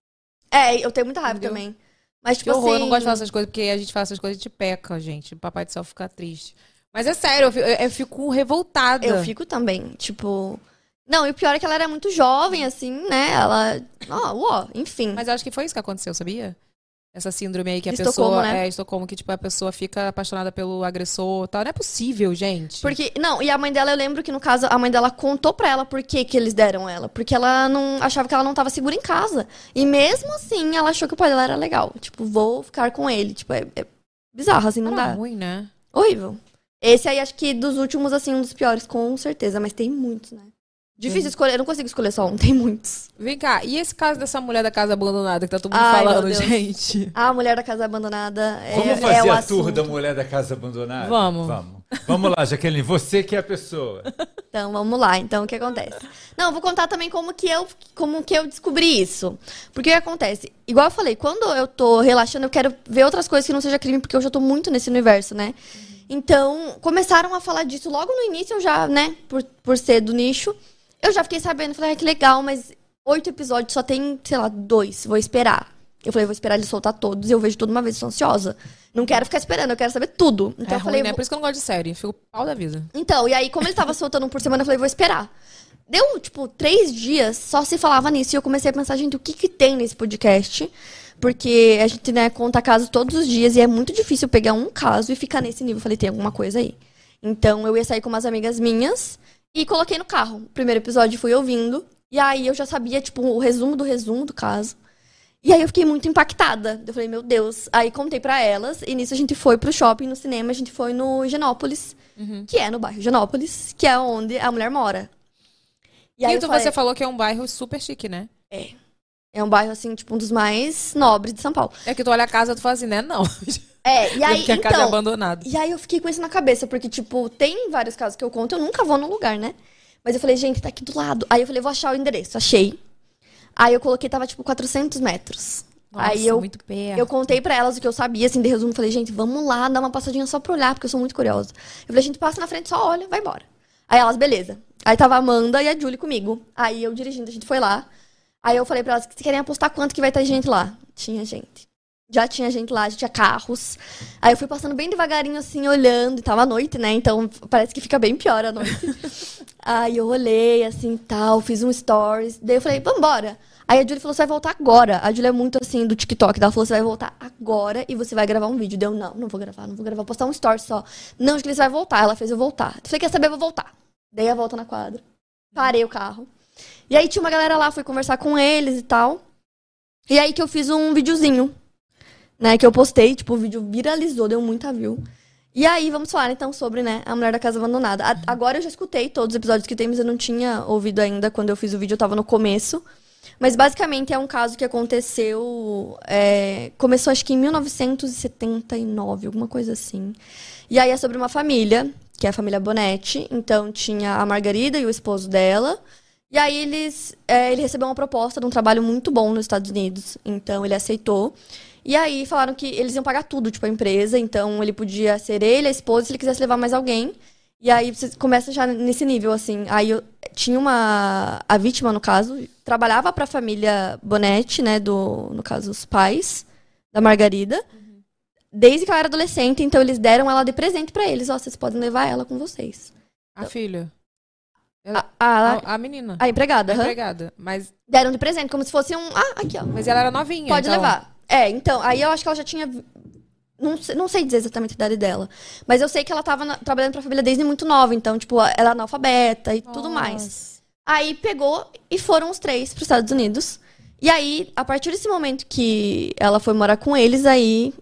[SPEAKER 8] É, eu tenho muita raiva
[SPEAKER 6] Entendeu?
[SPEAKER 8] também. Mas, tipo
[SPEAKER 6] que horror, eu
[SPEAKER 8] assim-
[SPEAKER 6] não gosto de falar essas coisas, porque a gente fala essas coisas e a gente peca, gente. O Papai do Céu fica triste. Mas é sério, eu fi- eu, eu fico revoltada.
[SPEAKER 8] Eu fico também, tipo. Não, e o pior é que ela era muito jovem, assim, né? Ela. Ó, uó, enfim.
[SPEAKER 6] Mas acho que foi isso que aconteceu, sabia? Essa síndrome aí que a
[SPEAKER 8] Estocolmo,
[SPEAKER 6] pessoa.
[SPEAKER 8] né?
[SPEAKER 6] É, Estocolmo, que tipo, a pessoa fica apaixonada pelo agressor e tal. Não é possível, gente.
[SPEAKER 8] Porque, não, e a mãe dela, eu lembro que no caso, a mãe dela contou pra ela por que que eles deram ela. Porque ela não achava que ela não tava segura em casa. E mesmo assim, ela achou que o pai dela era legal. Tipo, vou ficar com ele. Tipo, é, é bizarro, assim, não
[SPEAKER 6] Era
[SPEAKER 8] dá.
[SPEAKER 6] ruim, né?
[SPEAKER 8] Horrível. Esse aí, acho que dos últimos, assim, um dos piores, com certeza. Mas tem muitos, né? Difícil
[SPEAKER 6] Tem.
[SPEAKER 8] escolher, eu não consigo escolher só um, tem muitos.
[SPEAKER 6] Vem cá, e esse caso dessa mulher da casa abandonada que tá todo mundo
[SPEAKER 8] Ai, meu
[SPEAKER 6] falando,
[SPEAKER 8] Deus.
[SPEAKER 6] gente?
[SPEAKER 8] A mulher da casa abandonada é,
[SPEAKER 9] Vamos
[SPEAKER 8] é
[SPEAKER 9] fazer
[SPEAKER 8] o
[SPEAKER 9] a tour
[SPEAKER 8] assunto.
[SPEAKER 9] da mulher da casa abandonada?
[SPEAKER 6] Vamos.
[SPEAKER 9] Vamos. Vamos lá, Jaqueline, você que é a pessoa.
[SPEAKER 8] Então, vamos lá. Então, o que acontece? Não, eu vou contar também como que eu, como que eu descobri isso. Porque o que acontece? Igual eu falei, quando eu tô relaxando, eu quero ver outras coisas que não seja crime, porque eu já tô muito nesse universo, né? Então, começaram a falar disso logo no início, eu já, né, por, por ser do nicho, eu já fiquei sabendo, falei, ah, que legal, mas oito episódios só tem, sei lá, dois, vou esperar. Eu falei, vou esperar ele soltar todos e eu vejo tudo uma vez, sou ansiosa. Não quero ficar esperando, eu quero saber tudo. Então
[SPEAKER 6] é
[SPEAKER 8] eu
[SPEAKER 6] ruim,
[SPEAKER 8] falei,
[SPEAKER 6] né?
[SPEAKER 8] vou-
[SPEAKER 6] Por isso que eu não gosto de série. Fico pau da vida.
[SPEAKER 8] então, e aí, como ele tava soltando um por semana, eu falei, vou esperar. Deu, tipo, três dias, só se falava nisso. E eu comecei a pensar, gente, o que que tem nesse podcast? Porque a gente, né, conta casos todos os dias e é muito difícil pegar um caso e ficar nesse nível. Eu falei, tem alguma coisa aí. Então, eu ia sair com umas amigas minhas e coloquei no carro. O primeiro episódio fui ouvindo. E aí, eu já sabia, tipo, o resumo do resumo do caso. E aí eu fiquei muito impactada. Eu falei, meu Deus. Aí contei pra elas, e nisso a gente foi pro shopping, no cinema, a gente foi no Genópolis,
[SPEAKER 6] Uhum.
[SPEAKER 8] que é no bairro Genópolis, que é onde a mulher mora.
[SPEAKER 6] E
[SPEAKER 8] aí eu
[SPEAKER 6] tu
[SPEAKER 8] falei-
[SPEAKER 6] você falou que é um bairro super chique, né?
[SPEAKER 8] É. É um bairro, assim, tipo, um dos mais nobres de São Paulo.
[SPEAKER 6] É que tu olha a casa e tu fala assim, né? Não.
[SPEAKER 8] É, e aí,
[SPEAKER 6] Porque a
[SPEAKER 8] então,
[SPEAKER 6] casa é abandonada.
[SPEAKER 8] E aí eu fiquei com isso na cabeça, porque, tipo, tem vários casos que eu conto, eu nunca vou num lugar, né? Mas eu falei, gente, tá aqui do lado. Aí eu falei, vou achar o endereço. Achei. Aí eu coloquei, tava, tipo, 400 metros.
[SPEAKER 6] Nossa,
[SPEAKER 8] aí eu,
[SPEAKER 6] muito perto.
[SPEAKER 8] eu contei pra elas o que eu sabia, assim, de resumo. Falei, gente, vamos lá, dar uma passadinha só pra olhar, porque eu sou muito curiosa. Eu falei, a gente passa na frente, só olha, vai embora. Aí elas, beleza. Aí tava a Amanda e a Julie comigo. Aí eu dirigindo, a gente foi lá. Aí eu falei pra elas, vocês querem apostar quanto que vai ter gente lá? Tinha gente. Já tinha gente lá, já tinha carros. Aí eu fui passando bem devagarinho, assim, olhando. E tava à noite, né? Então parece que fica bem pior à noite. Aí eu olhei, assim, tal, fiz um stories. Daí eu falei, vambora. Aí a Julie falou, você vai voltar agora. A Julie é muito, assim, do TikTok. Ela falou, você vai voltar agora e você vai gravar um vídeo. Deu, não, não vou gravar, não vou gravar. Vou postar um story só. Não, Julie, você vai voltar. Ela fez eu voltar. Você quer saber, eu vou voltar. Dei a volta na quadra. Parei o carro. E aí tinha uma galera lá, fui conversar com eles e tal. E aí que eu fiz um videozinho, né? Que eu postei, tipo, o vídeo viralizou, deu muita view. E aí, vamos falar então sobre, né, a mulher da casa abandonada. A- agora eu já escutei todos os episódios que tem, mas eu não tinha ouvido ainda quando eu fiz o vídeo, eu tava no começo. Mas basicamente é um caso que aconteceu. é, começou acho que em 1979, alguma coisa assim. E aí é sobre uma família, que é a família Bonetti. Então tinha a Margarida e o esposo dela. E aí eles, é, ele recebeu uma proposta de um trabalho muito bom nos Estados Unidos. Então ele aceitou. E aí falaram que eles iam pagar tudo, tipo, a empresa. Então ele podia ser ele, a esposa, se ele quisesse levar mais alguém. E aí você começa já nesse nível, assim. Aí eu tinha uma. A vítima, no caso, trabalhava pra família Bonetti, né? Do, no caso, os pais da Margarida. Desde que ela era adolescente, então eles deram ela de presente pra eles. Ó, vocês podem levar ela com vocês.
[SPEAKER 6] A filha.
[SPEAKER 8] A, a-
[SPEAKER 6] a, menina.
[SPEAKER 8] Ah, A empregada.
[SPEAKER 6] A
[SPEAKER 8] aham.
[SPEAKER 6] empregada. Mas
[SPEAKER 8] Deram de presente, como se fosse um. Ah, aqui, ó.
[SPEAKER 6] Mas ela era novinha,
[SPEAKER 8] Pode
[SPEAKER 6] então.
[SPEAKER 8] levar. É, então. Aí eu acho que ela já tinha. Não sei, não sei dizer exatamente a idade dela. Mas eu sei que ela tava na- trabalhando pra família desde muito nova. Então, tipo, ela é analfabeta e tudo mais. Aí pegou e foram os três pros Estados Unidos. E aí, a partir desse momento que ela foi morar com eles, aí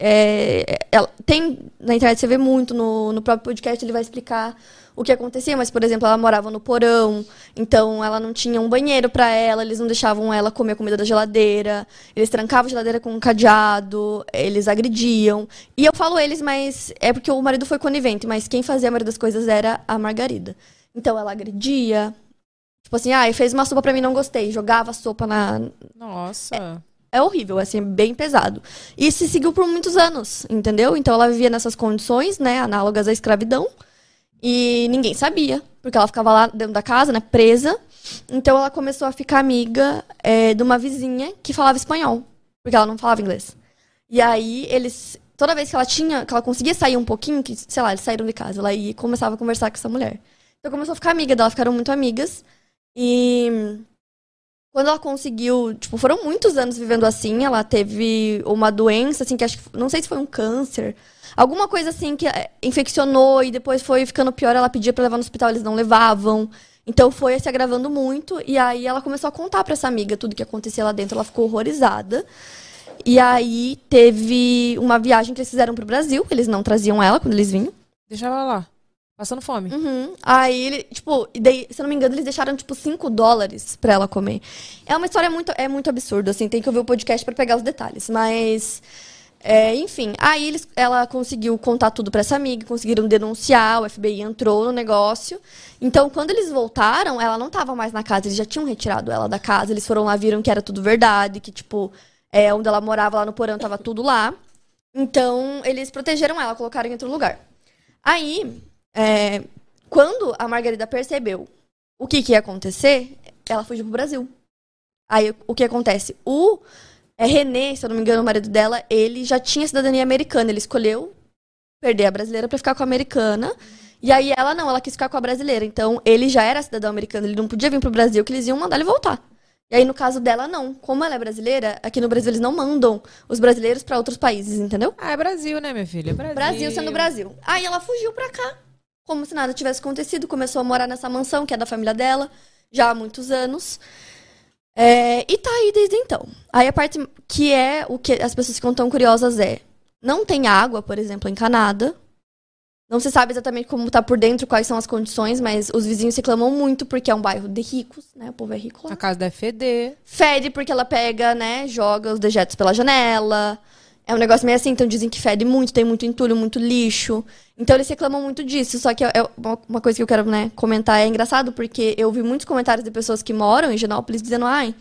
[SPEAKER 8] é, ela- tem na internet você vê muito no, no próprio podcast ele vai explicar o que acontecia mas por exemplo ela morava no porão então ela não tinha um banheiro para ela eles não deixavam ela comer a comida da geladeira eles trancavam a geladeira com um cadeado eles agrediam e eu falo eles mas é porque o marido foi conivente mas quem fazia a maioria das coisas era a Margarida então ela agredia tipo assim ah fez uma sopa para mim não gostei jogava a sopa na
[SPEAKER 6] Nossa.
[SPEAKER 8] é horrível, assim, é bem pesado. E se seguiu por muitos anos, entendeu? Então ela vivia nessas condições, né, análogas à escravidão. E ninguém sabia, porque ela ficava lá dentro da casa, né, presa. Então ela começou a ficar amiga é, de uma vizinha que falava espanhol, porque ela não falava inglês. E aí eles, toda vez que ela tinha, que ela conseguia sair um pouquinho, que, sei lá, eles saíram de casa, ela ia e começava a conversar com essa mulher. Então começou a ficar amiga dela, ficaram muito amigas. E quando ela conseguiu, tipo, foram muitos anos vivendo assim, ela teve uma doença, assim, que acho que, não sei se foi um câncer, alguma coisa assim que eh, infeccionou e depois foi ficando pior, ela pedia pra levar no hospital, eles não levavam. Então foi se agravando muito e aí ela começou a contar pra essa amiga tudo que acontecia lá dentro, ela ficou horrorizada. E aí teve uma viagem que eles fizeram pro Brasil, eles não traziam ela quando eles vinham.
[SPEAKER 6] Deixava ela lá, passando fome.
[SPEAKER 8] Uhum. Aí ele, tipo, e daí, se eu não me engano, eles deixaram, tipo, 5 dólares pra ela comer. É uma história muito, é muito absurda, assim, tem que ouvir o podcast pra pegar os detalhes. Mas, é, enfim, aí eles, ela conseguiu contar tudo pra essa amiga, conseguiram denunciar, o FBI entrou no negócio. Então, quando eles voltaram, ela não tava mais na casa, eles já tinham retirado ela da casa, eles foram lá, viram que era tudo verdade, que, tipo, é, onde ela morava lá no porão tava tudo lá. Então, eles protegeram ela, colocaram em outro lugar. Aí, é, quando a Margarida percebeu o que, que ia acontecer, ela fugiu pro Brasil. Aí o que acontece? O é, René, se eu não me engano, o marido dela, ele já tinha cidadania americana. Ele escolheu perder a brasileira pra ficar com a americana. E aí ela não, ela quis ficar com a brasileira. Então ele já era cidadão americano, ele não podia vir pro Brasil, que eles iam mandar ele voltar. E aí no caso dela, não. Como ela é brasileira, aqui no Brasil eles não mandam os brasileiros pra outros países, entendeu?
[SPEAKER 6] Ah, é Brasil, né, minha filha? É Brasil.
[SPEAKER 8] Brasil sendo Brasil. Aí ela fugiu pra cá, como se nada tivesse acontecido, começou a morar nessa mansão que é da família dela, já há muitos anos. É, e tá aí desde então. Aí a parte que é o que as pessoas ficam tão curiosas é: não tem água, por exemplo, encanada. Não se sabe exatamente como tá por dentro, quais são as condições, mas os vizinhos reclamam muito porque é um bairro de ricos, né? O povo é rico lá.
[SPEAKER 6] A casa deve feder.
[SPEAKER 8] Fede porque ela pega, né? Joga os dejetos pela janela. É um negócio meio assim, então dizem que fede muito, tem muito entulho, muito lixo. Então eles reclamam muito disso. Só que é- é uma- uma coisa que eu quero né, comentar é engraçado, porque eu vi muitos comentários de pessoas que moram em Genópolis dizendo, ai,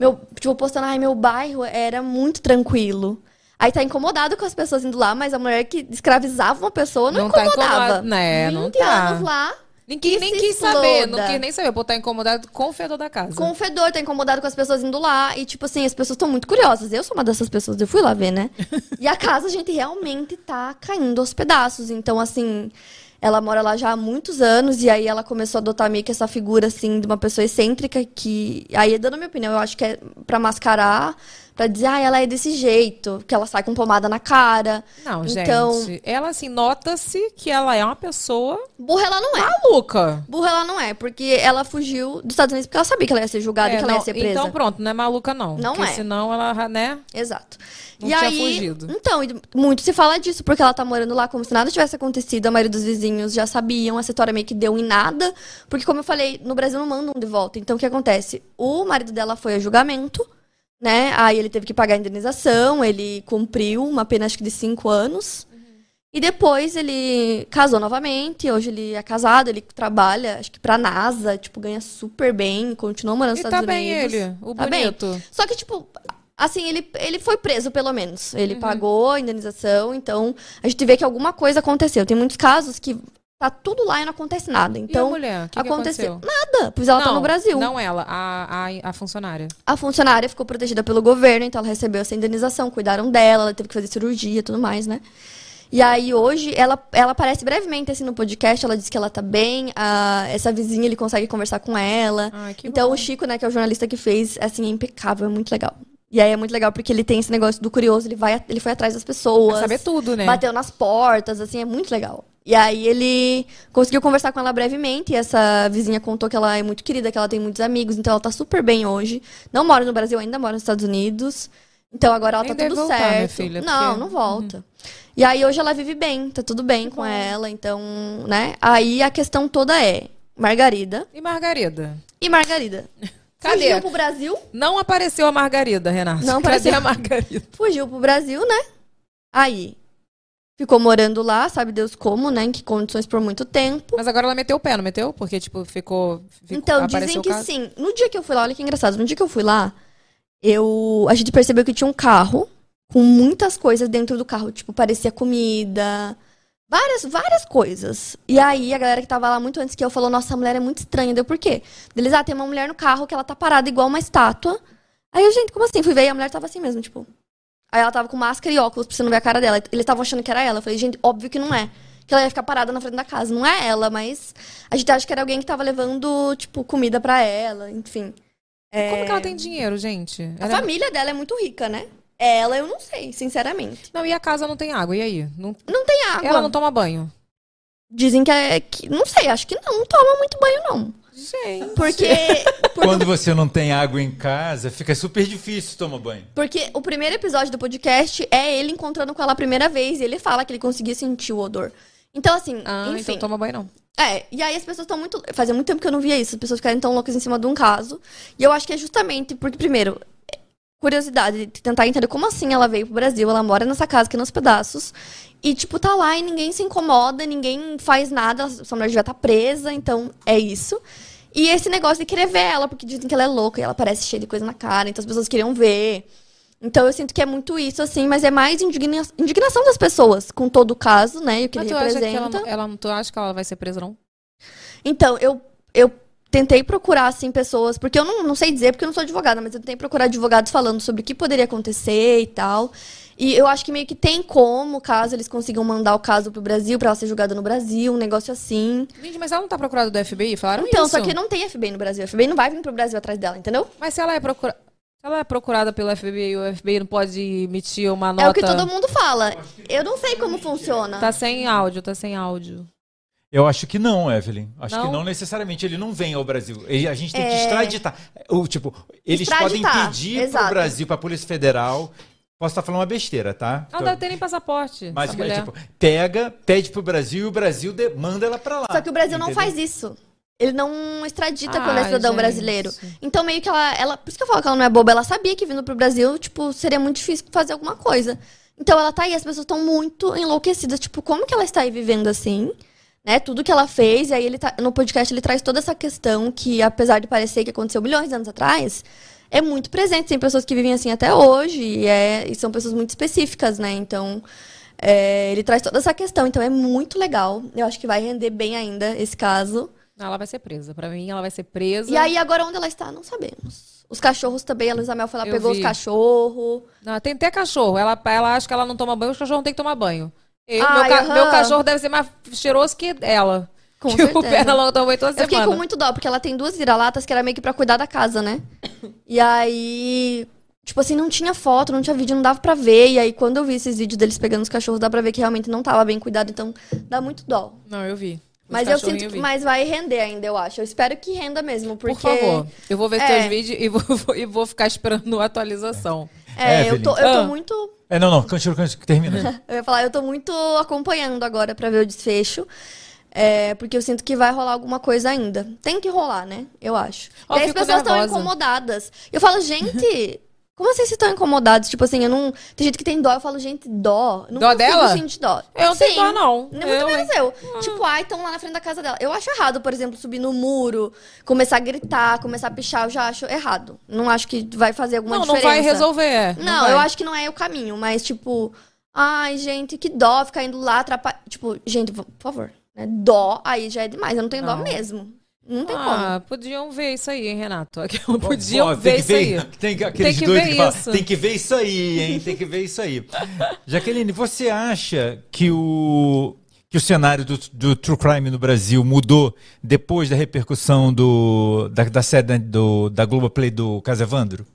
[SPEAKER 8] meu, tipo, postando, ai, meu bairro era muito tranquilo. Aí tá incomodado com as pessoas indo lá, mas a mulher que escravizava uma pessoa não,
[SPEAKER 6] tá
[SPEAKER 8] incomodava.
[SPEAKER 6] incomodado, né? Não
[SPEAKER 8] 20
[SPEAKER 6] tá.
[SPEAKER 8] anos lá.
[SPEAKER 6] Ninguém
[SPEAKER 8] que
[SPEAKER 6] nem
[SPEAKER 8] se
[SPEAKER 6] quis saber, não
[SPEAKER 8] exploda.
[SPEAKER 6] quis nem saber. Pô, tá incomodado com o fedor da casa.
[SPEAKER 8] Com o fedor, tá incomodado com as pessoas indo lá. E, tipo assim, as pessoas estão muito curiosas. Eu sou uma dessas pessoas, eu fui lá ver, né? E a casa, gente, realmente tá caindo aos pedaços. Então, assim, ela mora lá já há muitos anos. E aí ela começou a adotar meio que essa figura, assim, de uma pessoa excêntrica que. Aí, dando a minha opinião, eu acho que é pra mascarar, pra dizer, ah, ela é desse jeito. Que ela sai com pomada na cara.
[SPEAKER 6] Não, gente.
[SPEAKER 8] Então,
[SPEAKER 6] Ela, assim, nota-se que ela é uma pessoa
[SPEAKER 8] burra ela não é.
[SPEAKER 6] maluca.
[SPEAKER 8] Burra ela não é, porque ela fugiu dos Estados Unidos porque ela sabia que ela ia ser julgada,
[SPEAKER 6] É,
[SPEAKER 8] e que ela
[SPEAKER 6] não,
[SPEAKER 8] ia ser presa.
[SPEAKER 6] Então pronto, não é maluca não.
[SPEAKER 8] Não
[SPEAKER 6] porque
[SPEAKER 8] é.
[SPEAKER 6] senão ela, né?
[SPEAKER 8] Exato.
[SPEAKER 6] Não
[SPEAKER 8] e
[SPEAKER 6] tinha
[SPEAKER 8] aí,
[SPEAKER 6] fugido.
[SPEAKER 8] Então, e muito se fala disso, porque ela tá morando lá como se nada tivesse acontecido, a maioria dos vizinhos já sabiam, essa história meio que deu em nada, porque como eu falei, no Brasil não mandam de volta. Então, o que acontece? O marido dela foi a julgamento, né? Aí ele teve que pagar a indenização, ele cumpriu uma pena, acho que de cinco anos. E depois ele casou novamente, hoje ele é casado, ele trabalha, acho que pra NASA, tipo, ganha super bem, continua morando nos
[SPEAKER 6] E tá
[SPEAKER 8] Estados
[SPEAKER 6] bem
[SPEAKER 8] Unidos.
[SPEAKER 6] ele, o
[SPEAKER 8] Tá bem.
[SPEAKER 6] bonito.
[SPEAKER 8] Só que, tipo, assim, ele, ele foi preso, pelo menos.
[SPEAKER 6] Uhum.
[SPEAKER 8] Ele pagou a indenização, então a gente vê que alguma coisa aconteceu. Tem muitos casos que tá tudo lá e não acontece nada. Então,
[SPEAKER 6] mulher? O que que aconteceu?
[SPEAKER 8] Nada, pois ela tá
[SPEAKER 6] Não,
[SPEAKER 8] no Brasil.
[SPEAKER 6] Não ela, a, a, a funcionária.
[SPEAKER 8] A funcionária ficou protegida pelo governo, então ela recebeu essa indenização, cuidaram dela, ela teve que fazer cirurgia e tudo mais, né? E aí hoje ela, ela aparece brevemente assim no podcast, ela diz que ela tá bem, a- essa vizinha ele consegue conversar com ela. então o Chico, né, que é o jornalista que fez, assim, é impecável, é muito legal. E aí é muito legal porque ele tem esse negócio do curioso, ele vai, ele foi atrás das pessoas.
[SPEAKER 6] Quer saber tudo, né?
[SPEAKER 8] Bateu nas portas, assim, é muito legal. E aí ele conseguiu conversar com ela brevemente, e essa vizinha contou que ela é muito querida, que ela tem muitos amigos, então ela tá super bem hoje. Não mora no Brasil ainda, mora nos Estados Unidos. Então agora ela
[SPEAKER 6] Nem
[SPEAKER 8] tá
[SPEAKER 6] deve
[SPEAKER 8] tudo
[SPEAKER 6] voltar,
[SPEAKER 8] certo.
[SPEAKER 6] minha filha,
[SPEAKER 8] não,
[SPEAKER 6] porque- Uhum.
[SPEAKER 8] não volta. E aí hoje ela vive bem, tá tudo bem com ela, então, né? Aí a questão toda é Margarida
[SPEAKER 6] E Margarida?
[SPEAKER 8] e Margarida.
[SPEAKER 6] Cadê?
[SPEAKER 8] Fugiu pro Brasil?
[SPEAKER 6] Não apareceu a Margarida, Renato.
[SPEAKER 8] Não
[SPEAKER 6] Cadê
[SPEAKER 8] apareceu.
[SPEAKER 6] a Margarida?
[SPEAKER 8] Fugiu pro Brasil, né? Aí ficou morando lá, sabe Deus como, né? Em que condições por muito tempo.
[SPEAKER 6] Mas agora ela meteu o pé, não meteu? Porque, tipo, ficou. ficou
[SPEAKER 8] Então,
[SPEAKER 6] apareceu
[SPEAKER 8] dizem
[SPEAKER 6] o
[SPEAKER 8] que
[SPEAKER 6] caso.
[SPEAKER 8] sim. No dia que eu fui lá, olha que engraçado. No dia que eu fui lá, eu a gente percebeu que tinha um carro com muitas coisas dentro do carro, tipo, parecia comida, várias, várias coisas. E aí a galera que tava lá muito antes que eu falou: "Nossa, essa mulher é muito estranha". Deu por quê? Eles, ah, tem uma mulher no carro que ela tá parada igual uma estátua. Aí eu, gente, como assim? Fui ver e a mulher tava assim mesmo, tipo. Aí ela tava com máscara e óculos pra você não ver a cara dela. Eles estavam achando que era ela. Eu falei, gente, óbvio que não é. Que ela ia ficar parada na frente da casa. Não é ela, mas a gente acha que era alguém que tava levando, tipo, comida pra ela, enfim.
[SPEAKER 6] E Como que ela tem dinheiro, gente?
[SPEAKER 8] É. A
[SPEAKER 6] Ela é-
[SPEAKER 8] família dela é muito rica, né? Ela, eu não sei, sinceramente.
[SPEAKER 6] Não, e a casa não tem água, e aí? Não,
[SPEAKER 8] não tem água.
[SPEAKER 6] Ela não toma banho.
[SPEAKER 8] Dizem que é. Que, não sei, acho que não, não toma muito banho, não.
[SPEAKER 6] Gente.
[SPEAKER 8] Porque. um
[SPEAKER 9] Quando você não tem água em casa, fica super difícil tomar banho.
[SPEAKER 8] Porque o primeiro episódio do podcast é ele encontrando com ela a primeira vez e ele fala que ele conseguia sentir o odor. Então, assim,
[SPEAKER 6] Ah,
[SPEAKER 8] enfim.
[SPEAKER 6] então toma banho não.
[SPEAKER 8] É, e aí as pessoas estão muito. Fazia muito tempo que eu não via isso, as pessoas ficarem tão loucas em cima de um caso. E eu acho que é justamente porque, primeiro, é curiosidade de tentar entender como assim ela veio pro Brasil, ela mora nessa casa aqui nos pedaços. E, tipo, tá lá e ninguém se incomoda, ninguém faz nada, essa mulher já tá presa, então é isso. E esse negócio de querer ver ela, porque dizem que ela é louca e ela parece cheia de coisa na cara, então as pessoas queriam ver. Então eu sinto que é muito isso, assim, mas é mais indigna- indignação das pessoas com todo o caso, né? E o que
[SPEAKER 6] Mas
[SPEAKER 8] ele
[SPEAKER 6] tu acha que ela,
[SPEAKER 8] representa.
[SPEAKER 6] ela não tu acha que ela vai ser presa, não?
[SPEAKER 8] Então, eu, eu tentei procurar, assim, pessoas, porque eu não, não sei dizer, porque eu não sou advogada, mas eu tentei procurar advogados falando sobre o que poderia acontecer e tal. E eu acho que meio que tem como, caso eles consigam mandar o caso pro Brasil, pra ela ser julgada no Brasil, um negócio assim.
[SPEAKER 6] Gente, mas ela não tá procurada do FBI? Falaram
[SPEAKER 8] Então,
[SPEAKER 6] isso?
[SPEAKER 8] só que não tem FBI no Brasil. A FBI não vai vir pro Brasil atrás dela, entendeu?
[SPEAKER 6] Mas se ela é procurada. Ela é procurada pelo FBI e o FBI não pode emitir uma nota.
[SPEAKER 8] É o que todo mundo fala. Eu não sei como funciona.
[SPEAKER 6] Tá sem áudio, tá sem áudio.
[SPEAKER 9] Eu acho que não, Evelyn. Acho
[SPEAKER 6] Não?
[SPEAKER 9] que não necessariamente. Ele não vem ao Brasil. Ele- a gente tem que
[SPEAKER 8] É.
[SPEAKER 9] extraditar. Ou, tipo, eles
[SPEAKER 8] Extraditar,
[SPEAKER 9] podem pedir para
[SPEAKER 8] exato.
[SPEAKER 9] pro Brasil, pra Polícia Federal. Posso estar falando uma besteira, tá?
[SPEAKER 8] Ah,
[SPEAKER 6] Ela não deve ter nem passaporte.
[SPEAKER 9] Mas,
[SPEAKER 6] essa
[SPEAKER 9] é,
[SPEAKER 6] mulher.
[SPEAKER 9] tipo, pega, pede pro Brasil e o Brasil de- manda ela pra lá.
[SPEAKER 8] Só que o Brasil não
[SPEAKER 9] entendeu?
[SPEAKER 8] faz isso. Ele não extradita
[SPEAKER 9] Ai,
[SPEAKER 8] quando é cidadão
[SPEAKER 9] gente.
[SPEAKER 8] brasileiro. Então, meio que ela, ela. Por isso que eu falo que ela não é boba. Ela sabia que vindo pro Brasil, tipo, seria muito difícil fazer alguma coisa. Então, ela tá aí, as pessoas estão muito enlouquecidas. Tipo, como que ela está aí vivendo assim? Né? Tudo que ela fez. E aí, ele tá- no podcast, ele traz toda essa questão que, apesar de parecer que aconteceu milhões de anos atrás, é muito presente. Tem pessoas que vivem assim até hoje. E, é- e são pessoas muito específicas, né? Então. é, ele traz toda essa questão, então é muito legal. Eu acho que vai render bem ainda esse caso.
[SPEAKER 6] Não, ela vai ser presa. Pra mim, ela vai ser presa.
[SPEAKER 8] E aí, agora onde ela está, não sabemos. Os cachorros também, a Luísa Mel foi lá,
[SPEAKER 6] Eu
[SPEAKER 8] pegou
[SPEAKER 6] vi.
[SPEAKER 8] os cachorros.
[SPEAKER 6] Não, tem até cachorro. Ela, ela acha que ela não toma banho, os cachorros não tem que tomar banho. Eu,
[SPEAKER 8] Ai,
[SPEAKER 6] meu, ca-
[SPEAKER 8] aham.
[SPEAKER 6] meu cachorro deve ser mais cheiroso que ela.
[SPEAKER 8] Com
[SPEAKER 6] que o
[SPEAKER 8] certeza.
[SPEAKER 6] perna longa toma banho toda
[SPEAKER 8] Eu fiquei
[SPEAKER 6] tá semana.
[SPEAKER 8] com muito dó, porque ela tem duas vira-latas que era meio que pra cuidar da casa, né? E aí, tipo assim, não tinha foto, não tinha vídeo, não dava pra ver. E aí, quando eu vi esses vídeos deles pegando os cachorros, dá pra ver que realmente não tava bem cuidado, então dá muito dó.
[SPEAKER 6] Não, eu vi. Os
[SPEAKER 8] Mas eu
[SPEAKER 6] cachorrinhos
[SPEAKER 8] sinto que
[SPEAKER 6] vi.
[SPEAKER 8] mais vai render ainda, eu acho. Eu espero que renda mesmo, porque...
[SPEAKER 6] Por favor, eu vou ver
[SPEAKER 8] É.
[SPEAKER 6] teus vídeos e vou, e vou ficar esperando a atualização.
[SPEAKER 8] É, eu tô, eu tô
[SPEAKER 6] Ah.
[SPEAKER 8] muito
[SPEAKER 9] É, não, não. Continua, continua. Termina.
[SPEAKER 8] Eu ia falar, eu tô muito acompanhando agora pra ver o desfecho. é, porque eu sinto que vai rolar alguma coisa ainda. Tem que rolar, né? Eu acho.
[SPEAKER 6] Ó,
[SPEAKER 8] e aí as
[SPEAKER 6] fico
[SPEAKER 8] pessoas estão
[SPEAKER 6] nervosa.
[SPEAKER 8] incomodadas. Eu falo, gente, como assim vocês estão incomodados? Tipo assim, eu não. Tem gente que tem dó, eu falo, gente, dó. Não
[SPEAKER 6] Dó
[SPEAKER 8] consigo
[SPEAKER 6] dela?
[SPEAKER 8] sentir dó.
[SPEAKER 6] Eu não tenho
[SPEAKER 8] Sim.
[SPEAKER 6] dó, não.
[SPEAKER 8] Nem
[SPEAKER 6] Eu, Ah.
[SPEAKER 8] Muito menos eu. Tipo, ai, estão lá na frente da casa dela. Eu acho errado, por exemplo, subir no muro, começar a gritar, começar a pichar, eu já acho errado. Não acho que vai fazer alguma
[SPEAKER 6] Não, não
[SPEAKER 8] diferença.
[SPEAKER 6] vai resolver, é. Não
[SPEAKER 8] Não,
[SPEAKER 6] vai.
[SPEAKER 8] eu acho que não é o caminho, mas tipo, ai, gente, que dó ficar indo lá atrapalhar. Tipo, gente, v- por favor, né? Dó, aí já é demais. Eu não tenho dó
[SPEAKER 6] Não.
[SPEAKER 8] mesmo. Não tem
[SPEAKER 6] Ah, podiam ver isso aí, hein, Renato? Podiam
[SPEAKER 9] Ó,
[SPEAKER 6] ver
[SPEAKER 9] tem que
[SPEAKER 6] isso aí.
[SPEAKER 9] ver, Tem que- aqueles
[SPEAKER 6] Tem que
[SPEAKER 9] doidos
[SPEAKER 6] ver
[SPEAKER 9] que falam,
[SPEAKER 6] isso.
[SPEAKER 9] tem que ver isso aí, hein? Tem que ver isso aí. Jaqueline, você acha que o, que o cenário do, do true crime no Brasil mudou depois da repercussão do, da, da série da, do, da Globoplay do Casevandro?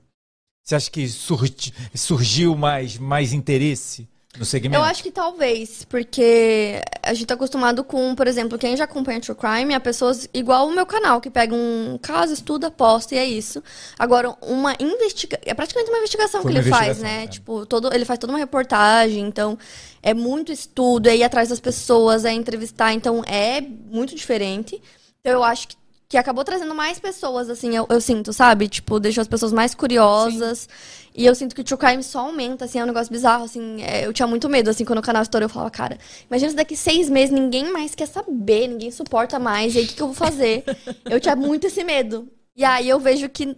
[SPEAKER 9] Você acha que surgi- surgiu mais, mais interesse? No segmento.
[SPEAKER 8] Eu acho que talvez, porque a gente tá acostumado com, por exemplo, quem já acompanha True Crime, há pessoas igual o meu canal, que pega um caso, estuda, posta e é isso. Agora, uma investigação. É praticamente uma investigação
[SPEAKER 12] Foi
[SPEAKER 8] que
[SPEAKER 12] uma
[SPEAKER 8] ele faz,
[SPEAKER 12] investigação, é.
[SPEAKER 8] né? Tipo, todo... ele faz toda uma reportagem, então é muito estudo, é ir atrás das pessoas, é entrevistar, então é muito diferente. Então eu acho que, que acabou trazendo mais pessoas, assim, eu, eu sinto, sabe? Tipo, deixou as pessoas mais curiosas. E eu sinto que o true crime só aumenta, assim, é um negócio bizarro, assim. é, eu tinha muito medo, assim, quando o canal estourou, eu falava, cara, imagina se daqui seis meses ninguém mais quer saber, ninguém suporta mais, e aí o que, que eu vou fazer? eu tinha muito esse medo. E aí eu vejo que,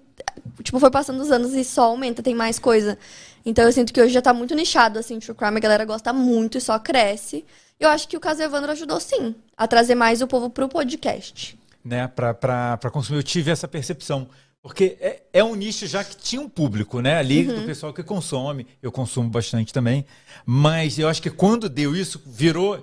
[SPEAKER 8] tipo, foi passando os anos e só aumenta, tem mais coisa. Então eu sinto que hoje já tá muito nichado, assim, true crime, a galera gosta muito e só cresce. Eu acho que o caso Evandro ajudou, sim, a trazer mais o povo pro podcast.
[SPEAKER 9] né, para consumir. Eu tive essa percepção. Porque é, é um nicho já que tinha um público, né? Ali
[SPEAKER 8] Uhum.
[SPEAKER 9] do pessoal que consome. Eu consumo bastante também. Mas eu acho que quando deu isso, virou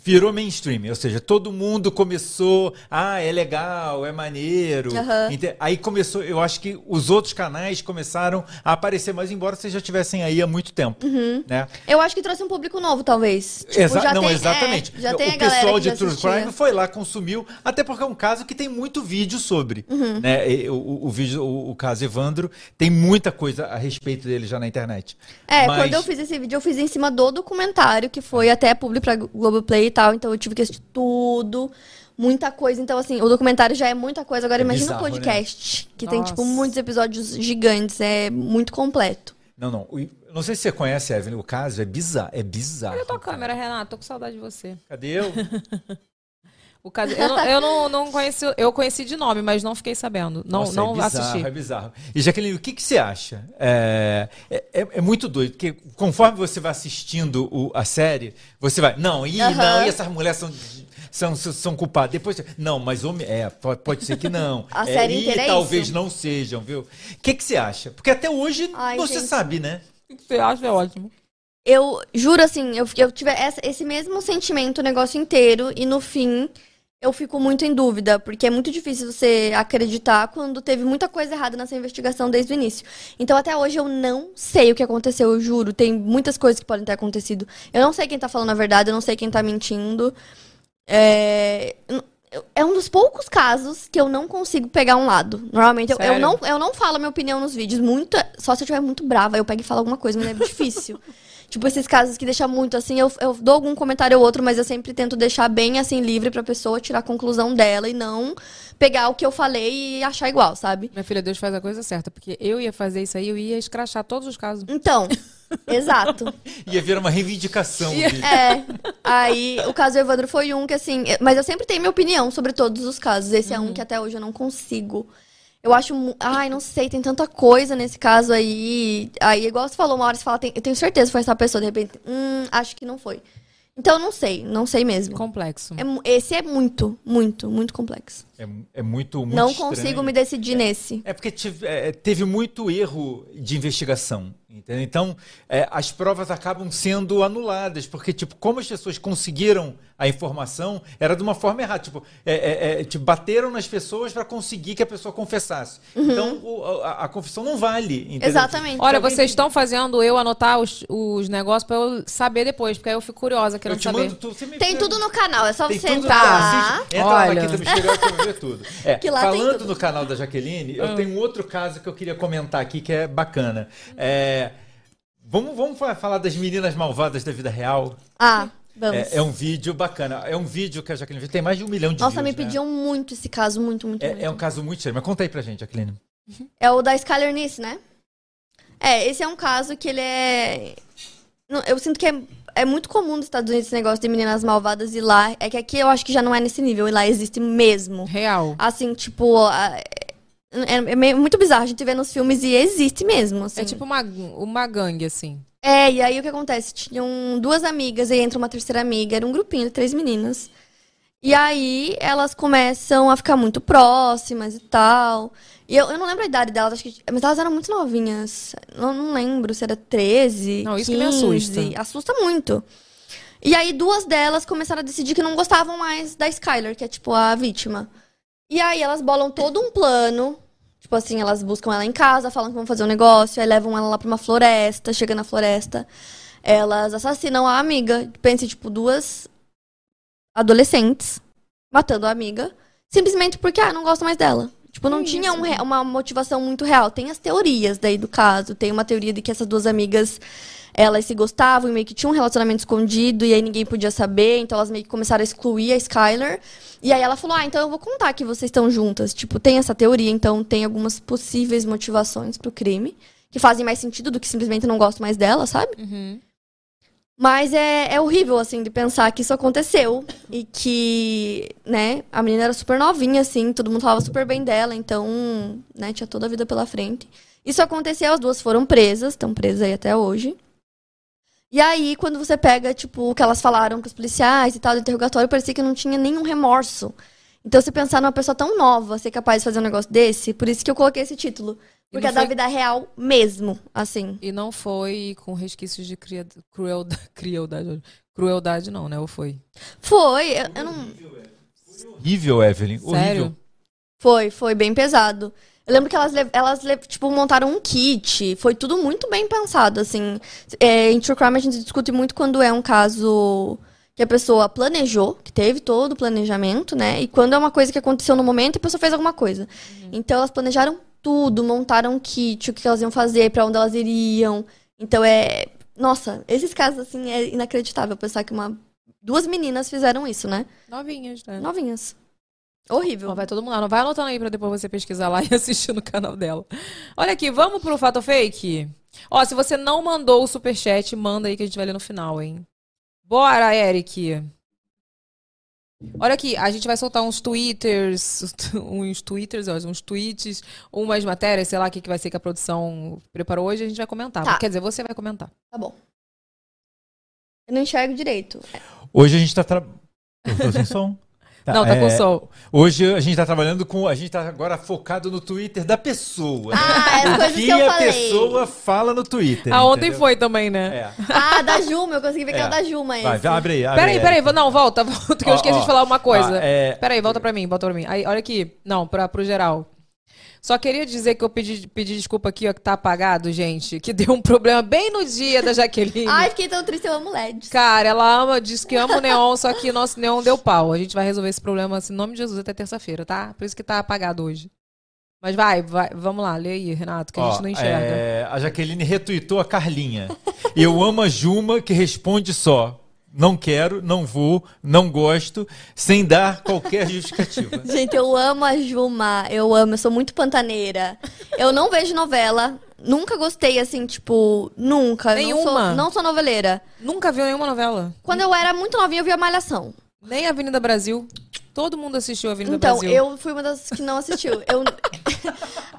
[SPEAKER 9] virou mainstream. Ou seja, todo mundo começou. Ah, é legal, é maneiro.
[SPEAKER 8] Aham.
[SPEAKER 9] Ente- Aí começou. Eu acho que os outros canais começaram a aparecer mais, embora vocês já estivessem aí há muito tempo.
[SPEAKER 8] Uhum.
[SPEAKER 9] Né?
[SPEAKER 8] Eu acho que trouxe um público novo, talvez. Tipo,
[SPEAKER 9] Exa-
[SPEAKER 8] já
[SPEAKER 9] não,
[SPEAKER 8] tem- é,
[SPEAKER 9] exatamente.
[SPEAKER 8] já tem a
[SPEAKER 9] o
[SPEAKER 8] galera
[SPEAKER 9] pessoal
[SPEAKER 8] que
[SPEAKER 9] de
[SPEAKER 8] já
[SPEAKER 9] True
[SPEAKER 8] assistia.
[SPEAKER 9] Crime foi lá, consumiu, até porque é um caso que tem muito vídeo sobre.
[SPEAKER 8] Uhum.
[SPEAKER 9] né? E o, o- o vídeo, o, o caso Evandro, tem muita coisa a respeito dele já na internet.
[SPEAKER 8] É,
[SPEAKER 9] Mas-
[SPEAKER 8] quando eu fiz esse vídeo, eu fiz em cima do documentário, que foi até publi pra Globoplay e tal, então eu tive que assistir tudo, muita coisa. Então, assim, o documentário já é muita coisa. Agora,
[SPEAKER 9] É
[SPEAKER 8] imagina o
[SPEAKER 9] bizarro,
[SPEAKER 8] podcast, que tem, tipo,
[SPEAKER 6] Nossa.
[SPEAKER 8] muitos episódios gigantes, é muito completo.
[SPEAKER 9] Não, não. o- eu Não sei se você conhece, Evelyn, o caso é bizarro. É bizarro.
[SPEAKER 6] Olha a tua câmera, Renato, tô com saudade de você.
[SPEAKER 9] Cadê eu?
[SPEAKER 6] O caso, eu não, eu não, não conheci, eu conheci de nome, mas não fiquei sabendo. Não,
[SPEAKER 9] Nossa,
[SPEAKER 6] não assim,
[SPEAKER 9] é bizarro,
[SPEAKER 6] assisti.
[SPEAKER 9] É bizarro. E Jaqueline, o que, que você acha? É, é, é- é muito doido, porque conforme você vai assistindo o- a série, você vai, não, e
[SPEAKER 14] Aham.
[SPEAKER 9] não, e essas mulheres são. São, são culpadas. Depois, não, mas homem, é, po- pode, ser que não.
[SPEAKER 8] A
[SPEAKER 9] É,
[SPEAKER 8] série
[SPEAKER 9] e
[SPEAKER 8] inteira é
[SPEAKER 9] talvez
[SPEAKER 8] isso.
[SPEAKER 9] não sejam, viu? O que, que você acha? Porque até hoje
[SPEAKER 8] Ai,
[SPEAKER 9] você
[SPEAKER 8] gente.
[SPEAKER 9] sabe, né?
[SPEAKER 6] Você acha é ótimo.
[SPEAKER 8] Eu juro, assim, eu, eu tive essa- esse mesmo sentimento o negócio inteiro, e no fim, eu fico muito em dúvida, porque é muito difícil você acreditar quando teve muita coisa errada nessa investigação desde o início. Então, até hoje, eu não sei o que aconteceu, eu juro. Tem muitas coisas que podem ter acontecido. Eu não sei quem tá falando a verdade, eu não sei quem tá mentindo. É. n- eu- É um dos poucos casos que eu não consigo pegar um lado. Normalmente, eu, eu
[SPEAKER 12] Sério?
[SPEAKER 8] não, eu não falo a minha opinião nos vídeos. Muito, só se eu estiver muito brava, eu pego e falo alguma coisa, mas é difícil. tipo, esses casos que deixam muito assim, eu, eu dou algum comentário ou outro, mas eu sempre tento deixar bem assim, livre pra pessoa tirar a conclusão dela e não pegar o que eu falei e achar igual, sabe?
[SPEAKER 6] Minha filha, Deus faz a coisa certa, porque eu ia fazer isso aí, eu ia escrachar todos os casos.
[SPEAKER 8] Então, exato.
[SPEAKER 9] Ia virar uma reivindicação. de-
[SPEAKER 8] É. Aí, o caso do Evandro foi um que, assim. eu- Mas eu sempre tenho minha opinião sobre todos os casos. Esse é um que até hoje eu não consigo. Eu acho. mu- Ai, não sei, tem tanta coisa nesse caso aí. Aí, igual você falou, uma hora você fala, "Tem- eu tenho certeza que foi essa pessoa, de repente. Hum, acho que não foi. Então, não sei, não sei mesmo.
[SPEAKER 6] Complexo.
[SPEAKER 8] esse é muito, muito, muito complexo.
[SPEAKER 9] É, é muito, muito
[SPEAKER 8] não
[SPEAKER 9] estranho.
[SPEAKER 8] consigo me decidir nesse.
[SPEAKER 9] É porque tive- é, teve muito erro de investigação, entendeu? Então, é, as provas acabam sendo anuladas, porque, tipo, como as pessoas conseguiram a informação, era de uma forma errada. Tipo, é, é, é, tipo, bateram nas pessoas para conseguir que a pessoa confessasse.
[SPEAKER 6] Uhum.
[SPEAKER 9] Então, o- a, a confissão não vale, entendeu?
[SPEAKER 6] Olha,
[SPEAKER 9] Se alguém-
[SPEAKER 6] vocês estão fazendo eu anotar os, os negócios pra eu saber depois, porque aí eu fico curiosa, querendo
[SPEAKER 9] te
[SPEAKER 6] saber.
[SPEAKER 9] mando tudo, você me
[SPEAKER 8] Tem tudo no canal, é só
[SPEAKER 9] Tem
[SPEAKER 8] você
[SPEAKER 9] tudo,
[SPEAKER 8] entrar
[SPEAKER 9] tá,
[SPEAKER 8] lá.
[SPEAKER 9] assiste, entra lá na Quinta Misteriosa que você vai ver tudo. É,
[SPEAKER 8] Que lá tem
[SPEAKER 9] falando
[SPEAKER 8] tudo.
[SPEAKER 9] no canal da Jaqueline, eu
[SPEAKER 8] Ah.
[SPEAKER 9] tenho um outro caso que eu queria comentar aqui que é bacana. É, vamos, vamos fa- falar das meninas malvadas da vida real?
[SPEAKER 8] Ah, vamos.
[SPEAKER 9] É, é um vídeo bacana. É um vídeo que a Jaqueline fez. Tem mais de um milhão de
[SPEAKER 8] Nossa, me
[SPEAKER 9] views, né?
[SPEAKER 8] pediam muito esse caso, muito, muito, muito.
[SPEAKER 9] É, é um caso muito sério, mas conta aí pra gente, Jaqueline.
[SPEAKER 8] É o da Skyler Nice, né? É, esse é um caso que ele é. Não, Eu sinto que é, é muito comum nos Estados Unidos esse negócio de meninas malvadas e lá. É que aqui eu acho que já não é nesse nível, e lá existe mesmo.
[SPEAKER 6] Real.
[SPEAKER 8] Assim, tipo. a- É, é meio- muito bizarro a gente vê nos filmes e existe mesmo. assim.
[SPEAKER 6] É tipo uma, uma gangue, assim.
[SPEAKER 8] É, e aí o que acontece? Tinham duas amigas, aí entra uma terceira amiga, era um grupinho de três meninas. E aí elas começam a ficar muito próximas e tal. E eu, eu não lembro a idade delas, acho que, mas elas eram muito novinhas. Não, não lembro se era 13.
[SPEAKER 6] Não, isso que me
[SPEAKER 8] 15.
[SPEAKER 6] assusta.
[SPEAKER 8] Assusta muito. E aí duas delas começaram a decidir que não gostavam mais da Skyler, que é tipo a vítima. E aí elas bolam todo um plano. Tipo assim, elas buscam ela em casa, falam que vão fazer um negócio, aí levam ela lá pra uma floresta, chega na floresta. elas assassinam a amiga. Pense, tipo, duas adolescentes matando a amiga. Simplesmente porque, ah, não gosto mais dela. Tipo, não
[SPEAKER 7] Que
[SPEAKER 8] tinha
[SPEAKER 7] isso, né?
[SPEAKER 8] um re- uma motivação muito real. Tem as teorias daí do caso. Tem uma teoria de que essas duas amigas, elas se gostavam e meio que tinham um relacionamento escondido e aí ninguém podia saber. Então elas meio que começaram a excluir a Skylar. E aí ela falou, ah, então eu vou contar que vocês estão juntas. Tipo, tem essa teoria, então tem algumas possíveis motivações pro crime. Que fazem mais sentido do que simplesmente não gosto mais dela, sabe?
[SPEAKER 7] Uhum.
[SPEAKER 8] Mas é, é horrível, assim, de pensar que isso aconteceu. E que, né, a menina era super novinha, assim, todo mundo falava super bem dela, então, né, tinha toda a vida pela frente. Isso aconteceu, as duas foram presas, estão presas aí até hoje. E aí, quando você pega, tipo, o que elas falaram com os policiais e tal, do interrogatório, parecia que não tinha nenhum remorso. Então, você pensar numa pessoa tão nova ser capaz de fazer um negócio desse, por isso que eu coloquei esse título.
[SPEAKER 6] E
[SPEAKER 8] Porque
[SPEAKER 6] não
[SPEAKER 8] é da
[SPEAKER 6] foi-
[SPEAKER 8] vida real mesmo, assim.
[SPEAKER 6] E não foi com resquícios de cria- crueldade, crueldade, crueldade não, né? Ou foi?
[SPEAKER 8] Foi, eu, eu não...
[SPEAKER 9] Horrível, Evelyn. Horrível.
[SPEAKER 6] Sério?
[SPEAKER 8] Foi, foi bem pesado. Eu lembro que elas, lev- elas lev- tipo, montaram um kit. Foi tudo muito bem pensado, assim. É, em True Crime a gente discute muito quando é um caso que a pessoa planejou, que teve todo o planejamento, né? E quando é uma coisa que aconteceu no momento e a pessoa fez alguma coisa. Então elas planejaram tudo, montaram um kit, o que elas iam fazer, pra onde elas iriam. Então é. Nossa, esses casos, assim, é inacreditável pensar que uma... duas meninas fizeram isso, né?
[SPEAKER 6] Novinhas, né?
[SPEAKER 8] Novinhas. Horrível.
[SPEAKER 6] Não vai todo mundo lá. Não vai anotando aí pra depois você pesquisar lá e assistir no canal dela. Olha aqui, vamos pro Fato ou Fake? Ó, se você não mandou o superchat, manda aí que a gente vai ler no final, hein? Bora, Eric. Olha aqui, a gente vai soltar uns twitters, uns twitters, ó, uns tweets, umas matérias, sei lá o que, que vai ser que a produção preparou hoje, a gente vai comentar.
[SPEAKER 8] Tá.
[SPEAKER 6] Quer dizer, você vai comentar.
[SPEAKER 8] Tá bom. Eu não enxergo direito.
[SPEAKER 9] Hoje a gente tá trabalhando. Tô sem som.
[SPEAKER 6] Não, tá com som.
[SPEAKER 9] Hoje a gente tá trabalhando com. A gente tá agora focado no Twitter da pessoa. né?
[SPEAKER 8] Ah, as
[SPEAKER 9] O
[SPEAKER 8] coisas
[SPEAKER 9] que,
[SPEAKER 8] que eu
[SPEAKER 9] a
[SPEAKER 8] falei.
[SPEAKER 9] pessoa fala no Twitter.
[SPEAKER 6] Ah, ontem
[SPEAKER 9] entendeu?
[SPEAKER 6] foi também, né?
[SPEAKER 8] Ah, da Juma, eu consegui ver que
[SPEAKER 9] É.
[SPEAKER 8] era da Juma
[SPEAKER 9] Vai,
[SPEAKER 8] esse.
[SPEAKER 9] abre aí, abre
[SPEAKER 6] Peraí,
[SPEAKER 9] aí.
[SPEAKER 6] peraí, não, volta, volta, que eu
[SPEAKER 9] É. Ó,
[SPEAKER 6] esqueci
[SPEAKER 9] ó,
[SPEAKER 6] de falar uma coisa.
[SPEAKER 9] ó, é-
[SPEAKER 6] Peraí, volta pra mim, volta pra mim. Aí, olha aqui, não, pra, pro geral. Só queria dizer que eu pedi, pedi desculpa aqui, ó, que tá apagado, gente, que deu um problema bem no dia da Jaqueline.
[SPEAKER 8] Ai, fiquei tão triste, eu amo LEDs.
[SPEAKER 6] Cara, ela ama, diz que ama o neon, só que nosso neon deu pau. A gente vai resolver esse problema, assim, em nome de Jesus, até terça-feira, tá? Por isso que tá apagado hoje. Mas vai, vai, vamos lá, lê aí, Renato, que a gente
[SPEAKER 9] Ó,
[SPEAKER 6] não enxerga.
[SPEAKER 9] é, a Jaqueline retweetou a Carlinha. Eu amo a Juma que responde só. Não quero, não vou, não gosto, sem dar qualquer justificativa.
[SPEAKER 8] Gente, eu amo a Juma. Eu amo, eu sou muito pantaneira. Eu não vejo novela. Nunca gostei, assim, tipo, nunca. Eu Não
[SPEAKER 6] Nenhuma?
[SPEAKER 8] sou, não sou noveleira.
[SPEAKER 6] Nunca viu nenhuma novela?
[SPEAKER 8] Quando eu era muito novinha, eu via Malhação.
[SPEAKER 6] Nem Avenida Brasil. Todo mundo assistiu Avenida
[SPEAKER 8] Então,
[SPEAKER 6] Brasil.
[SPEAKER 8] eu fui uma das que não assistiu. Eu...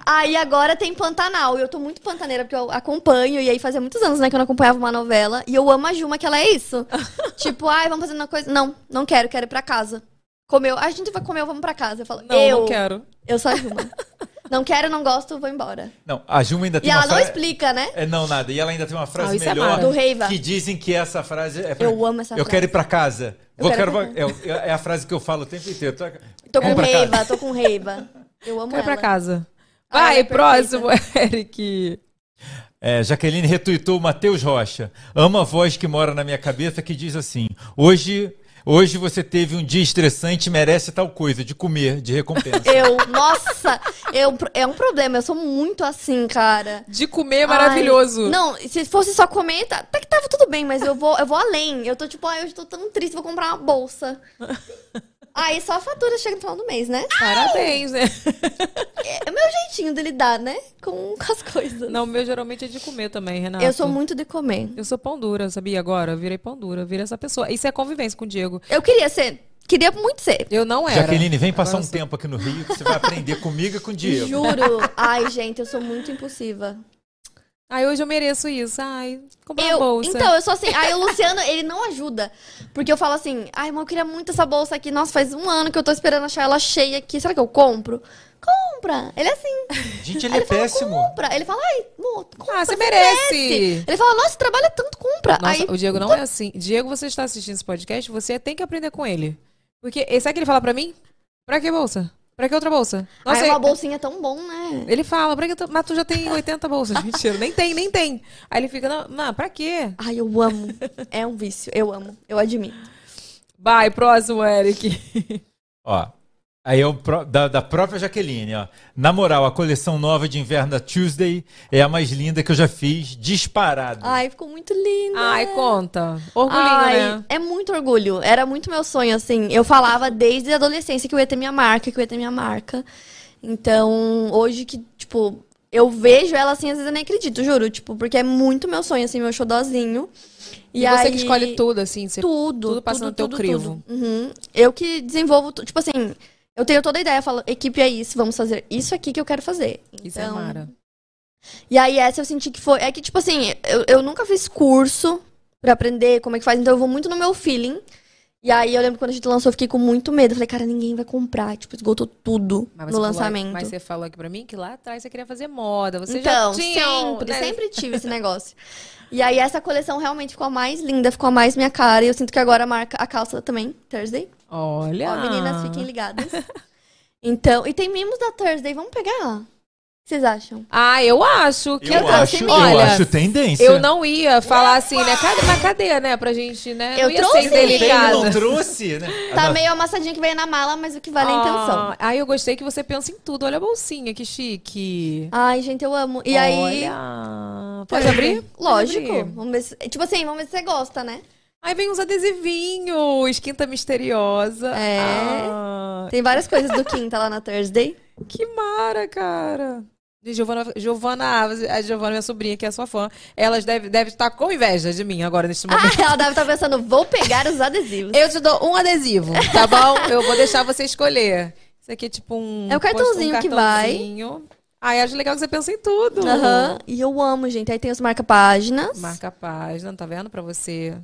[SPEAKER 8] aí agora tem Pantanal. E eu tô muito pantaneira, porque eu acompanho. E aí fazia muitos anos, né, que eu não acompanhava uma novela. E eu amo a Juma, que ela é isso. tipo, ai, vamos fazer uma coisa. Não, não quero, quero ir pra casa. Comeu. "Ah, A gente vai comer, vamos pra casa. Eu falo,
[SPEAKER 6] Não,
[SPEAKER 8] eu.
[SPEAKER 6] não quero.
[SPEAKER 8] Eu sou a Juma. não quero, não gosto, vou embora.
[SPEAKER 9] Não, a Juma ainda tem
[SPEAKER 8] e
[SPEAKER 9] uma
[SPEAKER 8] ela não
[SPEAKER 9] frase.
[SPEAKER 8] explica, né?
[SPEAKER 9] É, não, nada. E ela ainda tem uma frase
[SPEAKER 8] Ah, isso é
[SPEAKER 9] melhor
[SPEAKER 8] mara. Do Reiva.
[SPEAKER 9] que dizem que essa frase é pra...
[SPEAKER 8] Eu amo essa
[SPEAKER 9] Eu
[SPEAKER 8] frase.
[SPEAKER 9] quero ir pra casa.
[SPEAKER 8] Eu
[SPEAKER 9] Vou-
[SPEAKER 8] quero
[SPEAKER 9] quero- é, é a frase que eu falo o tempo inteiro. Tô,
[SPEAKER 8] Tô
[SPEAKER 9] Vamos
[SPEAKER 8] com
[SPEAKER 9] pra
[SPEAKER 8] reiva,
[SPEAKER 9] casa.
[SPEAKER 8] tô com reiva. Eu amo
[SPEAKER 6] Vai pra
[SPEAKER 8] ela.
[SPEAKER 6] casa.
[SPEAKER 8] Ah, ela
[SPEAKER 6] Vai,
[SPEAKER 8] é
[SPEAKER 6] próximo, Eric.
[SPEAKER 9] É, Jaqueline retweetou o Matheus Rocha. Ama a voz que mora na minha cabeça que diz assim: hoje, hoje você teve um dia estressante, merece tal coisa, de comer, de recompensa.
[SPEAKER 8] Eu, nossa, eu, é um problema, eu sou muito assim, cara.
[SPEAKER 6] De comer é
[SPEAKER 8] Ai,
[SPEAKER 6] maravilhoso.
[SPEAKER 8] não, se fosse só comer, tá- até que tava tudo bem, mas eu vou, eu vou além. Eu tô tipo, ai, hoje tô tão triste, vou comprar uma bolsa. Aí só a fatura chega no final do mês, né?
[SPEAKER 6] Parabéns, né?
[SPEAKER 8] É, é o meu jeitinho de lidar, né? Com, com as coisas.
[SPEAKER 6] Não, o meu geralmente é de comer também, Renato.
[SPEAKER 8] eu sou muito de comer.
[SPEAKER 6] Eu sou pão dura, sabia? Agora, eu virei pão dura, eu virei essa pessoa. Isso é convivência com o Diego.
[SPEAKER 8] Eu queria ser, queria muito ser.
[SPEAKER 6] Eu não é. era.
[SPEAKER 9] Jaqueline, vem passar um tempo aqui no Rio que você vai aprender comigo e com o Diego.
[SPEAKER 8] Juro. Ai, gente, eu sou muito impulsiva.
[SPEAKER 6] Ai, hoje eu mereço isso. Ai, comprar uma
[SPEAKER 8] Eu-
[SPEAKER 6] bolsa.
[SPEAKER 8] Então, eu sou assim. Aí o Luciano, ele não ajuda. Porque eu falo assim, ai, irmão, eu queria muito essa bolsa aqui. Nossa, faz um ano que eu tô esperando achar ela cheia aqui. Será que eu compro? Compra! Ele é assim.
[SPEAKER 9] Gente, ele é péssimo.
[SPEAKER 8] Compra! Ele fala, ai, amor, compra.
[SPEAKER 6] Ah, você merece.
[SPEAKER 8] Ele fala, nossa, trabalha tanto, compra.
[SPEAKER 6] Nossa,
[SPEAKER 8] aí,
[SPEAKER 6] o Diego não é assim. Diego, você está assistindo esse podcast, você tem que aprender com ele. Porque, sabe o que ele fala pra mim? Pra que bolsa? Pra que outra bolsa?
[SPEAKER 8] Ai, Ah, é uma
[SPEAKER 6] bolsinha tão bom, né? Ele fala, pra que tu... mas tu já tem 80 bolsas. Mentira, nem tem, nem tem. Aí ele fica, não, não pra quê?
[SPEAKER 8] Ai, eu amo. É um vício. Eu amo. Eu admito.
[SPEAKER 6] Vai, próximo, Eric.
[SPEAKER 9] Ó. Aí é o pró- da, da própria Jaqueline, ó. Na moral, a coleção nova de inverno da Tuesday é a mais linda que eu já fiz, disparado.
[SPEAKER 8] Ai, ficou muito linda.
[SPEAKER 6] Ai, conta. Orgulhinho, né?
[SPEAKER 8] É muito orgulho. Era muito meu sonho, assim. Eu falava desde a adolescência que eu ia ter minha marca, que eu ia ter minha marca. Então, hoje que, tipo, eu vejo ela assim, às vezes eu nem acredito, juro. Tipo, porque é muito meu sonho, assim, meu xodózinho.
[SPEAKER 6] E, você que escolhe tudo, assim. Você...
[SPEAKER 8] Tudo.
[SPEAKER 6] Tudo passa no teu
[SPEAKER 8] tudo,
[SPEAKER 6] crivo.
[SPEAKER 8] tudo. Uhum. Eu que desenvolvo, tu- tipo assim, eu tenho toda a ideia, eu falo, equipe é isso, vamos fazer isso aqui que eu quero fazer.
[SPEAKER 6] Isso é
[SPEAKER 8] Então,
[SPEAKER 6] Mara.
[SPEAKER 8] E aí essa eu senti que foi, é que tipo assim, eu, eu nunca fiz curso pra aprender como é que faz, então eu vou muito no meu feeling. E aí eu lembro que quando a gente lançou, eu fiquei com muito medo, eu falei, cara, ninguém vai comprar, tipo, esgotou tudo
[SPEAKER 6] Mas
[SPEAKER 8] no
[SPEAKER 6] você falou-
[SPEAKER 8] lançamento.
[SPEAKER 6] mas você falou aqui pra mim que lá atrás você queria fazer moda. Você
[SPEAKER 8] então,
[SPEAKER 6] já tinha. um,
[SPEAKER 8] sempre,
[SPEAKER 6] né?
[SPEAKER 8] sempre tive esse negócio. E aí essa coleção realmente ficou a mais linda, ficou a mais minha cara, e eu sinto que agora a marca a calça também, Thursday.
[SPEAKER 6] Olha.
[SPEAKER 8] Ó, meninas, fiquem ligadas. Então, e tem mimos da Thursday, vamos pegar? O que vocês acham?
[SPEAKER 6] Ah, eu acho que
[SPEAKER 8] Eu trouxe
[SPEAKER 9] acho-
[SPEAKER 8] mimos.
[SPEAKER 9] eu
[SPEAKER 6] Olha,
[SPEAKER 9] acho tendência.
[SPEAKER 6] Eu não ia falar assim, né? Cadê, mas cadê, né? Pra gente, né?
[SPEAKER 8] Eu
[SPEAKER 6] não ia
[SPEAKER 8] trouxe.
[SPEAKER 6] ser delicada.
[SPEAKER 9] Ele não trouxe, né?
[SPEAKER 8] Tá meio amassadinha que veio na mala, mas o que vale é a intenção.
[SPEAKER 6] Ah, Aí eu gostei que você pensa em tudo. Olha a bolsinha, que chique.
[SPEAKER 8] Ai, gente, eu amo. E aí.
[SPEAKER 6] Olha. Pode abrir?
[SPEAKER 8] Lógico.
[SPEAKER 6] Pode abrir.
[SPEAKER 8] Vamos ver se- Tipo assim, vamos ver se você gosta, né?
[SPEAKER 6] Aí vem uns adesivinhos, quinta misteriosa.
[SPEAKER 8] É.
[SPEAKER 6] Ah,
[SPEAKER 8] Tem várias coisas do Quinta lá na Thursday.
[SPEAKER 6] Que mara, cara. E Giovana, Giovana, a Giovana, minha sobrinha, que é sua fã, elas deve, deve estar com inveja de mim agora neste momento.
[SPEAKER 8] Ela deve estar pensando, vou pegar os adesivos.
[SPEAKER 6] Eu te dou um adesivo, tá bom? Eu vou deixar você escolher. Isso aqui é tipo um.
[SPEAKER 8] É o cartãozinho
[SPEAKER 6] post-
[SPEAKER 8] que
[SPEAKER 6] um
[SPEAKER 8] vai.
[SPEAKER 6] cartãozinho. Ai, acho legal que você pensa em tudo.
[SPEAKER 8] Aham. E eu amo, gente. Aí tem os marca-páginas.
[SPEAKER 6] Marca a página, tá vendo? Pra você.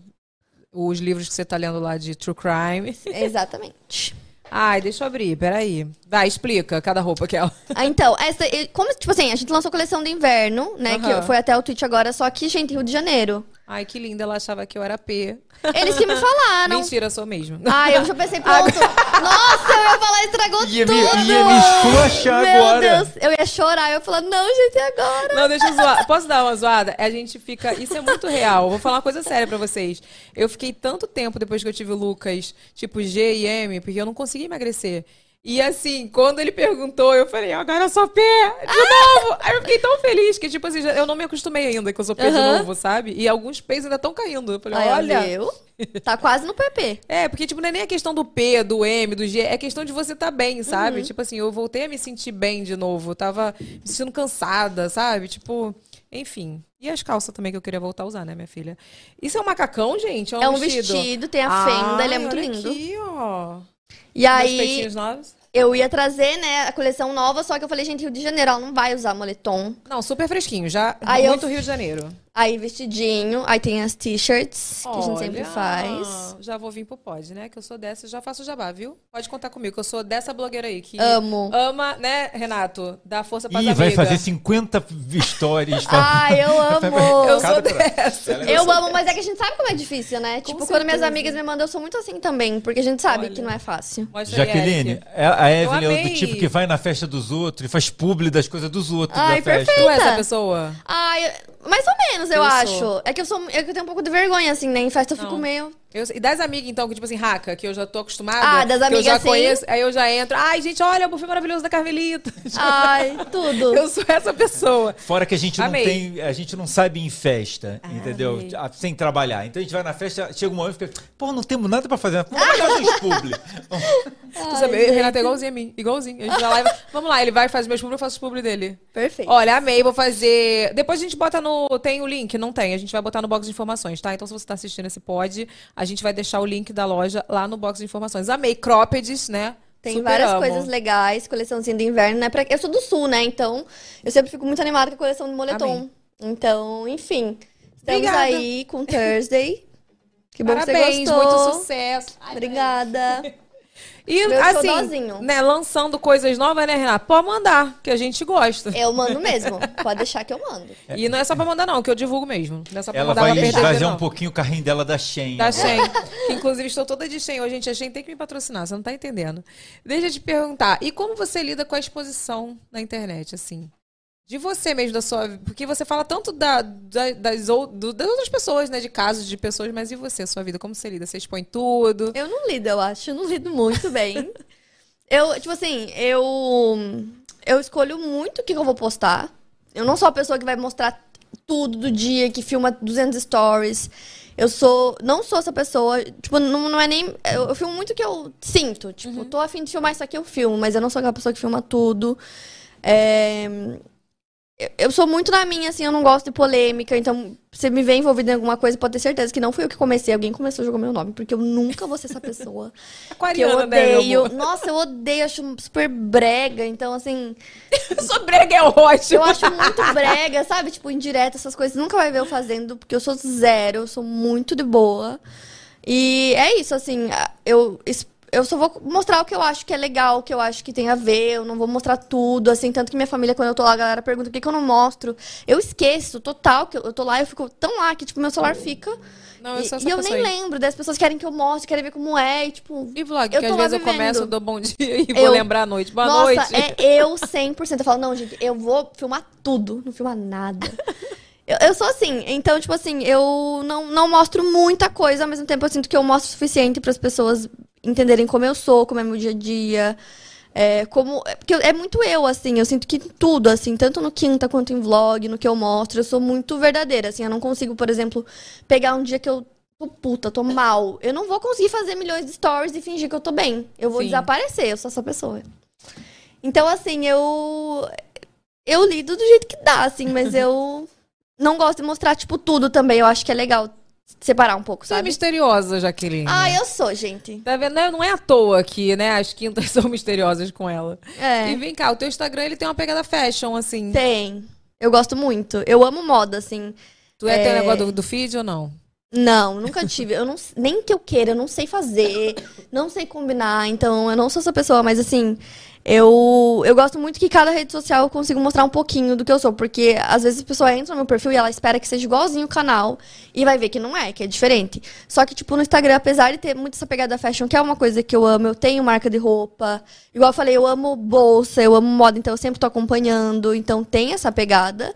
[SPEAKER 6] Os livros que você tá lendo lá de True Crime.
[SPEAKER 8] É. Exatamente.
[SPEAKER 6] Ai, deixa eu abrir, peraí. Vai, explica cada roupa que ela.
[SPEAKER 8] Ah, então, essa, e- como, tipo assim, a gente lançou a coleção de inverno, né?
[SPEAKER 6] Aham.
[SPEAKER 8] Que foi até o tweet agora, só que, gente, Rio de Janeiro.
[SPEAKER 6] Ai, que linda, ela achava que eu era P.
[SPEAKER 8] Eles que me falaram.
[SPEAKER 6] Mentira, sou mesmo.
[SPEAKER 8] Ah, eu já pensei, pronto. Nossa, eu ia falar, estragou
[SPEAKER 6] Ia me-
[SPEAKER 8] tudo.
[SPEAKER 6] ia me esculachar
[SPEAKER 8] Meu
[SPEAKER 6] agora.
[SPEAKER 8] Deus, eu ia chorar. Eu ia falar, não, gente, e agora?
[SPEAKER 6] Não, deixa eu zoar. Posso dar uma zoada? A gente fica. Isso é muito real. Vou falar uma coisa séria pra vocês. Eu fiquei tanto tempo depois que eu tive o Lucas, tipo G e M, porque eu não conseguia emagrecer. E assim, quando ele perguntou, eu falei, agora eu sou P! De novo! Aí eu fiquei tão feliz que, tipo assim, já- eu não me acostumei ainda que eu sou P de
[SPEAKER 8] Aham.
[SPEAKER 6] novo, sabe? E alguns P's ainda estão caindo. Eu falei,
[SPEAKER 8] Aí ela
[SPEAKER 6] olha.
[SPEAKER 8] viu? Tá quase no PP.
[SPEAKER 6] É, porque, tipo, não é nem a questão do P, do M, do G, é questão de você tá bem, sabe?
[SPEAKER 8] Uhum.
[SPEAKER 6] Tipo assim, eu voltei a me sentir bem de novo. Eu tava me sentindo cansada, sabe? Tipo, enfim. E as calças também que eu queria voltar a usar, né, minha filha? Isso é um macacão, gente? É um,
[SPEAKER 8] É um vestido, tem a fenda, ele é
[SPEAKER 6] Ai,
[SPEAKER 8] muito
[SPEAKER 6] olha
[SPEAKER 8] lindo.
[SPEAKER 6] Aqui, ó.
[SPEAKER 8] E
[SPEAKER 6] Meus
[SPEAKER 8] aí,
[SPEAKER 6] peitinhos novos.
[SPEAKER 8] eu ia trazer, né, a coleção nova, só que eu falei, gente, Rio de Janeiro, ela não vai usar moletom.
[SPEAKER 6] Não, super fresquinho, já
[SPEAKER 8] Aí eu-
[SPEAKER 6] muito Rio de Janeiro.
[SPEAKER 8] Aí, vestidinho, aí tem as t-shirts, que a gente sempre
[SPEAKER 6] Olha,
[SPEAKER 8] faz.
[SPEAKER 6] Já vou vir pro pod, né? Que eu sou dessa, já faço jabá, viu? Pode contar comigo, que eu sou dessa blogueira aí que
[SPEAKER 8] Amo.
[SPEAKER 6] ama, né, Renato? Dá força pras
[SPEAKER 9] Ih, vai
[SPEAKER 6] amigas.
[SPEAKER 9] fazer 50 stories.
[SPEAKER 8] Ai, eu amo.
[SPEAKER 6] Eu sou
[SPEAKER 9] dessa.
[SPEAKER 8] Eu amo, mas é que a gente sabe como é difícil, né? tipo, quando minhas amigas me mandam, eu sou muito assim também, porque a gente sabe que não é fácil.
[SPEAKER 9] Jaqueline, a a
[SPEAKER 8] Eu
[SPEAKER 9] Evelyn é do
[SPEAKER 8] amei.
[SPEAKER 9] tipo que vai na festa dos outros e faz publi das coisas dos outros
[SPEAKER 8] Ai,
[SPEAKER 9] da festa.
[SPEAKER 8] perfeita. Tu é essa
[SPEAKER 6] pessoa?
[SPEAKER 8] Ai, mais ou menos, eu,
[SPEAKER 6] Eu
[SPEAKER 8] acho.
[SPEAKER 6] sou.
[SPEAKER 8] É que eu sou, é que eu tenho um pouco de vergonha, assim, né? Em festa eu fico
[SPEAKER 6] Não.
[SPEAKER 8] meio.
[SPEAKER 6] Eu- e das amigas, então, que tipo assim, raca, que eu já tô acostumada.
[SPEAKER 8] Ah, das
[SPEAKER 6] que
[SPEAKER 8] amigas,
[SPEAKER 6] Eu já
[SPEAKER 8] sim.
[SPEAKER 6] conheço, aí eu já entro. Ai, gente, olha o buffet maravilhoso da Carmelita. É,
[SPEAKER 8] Ai, tudo.
[SPEAKER 6] Eu sou essa pessoa.
[SPEAKER 9] Fora que a gente não
[SPEAKER 6] Amei.
[SPEAKER 9] tem, a gente não sabe em festa, entendeu? Ah, Sem trabalhar. Então a gente vai na festa, chega uma hora e fica, pô, não temos nada pra fazer. Vamos fazer um uns publi.
[SPEAKER 6] Tu sabe, o Renato é igualzinho a mim. Igualzinho. A gente vai lá e vai- Vamos lá, ele vai, faz meus publi, eu faço os publi dele.
[SPEAKER 8] Perfeito.
[SPEAKER 6] Olha, amei, vou fazer. Depois a gente bota no. Tem o link? Não tem. A gente vai botar no box de informações, tá? Então, se você tá assistindo esse pod, a gente vai deixar o link da loja lá no box de informações. Amei, croppeds, né?
[SPEAKER 8] Tem
[SPEAKER 6] Super
[SPEAKER 8] várias
[SPEAKER 6] amo.
[SPEAKER 8] coisas legais, coleçãozinha do inverno, né? Pra- Eu sou do sul, né? Então, eu sempre fico muito animada com a coleção de moletom.
[SPEAKER 6] Amém.
[SPEAKER 8] Então, enfim. Estamos
[SPEAKER 6] Obrigada.
[SPEAKER 8] aí com Thursday. Que bom
[SPEAKER 6] Parabéns,
[SPEAKER 8] que você gostou.
[SPEAKER 6] muito sucesso. Ai,
[SPEAKER 8] Obrigada.
[SPEAKER 6] E
[SPEAKER 8] Meu xodózinho.
[SPEAKER 6] assim, né, lançando coisas novas, né, Renato? Pode mandar, que a gente gosta.
[SPEAKER 8] Eu mando mesmo. Pode deixar que eu mando.
[SPEAKER 6] E não é só pra mandar, não, que eu divulgo mesmo. Não é só pra
[SPEAKER 9] Ela
[SPEAKER 6] mandar
[SPEAKER 9] vai
[SPEAKER 6] pra perder
[SPEAKER 9] esvaziar
[SPEAKER 6] não.
[SPEAKER 9] um pouquinho o carrinho dela da Shen.
[SPEAKER 6] Da
[SPEAKER 9] agora.
[SPEAKER 6] Shen. Que, Inclusive, estou toda de Shen. Hoje, gente, a Shen tem que me patrocinar, você não tá entendendo. Deixa eu te perguntar, e como você lida com a exposição na internet, assim? De você mesmo, da sua. Porque você fala tanto da- da- das, ou- do- das outras pessoas, né? De casos de pessoas, mas e você, a sua vida? Como você lida? Você expõe tudo?
[SPEAKER 8] Eu não lido, eu acho. Eu não lido muito bem. Eu, tipo assim, eu. Eu escolho muito o que que eu vou postar. Eu não sou a pessoa que vai mostrar tudo do dia, que filma 200 stories. Eu sou. Não sou essa pessoa. Tipo, não, não é nem. Eu, eu filmo muito o que eu sinto. Tipo, tô afim de filmar isso aqui, eu filmo. Mas eu não sou aquela pessoa que filma tudo. É, eu- Eu sou muito na minha, assim, eu não gosto de polêmica, então você me vê envolvida em alguma coisa, pode ter certeza que não fui eu que comecei, alguém começou a jogar meu nome, porque eu nunca vou ser essa pessoa. que eu
[SPEAKER 6] Aquariana, né, meu
[SPEAKER 8] odeio.
[SPEAKER 6] amor?
[SPEAKER 8] Nossa, eu odeio, acho super brega, então assim.
[SPEAKER 6] Só brega é ótimo.
[SPEAKER 8] Eu acho muito brega, sabe? Tipo, indireta, essas coisas. Nunca vai ver eu fazendo, porque eu sou zero, eu sou muito de boa. E é isso, assim, a- eu, es- eu só vou mostrar o que eu acho que é legal, o que eu acho que tem a ver, eu não vou mostrar tudo, assim, tanto que minha família, quando eu tô lá, a galera pergunta por que, que eu não mostro. Eu esqueço total, que eu, eu tô lá, eu fico tão lá que, tipo, meu celular fica.
[SPEAKER 6] Não, eu
[SPEAKER 8] e
[SPEAKER 6] sou essa
[SPEAKER 8] e eu
[SPEAKER 6] pessoa
[SPEAKER 8] nem
[SPEAKER 6] aí.
[SPEAKER 8] lembro, daí as pessoas querem que eu mostre, querem ver como é, e tipo.
[SPEAKER 6] E vlog,
[SPEAKER 8] eu
[SPEAKER 6] que
[SPEAKER 8] tô
[SPEAKER 6] às
[SPEAKER 8] lá
[SPEAKER 6] vezes eu
[SPEAKER 8] vivendo.
[SPEAKER 6] começo, eu dou bom dia e vou
[SPEAKER 8] Eu-
[SPEAKER 6] lembrar à noite. Boa
[SPEAKER 8] Nossa,
[SPEAKER 6] noite.
[SPEAKER 8] é eu 100%. Eu falo, não, gente, eu vou filmar tudo, não filmar nada. Eu, eu sou assim, então, tipo assim, eu não, não mostro muita coisa, ao mesmo tempo eu sinto que eu mostro o suficiente para as pessoas entenderem como eu sou, como é meu dia a dia. É, como, é porque eu- é muito eu, assim, eu sinto que em tudo, assim, tanto no quinta quanto em vlog, no que eu mostro, eu sou muito verdadeira, assim, eu não consigo, por exemplo, pegar um dia que eu tô puta, tô mal, eu não vou conseguir fazer milhões de stories e fingir que eu tô bem, eu vou
[SPEAKER 6] Sim.
[SPEAKER 8] desaparecer, eu sou essa pessoa. Então, assim, eu. Eu lido do jeito que dá, assim, mas eu não gosto de mostrar, tipo, tudo também. Eu acho que é legal separar um pouco,
[SPEAKER 6] Você é
[SPEAKER 8] sabe?
[SPEAKER 6] misteriosa, Jaqueline.
[SPEAKER 8] Ah, eu sou, gente.
[SPEAKER 6] Tá vendo? Não é à toa que, né, as quintas são misteriosas com ela.
[SPEAKER 8] É.
[SPEAKER 6] E vem cá, o teu Instagram, ele tem uma pegada fashion, assim.
[SPEAKER 8] Tem. Eu gosto muito. Eu amo moda, assim.
[SPEAKER 6] Tu é, teu
[SPEAKER 8] É.
[SPEAKER 6] negócio do, do feed ou não?
[SPEAKER 8] Não, nunca tive. Eu não, nem que eu queira, eu não sei fazer, não sei combinar, então eu não sou essa pessoa, mas assim, eu, eu gosto muito que cada rede social eu consigo mostrar um pouquinho do que eu sou, porque às vezes a pessoa entra no meu perfil e ela espera que seja igualzinho o canal e vai ver que não é, que é diferente. Só que, tipo, no Instagram, apesar de ter muito essa pegada fashion, que é uma coisa que eu amo, eu tenho marca de roupa, igual eu falei, eu amo bolsa, eu amo moda, então eu sempre tô acompanhando, então tem essa pegada.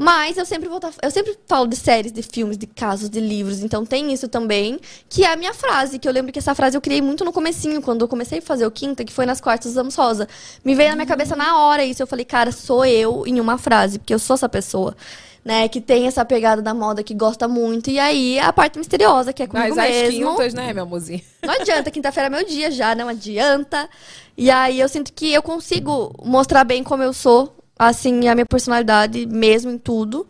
[SPEAKER 8] Mas eu sempre vou tá- eu sempre falo de séries, de filmes, de casos, de livros, então tem isso também, que é a minha frase, que eu lembro que essa frase eu criei muito no comecinho, quando eu comecei a fazer o quinta, que foi nas quartas dos Amos Rosa. Me veio na minha cabeça na hora isso, eu falei, cara, sou eu em uma frase, porque eu sou essa pessoa, né, que tem essa pegada da moda, que gosta muito, e aí a parte misteriosa, que é comigo
[SPEAKER 6] Mas as
[SPEAKER 8] mesmo.
[SPEAKER 6] quintas, né, meu amorzinho?
[SPEAKER 8] Não adianta, quinta-feira é meu dia já, não adianta. E aí eu sinto que eu consigo mostrar bem como eu sou, assim, a minha personalidade mesmo em tudo.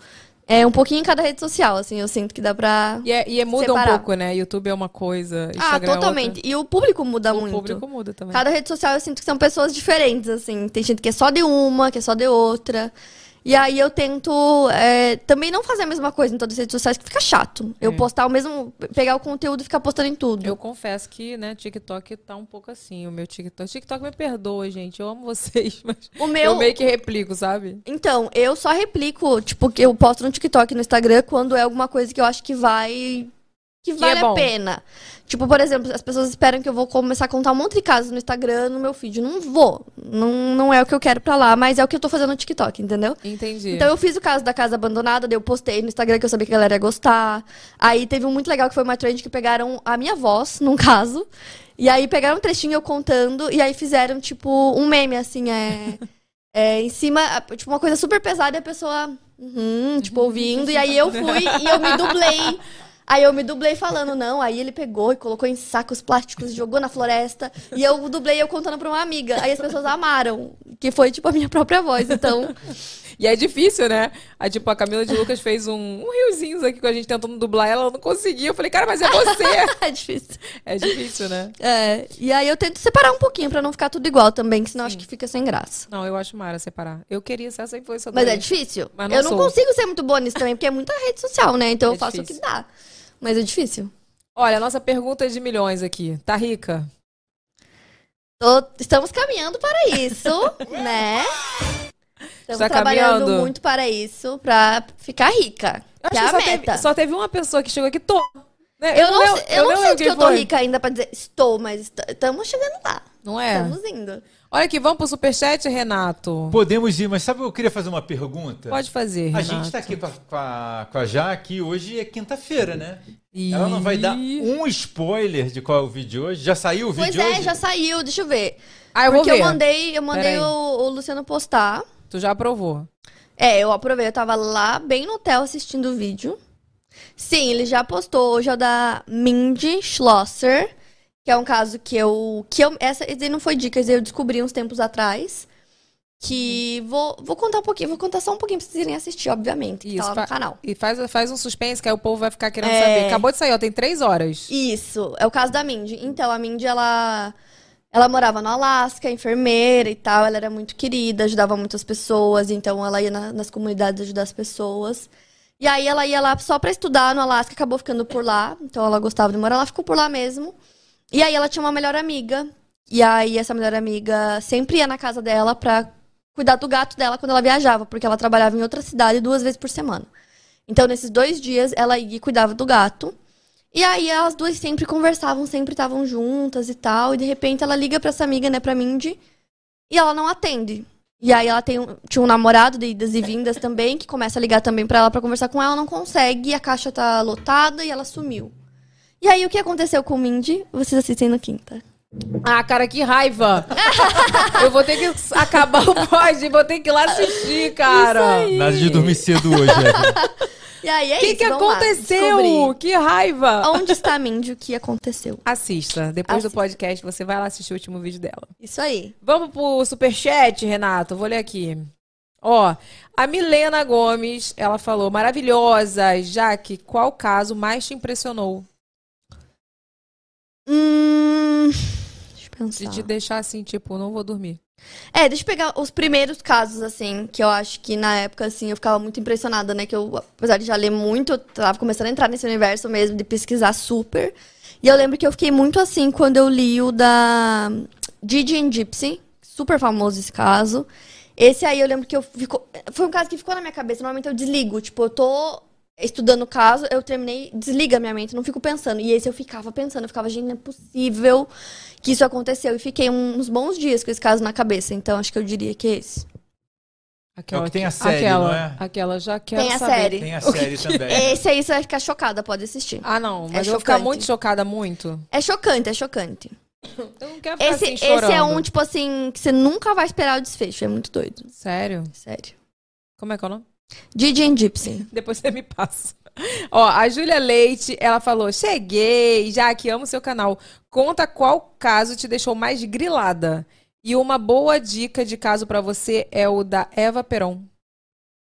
[SPEAKER 8] É um pouquinho em cada rede social, assim, eu sinto que dá pra.
[SPEAKER 6] E, é- e é- muda
[SPEAKER 8] Separar.
[SPEAKER 6] um pouco, né? YouTube é uma coisa,
[SPEAKER 8] Ah,
[SPEAKER 6] Instagram
[SPEAKER 8] totalmente. E o público muda
[SPEAKER 6] é outra.
[SPEAKER 8] muito.
[SPEAKER 6] O público muda também.
[SPEAKER 8] Cada rede social eu sinto que são pessoas diferentes, assim. Tem gente que é só de uma, que é só de outra. E aí eu tento é, também não fazer a mesma coisa em todas as redes sociais, que fica chato. Eu
[SPEAKER 6] É.
[SPEAKER 8] postar o mesmo, pegar o conteúdo e ficar postando em tudo.
[SPEAKER 6] Eu confesso que, né, TikTok tá um pouco assim, o meu TikTok. TikTok me perdoa, gente. Eu amo vocês, mas
[SPEAKER 8] O meu-
[SPEAKER 6] eu meio que replico, sabe?
[SPEAKER 8] Então, eu só replico, tipo, que eu posto no TikTok e no Instagram quando é alguma coisa que eu acho que vai. Que
[SPEAKER 6] é
[SPEAKER 8] vale a
[SPEAKER 6] bom.
[SPEAKER 8] pena. Tipo, por exemplo, as pessoas esperam que eu vou começar a contar um monte de casos no Instagram, no meu feed. Não vou. Não, não é o que eu quero pra lá, mas é o que eu tô fazendo no TikTok, entendeu?
[SPEAKER 6] Entendi.
[SPEAKER 8] Então eu fiz o caso da casa abandonada, daí eu postei no Instagram que eu sabia que a galera ia gostar. Aí teve um muito legal que foi uma trend que pegaram a minha voz, num caso. E aí pegaram um trechinho eu contando, e aí fizeram, tipo, um meme, assim, é. é, em cima, tipo, uma coisa super pesada e a pessoa, uhum, tipo, ouvindo. E aí eu fui e eu me dublei. Aí eu me dublei falando, não. Aí ele pegou e colocou em sacos plásticos, jogou na floresta. E eu dublei eu contando pra uma amiga. Aí as pessoas amaram, que foi, tipo, a minha própria voz. Então,
[SPEAKER 6] E é difícil, né? Aí, tipo, a Camila de Lucas fez um, um riozinho aqui com a gente tentando dublar ela, eu não conseguia. Eu falei, cara, mas é você!
[SPEAKER 8] é difícil.
[SPEAKER 6] é difícil, né?
[SPEAKER 8] É, e aí eu tento separar um pouquinho pra não ficar tudo igual também, que senão acho que fica sem graça.
[SPEAKER 6] Não, eu acho mara separar. Eu queria ser essa influenciadora.
[SPEAKER 8] Mas é
[SPEAKER 6] aí.
[SPEAKER 8] difícil.
[SPEAKER 6] Mas
[SPEAKER 8] eu não
[SPEAKER 6] sou.
[SPEAKER 8] consigo ser muito boa nisso também, porque é muita rede social, né? Então
[SPEAKER 6] É
[SPEAKER 8] eu faço o que
[SPEAKER 6] difícil.
[SPEAKER 8] dá. Mas é difícil.
[SPEAKER 6] Olha, a nossa pergunta é de milhões aqui. Tá rica?
[SPEAKER 8] Tô- estamos caminhando para isso, né? Estamos
[SPEAKER 6] Está
[SPEAKER 8] trabalhando
[SPEAKER 6] Tá caminhando?
[SPEAKER 8] muito para isso, para ficar rica.
[SPEAKER 6] Eu
[SPEAKER 8] que
[SPEAKER 6] acho
[SPEAKER 8] é
[SPEAKER 6] que
[SPEAKER 8] a
[SPEAKER 6] só
[SPEAKER 8] meta.
[SPEAKER 6] teve, só teve uma pessoa que chegou aqui, tô. Né?
[SPEAKER 8] Eu, não,
[SPEAKER 6] lembro-
[SPEAKER 8] sei- eu não
[SPEAKER 6] lembro
[SPEAKER 8] sinto que
[SPEAKER 6] quem
[SPEAKER 8] eu tô
[SPEAKER 6] foi.
[SPEAKER 8] rica ainda pra dizer estou, mas estamos chegando lá.
[SPEAKER 6] Não é?
[SPEAKER 8] Estamos indo.
[SPEAKER 6] Olha aqui, vamos pro superchat, Renato.
[SPEAKER 9] Podemos ir, mas sabe, eu queria fazer uma pergunta.
[SPEAKER 6] Pode fazer,
[SPEAKER 9] É. A
[SPEAKER 6] Renato.
[SPEAKER 9] gente está aqui com a, com a, com a Jaque, hoje é quinta-feira, né? Ela não vai dar um spoiler de qual é o vídeo de hoje. Já saiu o vídeo
[SPEAKER 8] Pois
[SPEAKER 9] de
[SPEAKER 8] é,
[SPEAKER 9] hoje?
[SPEAKER 8] já saiu, deixa eu ver.
[SPEAKER 6] Ah, eu vou
[SPEAKER 8] Porque
[SPEAKER 6] ver.
[SPEAKER 8] eu mandei, eu mandei
[SPEAKER 6] Peraí.
[SPEAKER 8] o, o Luciano postar.
[SPEAKER 6] Tu já aprovou.
[SPEAKER 8] É, eu aprovei, eu tava lá bem no hotel assistindo o vídeo. Sim, ele já postou hoje é o da Mindy Schlosser, que é um caso que eu. Que eu essa esse aí não foi dica, esse aí eu descobri uns tempos atrás. Que vou, vou contar um pouquinho, vou contar só um pouquinho pra vocês irem assistir, obviamente. que tá lá no
[SPEAKER 6] fa-
[SPEAKER 8] canal.
[SPEAKER 6] E faz, faz um suspense que aí o povo vai ficar querendo
[SPEAKER 8] É.
[SPEAKER 6] saber. Acabou de sair, ó, tem três horas.
[SPEAKER 8] Isso, é o caso da Mindy. Então, a Mindy, ela, ela morava no Alasca, enfermeira e tal. Ela era muito querida, ajudava muitas pessoas. Então, ela ia na- nas comunidades ajudar as pessoas. E aí, ela ia lá só pra estudar no Alasca, acabou ficando por lá. Então, ela gostava de morar, ela ficou por lá mesmo. E aí, ela tinha uma melhor amiga. E aí, essa melhor amiga sempre ia na casa dela pra cuidar do gato dela quando ela viajava, porque ela trabalhava em outra cidade duas vezes por semana. Então, nesses dois dias, ela ia e cuidava do gato. E aí elas duas sempre conversavam, sempre estavam juntas e tal. E de repente ela liga pra essa amiga, né, pra Mindy, e ela não atende. E aí ela tem um- tinha um namorado de idas e vindas também, que começa a ligar também pra ela pra conversar com ela, não consegue, a caixa tá lotada e ela sumiu. E aí o que aconteceu com Mindy? Vocês assistem na quinta.
[SPEAKER 6] Ah, cara, que raiva! eu vou ter que acabar o pod, vou ter que ir lá assistir, cara.
[SPEAKER 9] Nada de dormir cedo hoje. Evelyn.
[SPEAKER 8] E aí é
[SPEAKER 6] Que
[SPEAKER 8] isso,
[SPEAKER 6] que
[SPEAKER 8] vamos lá
[SPEAKER 6] aconteceu?
[SPEAKER 8] descobrir.
[SPEAKER 6] Que raiva!
[SPEAKER 8] Onde está a Mindy? O que aconteceu?
[SPEAKER 6] Assista. Depois do podcast, você vai lá assistir o último vídeo dela.
[SPEAKER 8] Isso aí.
[SPEAKER 6] Vamos pro superchat, Renato? Vou ler aqui. Ó, a Milena Gomes, ela falou, maravilhosa, Jaque, qual caso mais te impressionou?
[SPEAKER 8] Hum, deixa eu pensar.
[SPEAKER 6] De te deixar assim, tipo, não vou dormir.
[SPEAKER 8] É, deixa eu pegar os primeiros casos, assim, que eu acho que na época, assim, eu ficava muito impressionada, né? Que eu, apesar de já ler muito, eu tava começando a entrar nesse universo mesmo, de pesquisar super. E eu lembro que eu fiquei muito assim quando eu li o da Gigi and Gypsy, super famoso esse caso. Esse aí eu lembro que eu ficou, foi um caso que ficou na minha cabeça. Normalmente eu desligo, tipo, eu tô estudando o caso, eu terminei, desliga a minha mente, não fico pensando. E esse eu ficava pensando, eu ficava, gente, não é possível que isso aconteceu. E fiquei um, uns bons dias com esse caso na cabeça. Então, acho que eu diria que é esse.
[SPEAKER 9] É o que tem a série,
[SPEAKER 6] aquela,
[SPEAKER 9] não é?
[SPEAKER 6] Aquela, já quero
[SPEAKER 8] tem a
[SPEAKER 6] saber.
[SPEAKER 8] série.
[SPEAKER 9] Tem a
[SPEAKER 8] O que
[SPEAKER 9] série
[SPEAKER 8] que- é?
[SPEAKER 9] também.
[SPEAKER 8] Esse aí você vai ficar chocada, pode assistir.
[SPEAKER 6] Ah, não, Mas
[SPEAKER 8] é
[SPEAKER 6] eu vou ficar
[SPEAKER 8] chocante.
[SPEAKER 6] muito chocada, muito.
[SPEAKER 8] É chocante, é chocante.
[SPEAKER 6] Eu não quero ficar
[SPEAKER 8] Esse,
[SPEAKER 6] assim,
[SPEAKER 8] esse
[SPEAKER 6] chorando.
[SPEAKER 8] é um, tipo assim, que você nunca vai esperar o desfecho. É muito doido.
[SPEAKER 6] Sério?
[SPEAKER 8] Sério.
[SPEAKER 6] Como é que é o nome?
[SPEAKER 8] Didi and Gypsy.
[SPEAKER 6] Depois você me passa. Ó, a Júlia Leite, ela falou: Cheguei, já que amo seu canal. Conta qual caso te deixou mais grilada. E uma boa dica de caso pra você é o da Eva Peron.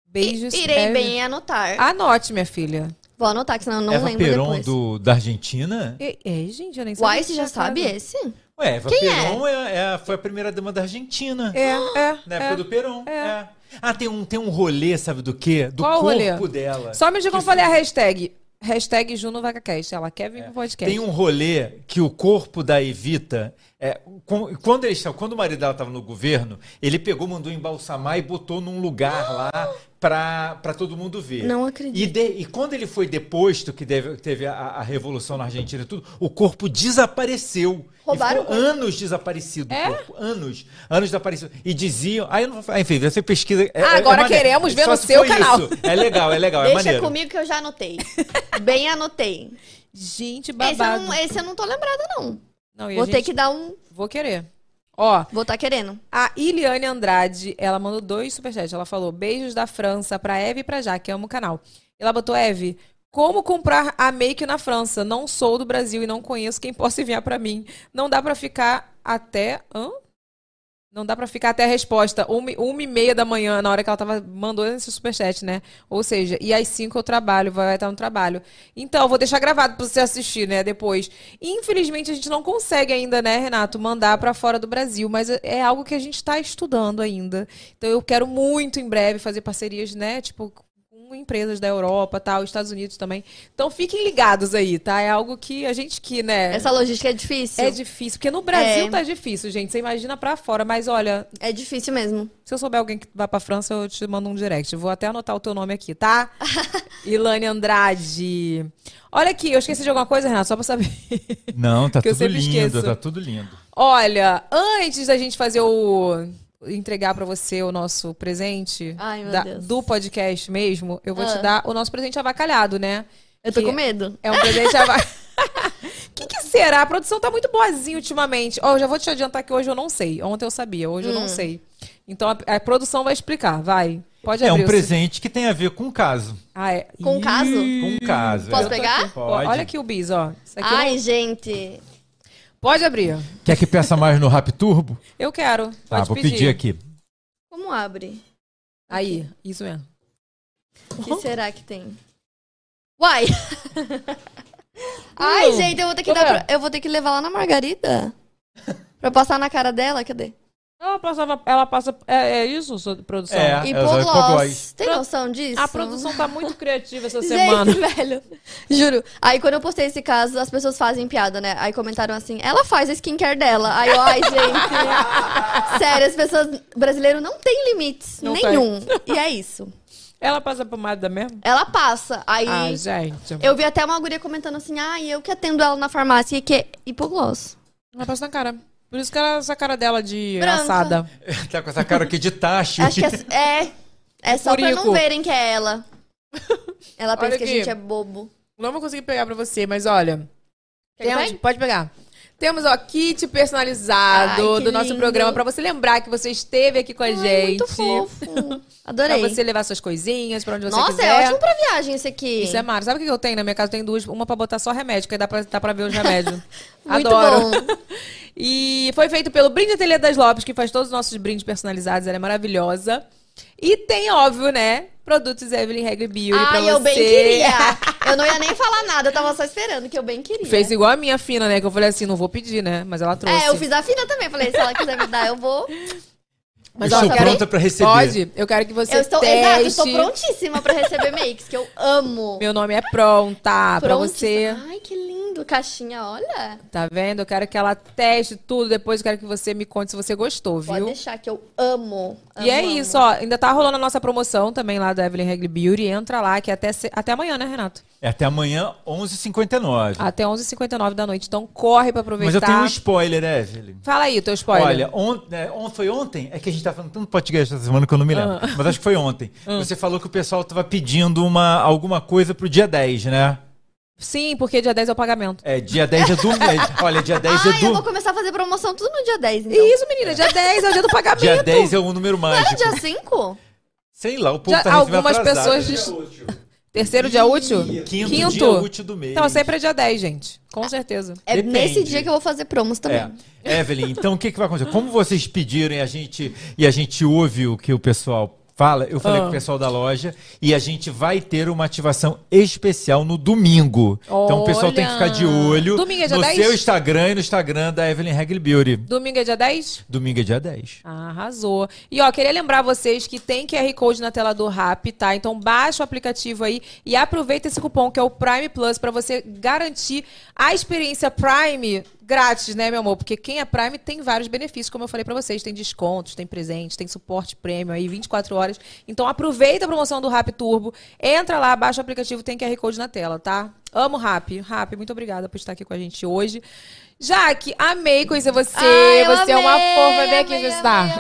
[SPEAKER 6] Beijos.
[SPEAKER 8] Irei
[SPEAKER 6] Eva.
[SPEAKER 8] bem anotar.
[SPEAKER 6] Anote, minha filha.
[SPEAKER 8] Vou anotar, que senão eu não
[SPEAKER 9] Eva
[SPEAKER 8] lembro
[SPEAKER 9] Peron
[SPEAKER 8] depois.
[SPEAKER 9] do, da Argentina?
[SPEAKER 6] E- É, gente, eu nem sei.
[SPEAKER 8] Uai, você já sabe esse?
[SPEAKER 9] Ué, Eva
[SPEAKER 8] Quem
[SPEAKER 9] Peron é? é a- foi a primeira dama da Argentina.
[SPEAKER 6] É, é.
[SPEAKER 9] Na época
[SPEAKER 6] é.
[SPEAKER 9] do Peron. É. Ah, tem um, tem um rolê, sabe do quê? Do
[SPEAKER 6] Qual o
[SPEAKER 9] corpo
[SPEAKER 6] rolê?
[SPEAKER 9] dela.
[SPEAKER 6] Só me digam qual é a hashtag. Hashtag Juno VacaCast. Ela quer vir pro podcast.
[SPEAKER 9] Tem um rolê que o corpo da Evita. é, com- quando, eles, tavam- quando o marido dela estava no governo, ele pegou, mandou embalsamar e botou num lugar lá pra, pra todo mundo ver.
[SPEAKER 8] Não acredito.
[SPEAKER 9] E, de- e quando ele foi deposto, que deve- teve a, a revolução na Argentina e tudo, o corpo desapareceu. E
[SPEAKER 8] Roubaram
[SPEAKER 9] ficou
[SPEAKER 8] o corpo?
[SPEAKER 9] anos desaparecido
[SPEAKER 6] É?
[SPEAKER 9] o corpo. Anos. Anos desaparecido. E diziam. Aí eu não vou falar. Enfim, você pesquisa. é-
[SPEAKER 6] Ah,
[SPEAKER 9] é- é
[SPEAKER 6] agora
[SPEAKER 9] maneiro.
[SPEAKER 6] queremos ver
[SPEAKER 9] Só
[SPEAKER 6] no
[SPEAKER 9] se
[SPEAKER 6] seu
[SPEAKER 9] for
[SPEAKER 6] canal.
[SPEAKER 9] isso. É legal, é legal, é
[SPEAKER 8] Deixa
[SPEAKER 9] maneiro.
[SPEAKER 8] comigo que eu já anotei. bem anotei.
[SPEAKER 6] Gente,
[SPEAKER 8] Esse eu,
[SPEAKER 6] babado.
[SPEAKER 8] não, esse eu não tô lembrada, não.
[SPEAKER 6] Não, e a
[SPEAKER 8] Vou ter
[SPEAKER 6] gente-
[SPEAKER 8] que dar um...
[SPEAKER 6] Então, Vou querer. Ó,
[SPEAKER 8] Vou estar querendo.
[SPEAKER 6] A Iliane Andrade, ela mandou dois superchats. Ela falou: beijos da França pra Eve e pra Jaque, amo o canal. E ela botou: Eve, como comprar a make na França? Não sou do Brasil e não conheço quem possa enviar pra mim. Não dá pra ficar até. Hã? Não dá pra ficar até a resposta. Uma, e- uma e meia da manhã, na hora que ela tava, mandou esse superchat, né? Ou seja, e às cinco eu trabalho, vai estar no trabalho. Então, vou deixar gravado pra você assistir, né? Depois. Infelizmente, a gente não consegue ainda, né, Renato, mandar pra fora do Brasil, mas é- é algo que a gente tá estudando ainda. Então, eu quero muito em breve fazer parcerias, né? Tipo, com com empresas da Europa, tal, Estados Unidos também. Então fiquem ligados aí, tá? É algo que a gente que, né?
[SPEAKER 8] Essa logística é difícil.
[SPEAKER 6] É difícil, porque no Brasil
[SPEAKER 8] É.
[SPEAKER 6] tá difícil, gente. Você imagina pra fora, mas olha,
[SPEAKER 8] é difícil mesmo.
[SPEAKER 6] Se eu souber alguém que vai pra França, eu te mando um direct. Vou até anotar o teu nome aqui, tá? Ilane Andrade. Olha aqui, eu esqueci de alguma coisa, Renato, só pra saber.
[SPEAKER 9] Não, tá
[SPEAKER 6] Que eu
[SPEAKER 9] tudo
[SPEAKER 6] sempre
[SPEAKER 9] lindo,
[SPEAKER 6] esqueço.
[SPEAKER 9] tá tudo lindo.
[SPEAKER 6] Olha, antes da gente fazer o. entregar pra você o nosso presente
[SPEAKER 8] Ai, meu Deus.
[SPEAKER 6] do podcast mesmo, eu vou
[SPEAKER 8] Ah.
[SPEAKER 6] te dar o nosso presente avacalhado, né?
[SPEAKER 8] Eu tô
[SPEAKER 6] Que
[SPEAKER 8] com medo.
[SPEAKER 6] É um presente avacalhado. O que, que será? A produção tá muito boazinha ultimamente. Ó, eu já vou te adiantar que hoje eu não sei. Ontem eu sabia, hoje eu
[SPEAKER 8] Hum.
[SPEAKER 6] não sei. Então a, a produção vai explicar, vai. Pode
[SPEAKER 9] É
[SPEAKER 6] abrir
[SPEAKER 9] um
[SPEAKER 6] o seu-
[SPEAKER 9] presente que tem a ver com o caso.
[SPEAKER 6] Ah, é.
[SPEAKER 8] Com o caso?
[SPEAKER 9] Com o caso.
[SPEAKER 8] Posso
[SPEAKER 9] é.
[SPEAKER 8] pegar?
[SPEAKER 9] Pode.
[SPEAKER 6] Ó, Olha aqui o bis, ó. Isso aqui eu
[SPEAKER 8] Ai,
[SPEAKER 6] não-
[SPEAKER 8] gente.
[SPEAKER 6] Pode abrir.
[SPEAKER 9] Quer que peça mais no Rap Turbo?
[SPEAKER 6] Eu quero. Pode
[SPEAKER 9] Tá, vou pedir aqui.
[SPEAKER 8] Como abre?
[SPEAKER 6] Aí, isso mesmo.
[SPEAKER 8] O que será que tem? Uai! Ai,
[SPEAKER 6] Hum.
[SPEAKER 8] gente, eu vou ter que dar
[SPEAKER 6] Opa.
[SPEAKER 8] pra- eu vou ter que levar lá na Margarida. Pra passar na cara dela, cadê?
[SPEAKER 6] Ela passa. Ela passa é, é isso, sua produção?
[SPEAKER 9] É,
[SPEAKER 8] E
[SPEAKER 9] ela usa
[SPEAKER 8] Hipogloss.
[SPEAKER 9] hipogloss.
[SPEAKER 8] Tem noção disso?
[SPEAKER 6] A produção tá muito criativa essa
[SPEAKER 8] Gente,
[SPEAKER 6] semana.
[SPEAKER 8] velho. Juro. Aí quando eu postei esse caso, as pessoas fazem piada, né? Aí comentaram assim, ela faz a skincare dela. Aí eu, ai, gente. Sério, as pessoas... Brasileiro não tem limites.
[SPEAKER 6] Não
[SPEAKER 8] nenhum. E é isso.
[SPEAKER 6] Ela passa pomada mesmo?
[SPEAKER 8] Ela passa. Aí...
[SPEAKER 6] Ah, gente.
[SPEAKER 8] Eu vi até uma guria comentando assim, ah, eu que atendo ela na farmácia, que é hipogloss.
[SPEAKER 6] Ela passa na cara. Por isso que ela, essa cara dela de
[SPEAKER 8] Branca.
[SPEAKER 6] assada.
[SPEAKER 9] Tá com essa cara aqui de tacho.
[SPEAKER 8] Acho que é, é, é só pra não
[SPEAKER 6] Furico.
[SPEAKER 8] verem que é ela. Ela pensa
[SPEAKER 6] Olha
[SPEAKER 8] que a
[SPEAKER 6] aqui.
[SPEAKER 8] gente é bobo.
[SPEAKER 6] Não vou conseguir pegar pra você, mas olha.
[SPEAKER 8] Quer que
[SPEAKER 6] temos-
[SPEAKER 8] pegue?
[SPEAKER 6] pode pegar. Temos, ó, kit personalizado
[SPEAKER 8] Ai, que
[SPEAKER 6] do nosso
[SPEAKER 8] lindo.
[SPEAKER 6] programa pra você lembrar que você esteve aqui com a gente.
[SPEAKER 8] Muito fofo. Adorei.
[SPEAKER 6] Pra você levar suas coisinhas pra onde você
[SPEAKER 8] Nossa,
[SPEAKER 6] quiser.
[SPEAKER 8] é ótimo pra viagem esse aqui.
[SPEAKER 6] Isso é mara. Sabe o que que eu tenho? Na minha casa tem duas. Uma pra botar só remédio, que aí dá pra, dá pra ver os remédios.
[SPEAKER 8] Muito
[SPEAKER 6] Adoro.
[SPEAKER 8] bom.
[SPEAKER 6] e foi feito pelo Brinde Ateliê das Lopes, que faz todos os nossos brindes personalizados. Ela é maravilhosa. E tem, óbvio, né? Produtos Evelyn Regli Beauty pra
[SPEAKER 8] Ai,
[SPEAKER 6] você.
[SPEAKER 8] eu bem queria. Eu não ia nem falar nada, eu tava só esperando, que eu bem queria.
[SPEAKER 6] Fez igual a minha fina, né? Que eu falei assim, não vou pedir, né? Mas ela trouxe.
[SPEAKER 8] É, eu fiz a fina também. Falei, se ela quiser me dar, eu vou.
[SPEAKER 6] Mas
[SPEAKER 9] Eu
[SPEAKER 6] ó,
[SPEAKER 9] estou
[SPEAKER 6] quero-
[SPEAKER 9] pronta pra receber.
[SPEAKER 6] Pode? Eu quero que você
[SPEAKER 8] eu estou,
[SPEAKER 6] teste.
[SPEAKER 8] exato, eu estou prontíssima pra receber makes, que eu amo.
[SPEAKER 6] Meu nome é Pronta pra você.
[SPEAKER 8] Ai, que lindo, caixinha, olha.
[SPEAKER 6] Tá vendo? Eu quero que ela teste tudo. Depois eu quero que você me conte se você gostou, viu?
[SPEAKER 8] Pode deixar que eu amo.
[SPEAKER 6] E é
[SPEAKER 8] amo, amo.
[SPEAKER 6] isso, ó. Ainda tá rolando a nossa promoção também lá da Evelyn Regli Beauty. Entra lá, que é até, se- até amanhã, né, Renato?
[SPEAKER 9] É até amanhã, 11h59.
[SPEAKER 6] Até 11h59 da noite. Então corre pra Ah, aproveitar.
[SPEAKER 9] Mas eu tenho um spoiler, Evelyn.
[SPEAKER 6] Fala aí o teu spoiler.
[SPEAKER 9] Olha, on- né, on- foi ontem? É que a gente tá falando tanto podcast essa semana que eu não me lembro.
[SPEAKER 6] Ah.
[SPEAKER 9] Mas acho que foi ontem. Você falou que o pessoal tava pedindo uma, alguma coisa pro dia 10, né?
[SPEAKER 6] Sim, porque dia 10 é o pagamento.
[SPEAKER 9] É, dia 10 é domingo. Olha, dia 10 é
[SPEAKER 8] Ai, eu vou
[SPEAKER 9] domingo.
[SPEAKER 8] começar a fazer promoção tudo no dia 10, então.
[SPEAKER 6] Isso, menina. Dia 10 é o dia do pagamento.
[SPEAKER 9] Dia 10 é um número
[SPEAKER 8] Não era
[SPEAKER 9] mágico.
[SPEAKER 8] dia 5?
[SPEAKER 9] Sei lá, o povo
[SPEAKER 6] Já-
[SPEAKER 9] tá recebendo
[SPEAKER 6] algumas
[SPEAKER 9] atrasado.
[SPEAKER 6] pessoas... diz- Terceiro dia útil?
[SPEAKER 9] Quinto dia útil do mês.
[SPEAKER 6] Então, sempre é dia 10, gente. Com certeza.
[SPEAKER 8] É
[SPEAKER 9] Depende.
[SPEAKER 8] nesse dia que eu vou fazer promos também.
[SPEAKER 9] É. Evelyn, então o que, que vai acontecer? Como vocês pediram e a gente, e a gente ouve o que o pessoal fala, eu falei
[SPEAKER 6] Ah.
[SPEAKER 9] com o pessoal da loja e a gente vai ter uma ativação especial no domingo. Então o pessoal tem que ficar de olho
[SPEAKER 6] Domingo é dia
[SPEAKER 9] no
[SPEAKER 6] 10?
[SPEAKER 9] seu Instagram e no Instagram da Evelyn Regli Beauty.
[SPEAKER 6] Domingo é dia 10?
[SPEAKER 9] Domingo é dia 10.
[SPEAKER 6] Ah, Arrasou. E ó, queria lembrar vocês que tem QR Code na tela do Rap, tá? Então baixa o aplicativo aí e aproveita esse cupom que é o Prime Plus pra você garantir a experiência Prime grátis, né, meu amor? Porque quem é Prime tem vários benefícios, como eu falei pra vocês, tem descontos, tem presente, tem suporte prêmio aí 24 horas. Então aproveita a promoção do Rap Turbo, entra lá, baixa o aplicativo, tem QR Code na tela, tá? Amo o Rap. Rap, muito obrigada por estar aqui com a gente hoje. Jaque, amei conhecer você.
[SPEAKER 8] Ai, eu
[SPEAKER 6] você é uma
[SPEAKER 8] amei,
[SPEAKER 6] fofa, vem aqui
[SPEAKER 8] amei,
[SPEAKER 6] está.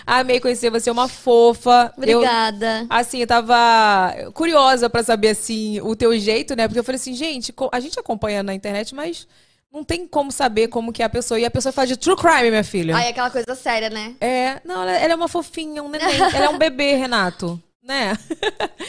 [SPEAKER 6] Amei conhecer você, é uma fofa.
[SPEAKER 8] Obrigada.
[SPEAKER 6] Eu, assim, eu tava curiosa pra saber, assim, o teu jeito, né? Porque eu falei assim, gente, co- a gente acompanha na internet, mas não tem como saber como que é a pessoa. E a pessoa faz de true crime, minha filha.
[SPEAKER 8] Ai, é aquela coisa séria, né?
[SPEAKER 6] É, não, ela, ela é uma fofinha, um neném. ela é um bebê, Renato. Né?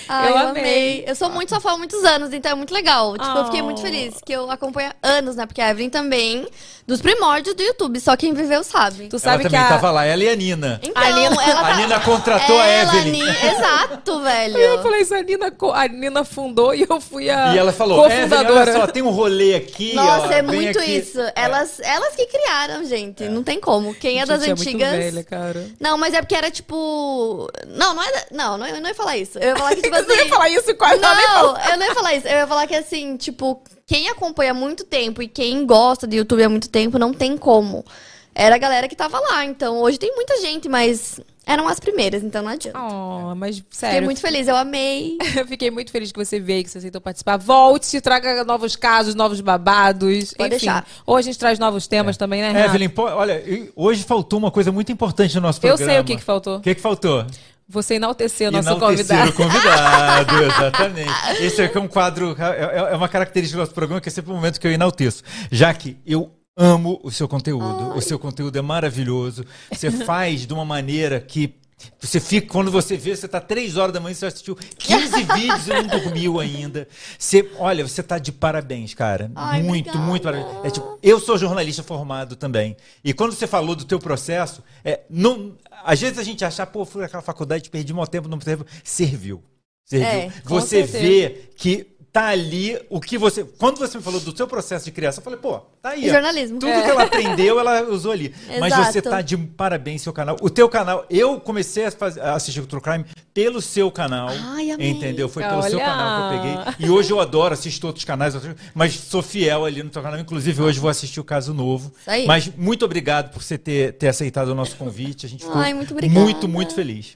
[SPEAKER 8] Ai,
[SPEAKER 6] Eu
[SPEAKER 8] eu,
[SPEAKER 6] amei.
[SPEAKER 8] amei. Eu sou muito só fã há muitos anos, então é muito legal. Tipo, eu fiquei
[SPEAKER 6] Oh.
[SPEAKER 8] muito feliz que eu acompanho há anos, né? Porque a Evelyn também, dos primórdios do YouTube, só quem viveu sabe.
[SPEAKER 6] Tu
[SPEAKER 9] ela também tava lá, ela e a Nina.
[SPEAKER 8] Então, ela tá...
[SPEAKER 9] A Nina contratou
[SPEAKER 8] Ela,
[SPEAKER 9] a Evelyn.
[SPEAKER 8] Ni- Exato, velho.
[SPEAKER 6] Aí eu falei isso, a Nina, co- a Nina fundou e eu fui a
[SPEAKER 9] E ela falou, Evelyn, olha
[SPEAKER 6] cofundadora.
[SPEAKER 9] só, tem um rolê aqui. ó,
[SPEAKER 8] Nossa, é
[SPEAKER 9] vem
[SPEAKER 8] muito
[SPEAKER 9] aqui.
[SPEAKER 8] isso. Elas, elas que criaram, gente. Não tem como. Quem é das
[SPEAKER 6] Gente,
[SPEAKER 8] antigas.
[SPEAKER 6] É muito velha, cara.
[SPEAKER 8] Não, mas é porque era tipo. Não, não é. da- Não, não, não não ia falar isso. Eu ia falar que, tipo assim.
[SPEAKER 6] Você ia falar isso
[SPEAKER 8] Não,
[SPEAKER 6] quase nada, nem falou.
[SPEAKER 8] eu não ia falar isso. Eu ia falar que, assim, tipo, quem acompanha há muito tempo e quem gosta de YouTube há muito tempo, não tem como. Era a galera que tava lá. Então, hoje tem muita gente, mas eram as primeiras, então não adianta.
[SPEAKER 6] Oh, mas
[SPEAKER 8] Fiquei
[SPEAKER 6] sério.
[SPEAKER 8] muito feliz, eu amei.
[SPEAKER 6] Eu fiquei muito feliz que você veio, que você aceitou participar. Volte, traga novos casos, novos babados.
[SPEAKER 8] Pode
[SPEAKER 6] Enfim,
[SPEAKER 8] deixar.
[SPEAKER 6] ou a gente traz novos temas também, né, Renato?
[SPEAKER 9] É, Evelyn, pô, olha, e hoje faltou uma coisa muito importante no nosso
[SPEAKER 6] Eu
[SPEAKER 9] programa.
[SPEAKER 6] sei o que, que faltou.
[SPEAKER 9] O que, que faltou?
[SPEAKER 6] Você enalteceu o
[SPEAKER 9] Enaltecer
[SPEAKER 6] nosso convidado.
[SPEAKER 9] o convidado, exatamente. Esse aqui é um quadro, é, é- é uma característica do nosso programa, que é sempre um momento que eu enalteço. Já que eu amo o seu conteúdo, o seu conteúdo é maravilhoso, você faz de uma maneira que você fica, quando você vê, você tá três horas da manhã, você assistiu 15 vídeos e não dormiu ainda. Você, olha, você tá de parabéns, cara.
[SPEAKER 8] Ai,
[SPEAKER 9] muito,
[SPEAKER 8] obrigada.
[SPEAKER 9] muito parabéns. É tipo, eu sou jornalista formado também. E quando você falou do teu processo, é, não, às vezes a gente acha, "Ah, pô, fui naquela faculdade, perdi meu tempo, não teve. Serviu. Serviu.
[SPEAKER 12] É, com
[SPEAKER 9] você
[SPEAKER 12] certeza.
[SPEAKER 9] vê que tá ali o que você. Quando você me falou do seu processo de criação, eu falei, pô, tá aí.
[SPEAKER 8] E
[SPEAKER 9] ó.
[SPEAKER 8] jornalismo.
[SPEAKER 9] Tudo
[SPEAKER 8] É.
[SPEAKER 9] que ela aprendeu, ela usou ali. Mas
[SPEAKER 8] Exato.
[SPEAKER 9] você tá de parabéns seu canal. O teu canal, eu comecei a, faz- a assistir o True Crime pelo seu canal.
[SPEAKER 8] Ai, amei.
[SPEAKER 9] Entendeu? Foi pelo seu
[SPEAKER 8] Olha.
[SPEAKER 9] canal que eu peguei. E hoje eu adoro, assisto outros canais, mas sou fiel ali no teu canal. Inclusive, hoje vou assistir o caso novo.
[SPEAKER 8] Isso aí.
[SPEAKER 9] Mas muito obrigado por você ter, ter aceitado o nosso convite. A gente ficou
[SPEAKER 8] Ai, muito obrigada.
[SPEAKER 9] muito, muito feliz.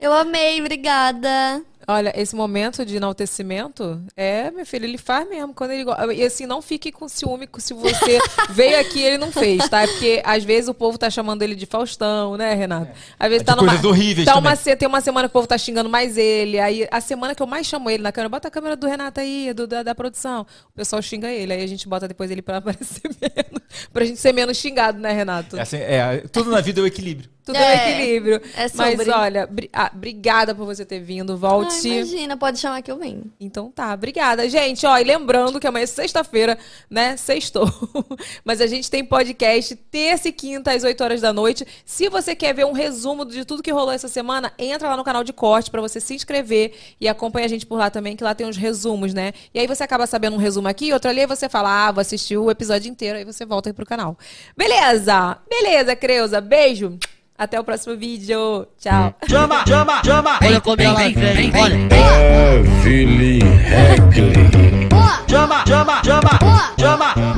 [SPEAKER 8] Eu amei, obrigada.
[SPEAKER 6] Olha, esse momento de enaltecimento é, meu filho, ele faz mesmo. Quando ele go- E assim, não fique com ciúme com- se você veio aqui e ele não fez, tá? Porque às vezes o povo tá chamando ele de Faustão, né, Renato? Às vezes tá numa.
[SPEAKER 9] É, coisas horríveis
[SPEAKER 6] tá
[SPEAKER 9] também.
[SPEAKER 6] uma se- Tem uma semana que o povo tá xingando mais ele. Aí a semana que eu mais chamo ele na câmera, bota a câmera do Renato aí, do- da, da produção. O pessoal xinga ele. Aí a gente bota depois ele pra aparecer menos. Pra gente ser menos xingado, né, Renato?
[SPEAKER 9] É assim, é, tudo na vida é o equilíbrio.
[SPEAKER 6] Tudo
[SPEAKER 8] É,
[SPEAKER 6] é, um equilíbrio.
[SPEAKER 8] é
[SPEAKER 6] Mas
[SPEAKER 8] sobre.
[SPEAKER 6] olha, bri- ah, obrigada por você ter vindo.
[SPEAKER 8] Ai,
[SPEAKER 6] Volte.
[SPEAKER 8] Ah, imagina, pode chamar que eu venho.
[SPEAKER 6] Então tá, obrigada. Gente, ó, e lembrando que amanhã é sexta-feira, né? Sextou. Mas a gente tem podcast terça e quinta às 8 horas da noite. Se você quer ver um resumo de tudo que rolou essa semana, entra lá no canal de corte pra você se inscrever e acompanha a gente por lá também, que lá tem uns resumos, né? E aí você acaba sabendo um resumo aqui, outro ali, aí você fala, ah, vou assistir o episódio inteiro, aí você volta aí pro canal. Beleza? Beleza, Creuza. Beijo. Até o próximo vídeo. Tchau.
[SPEAKER 3] Chama, chama, chama. Olha como ela vem. Olha.
[SPEAKER 4] Evelyn Heckley.
[SPEAKER 3] Chama, chama, chama. Chama.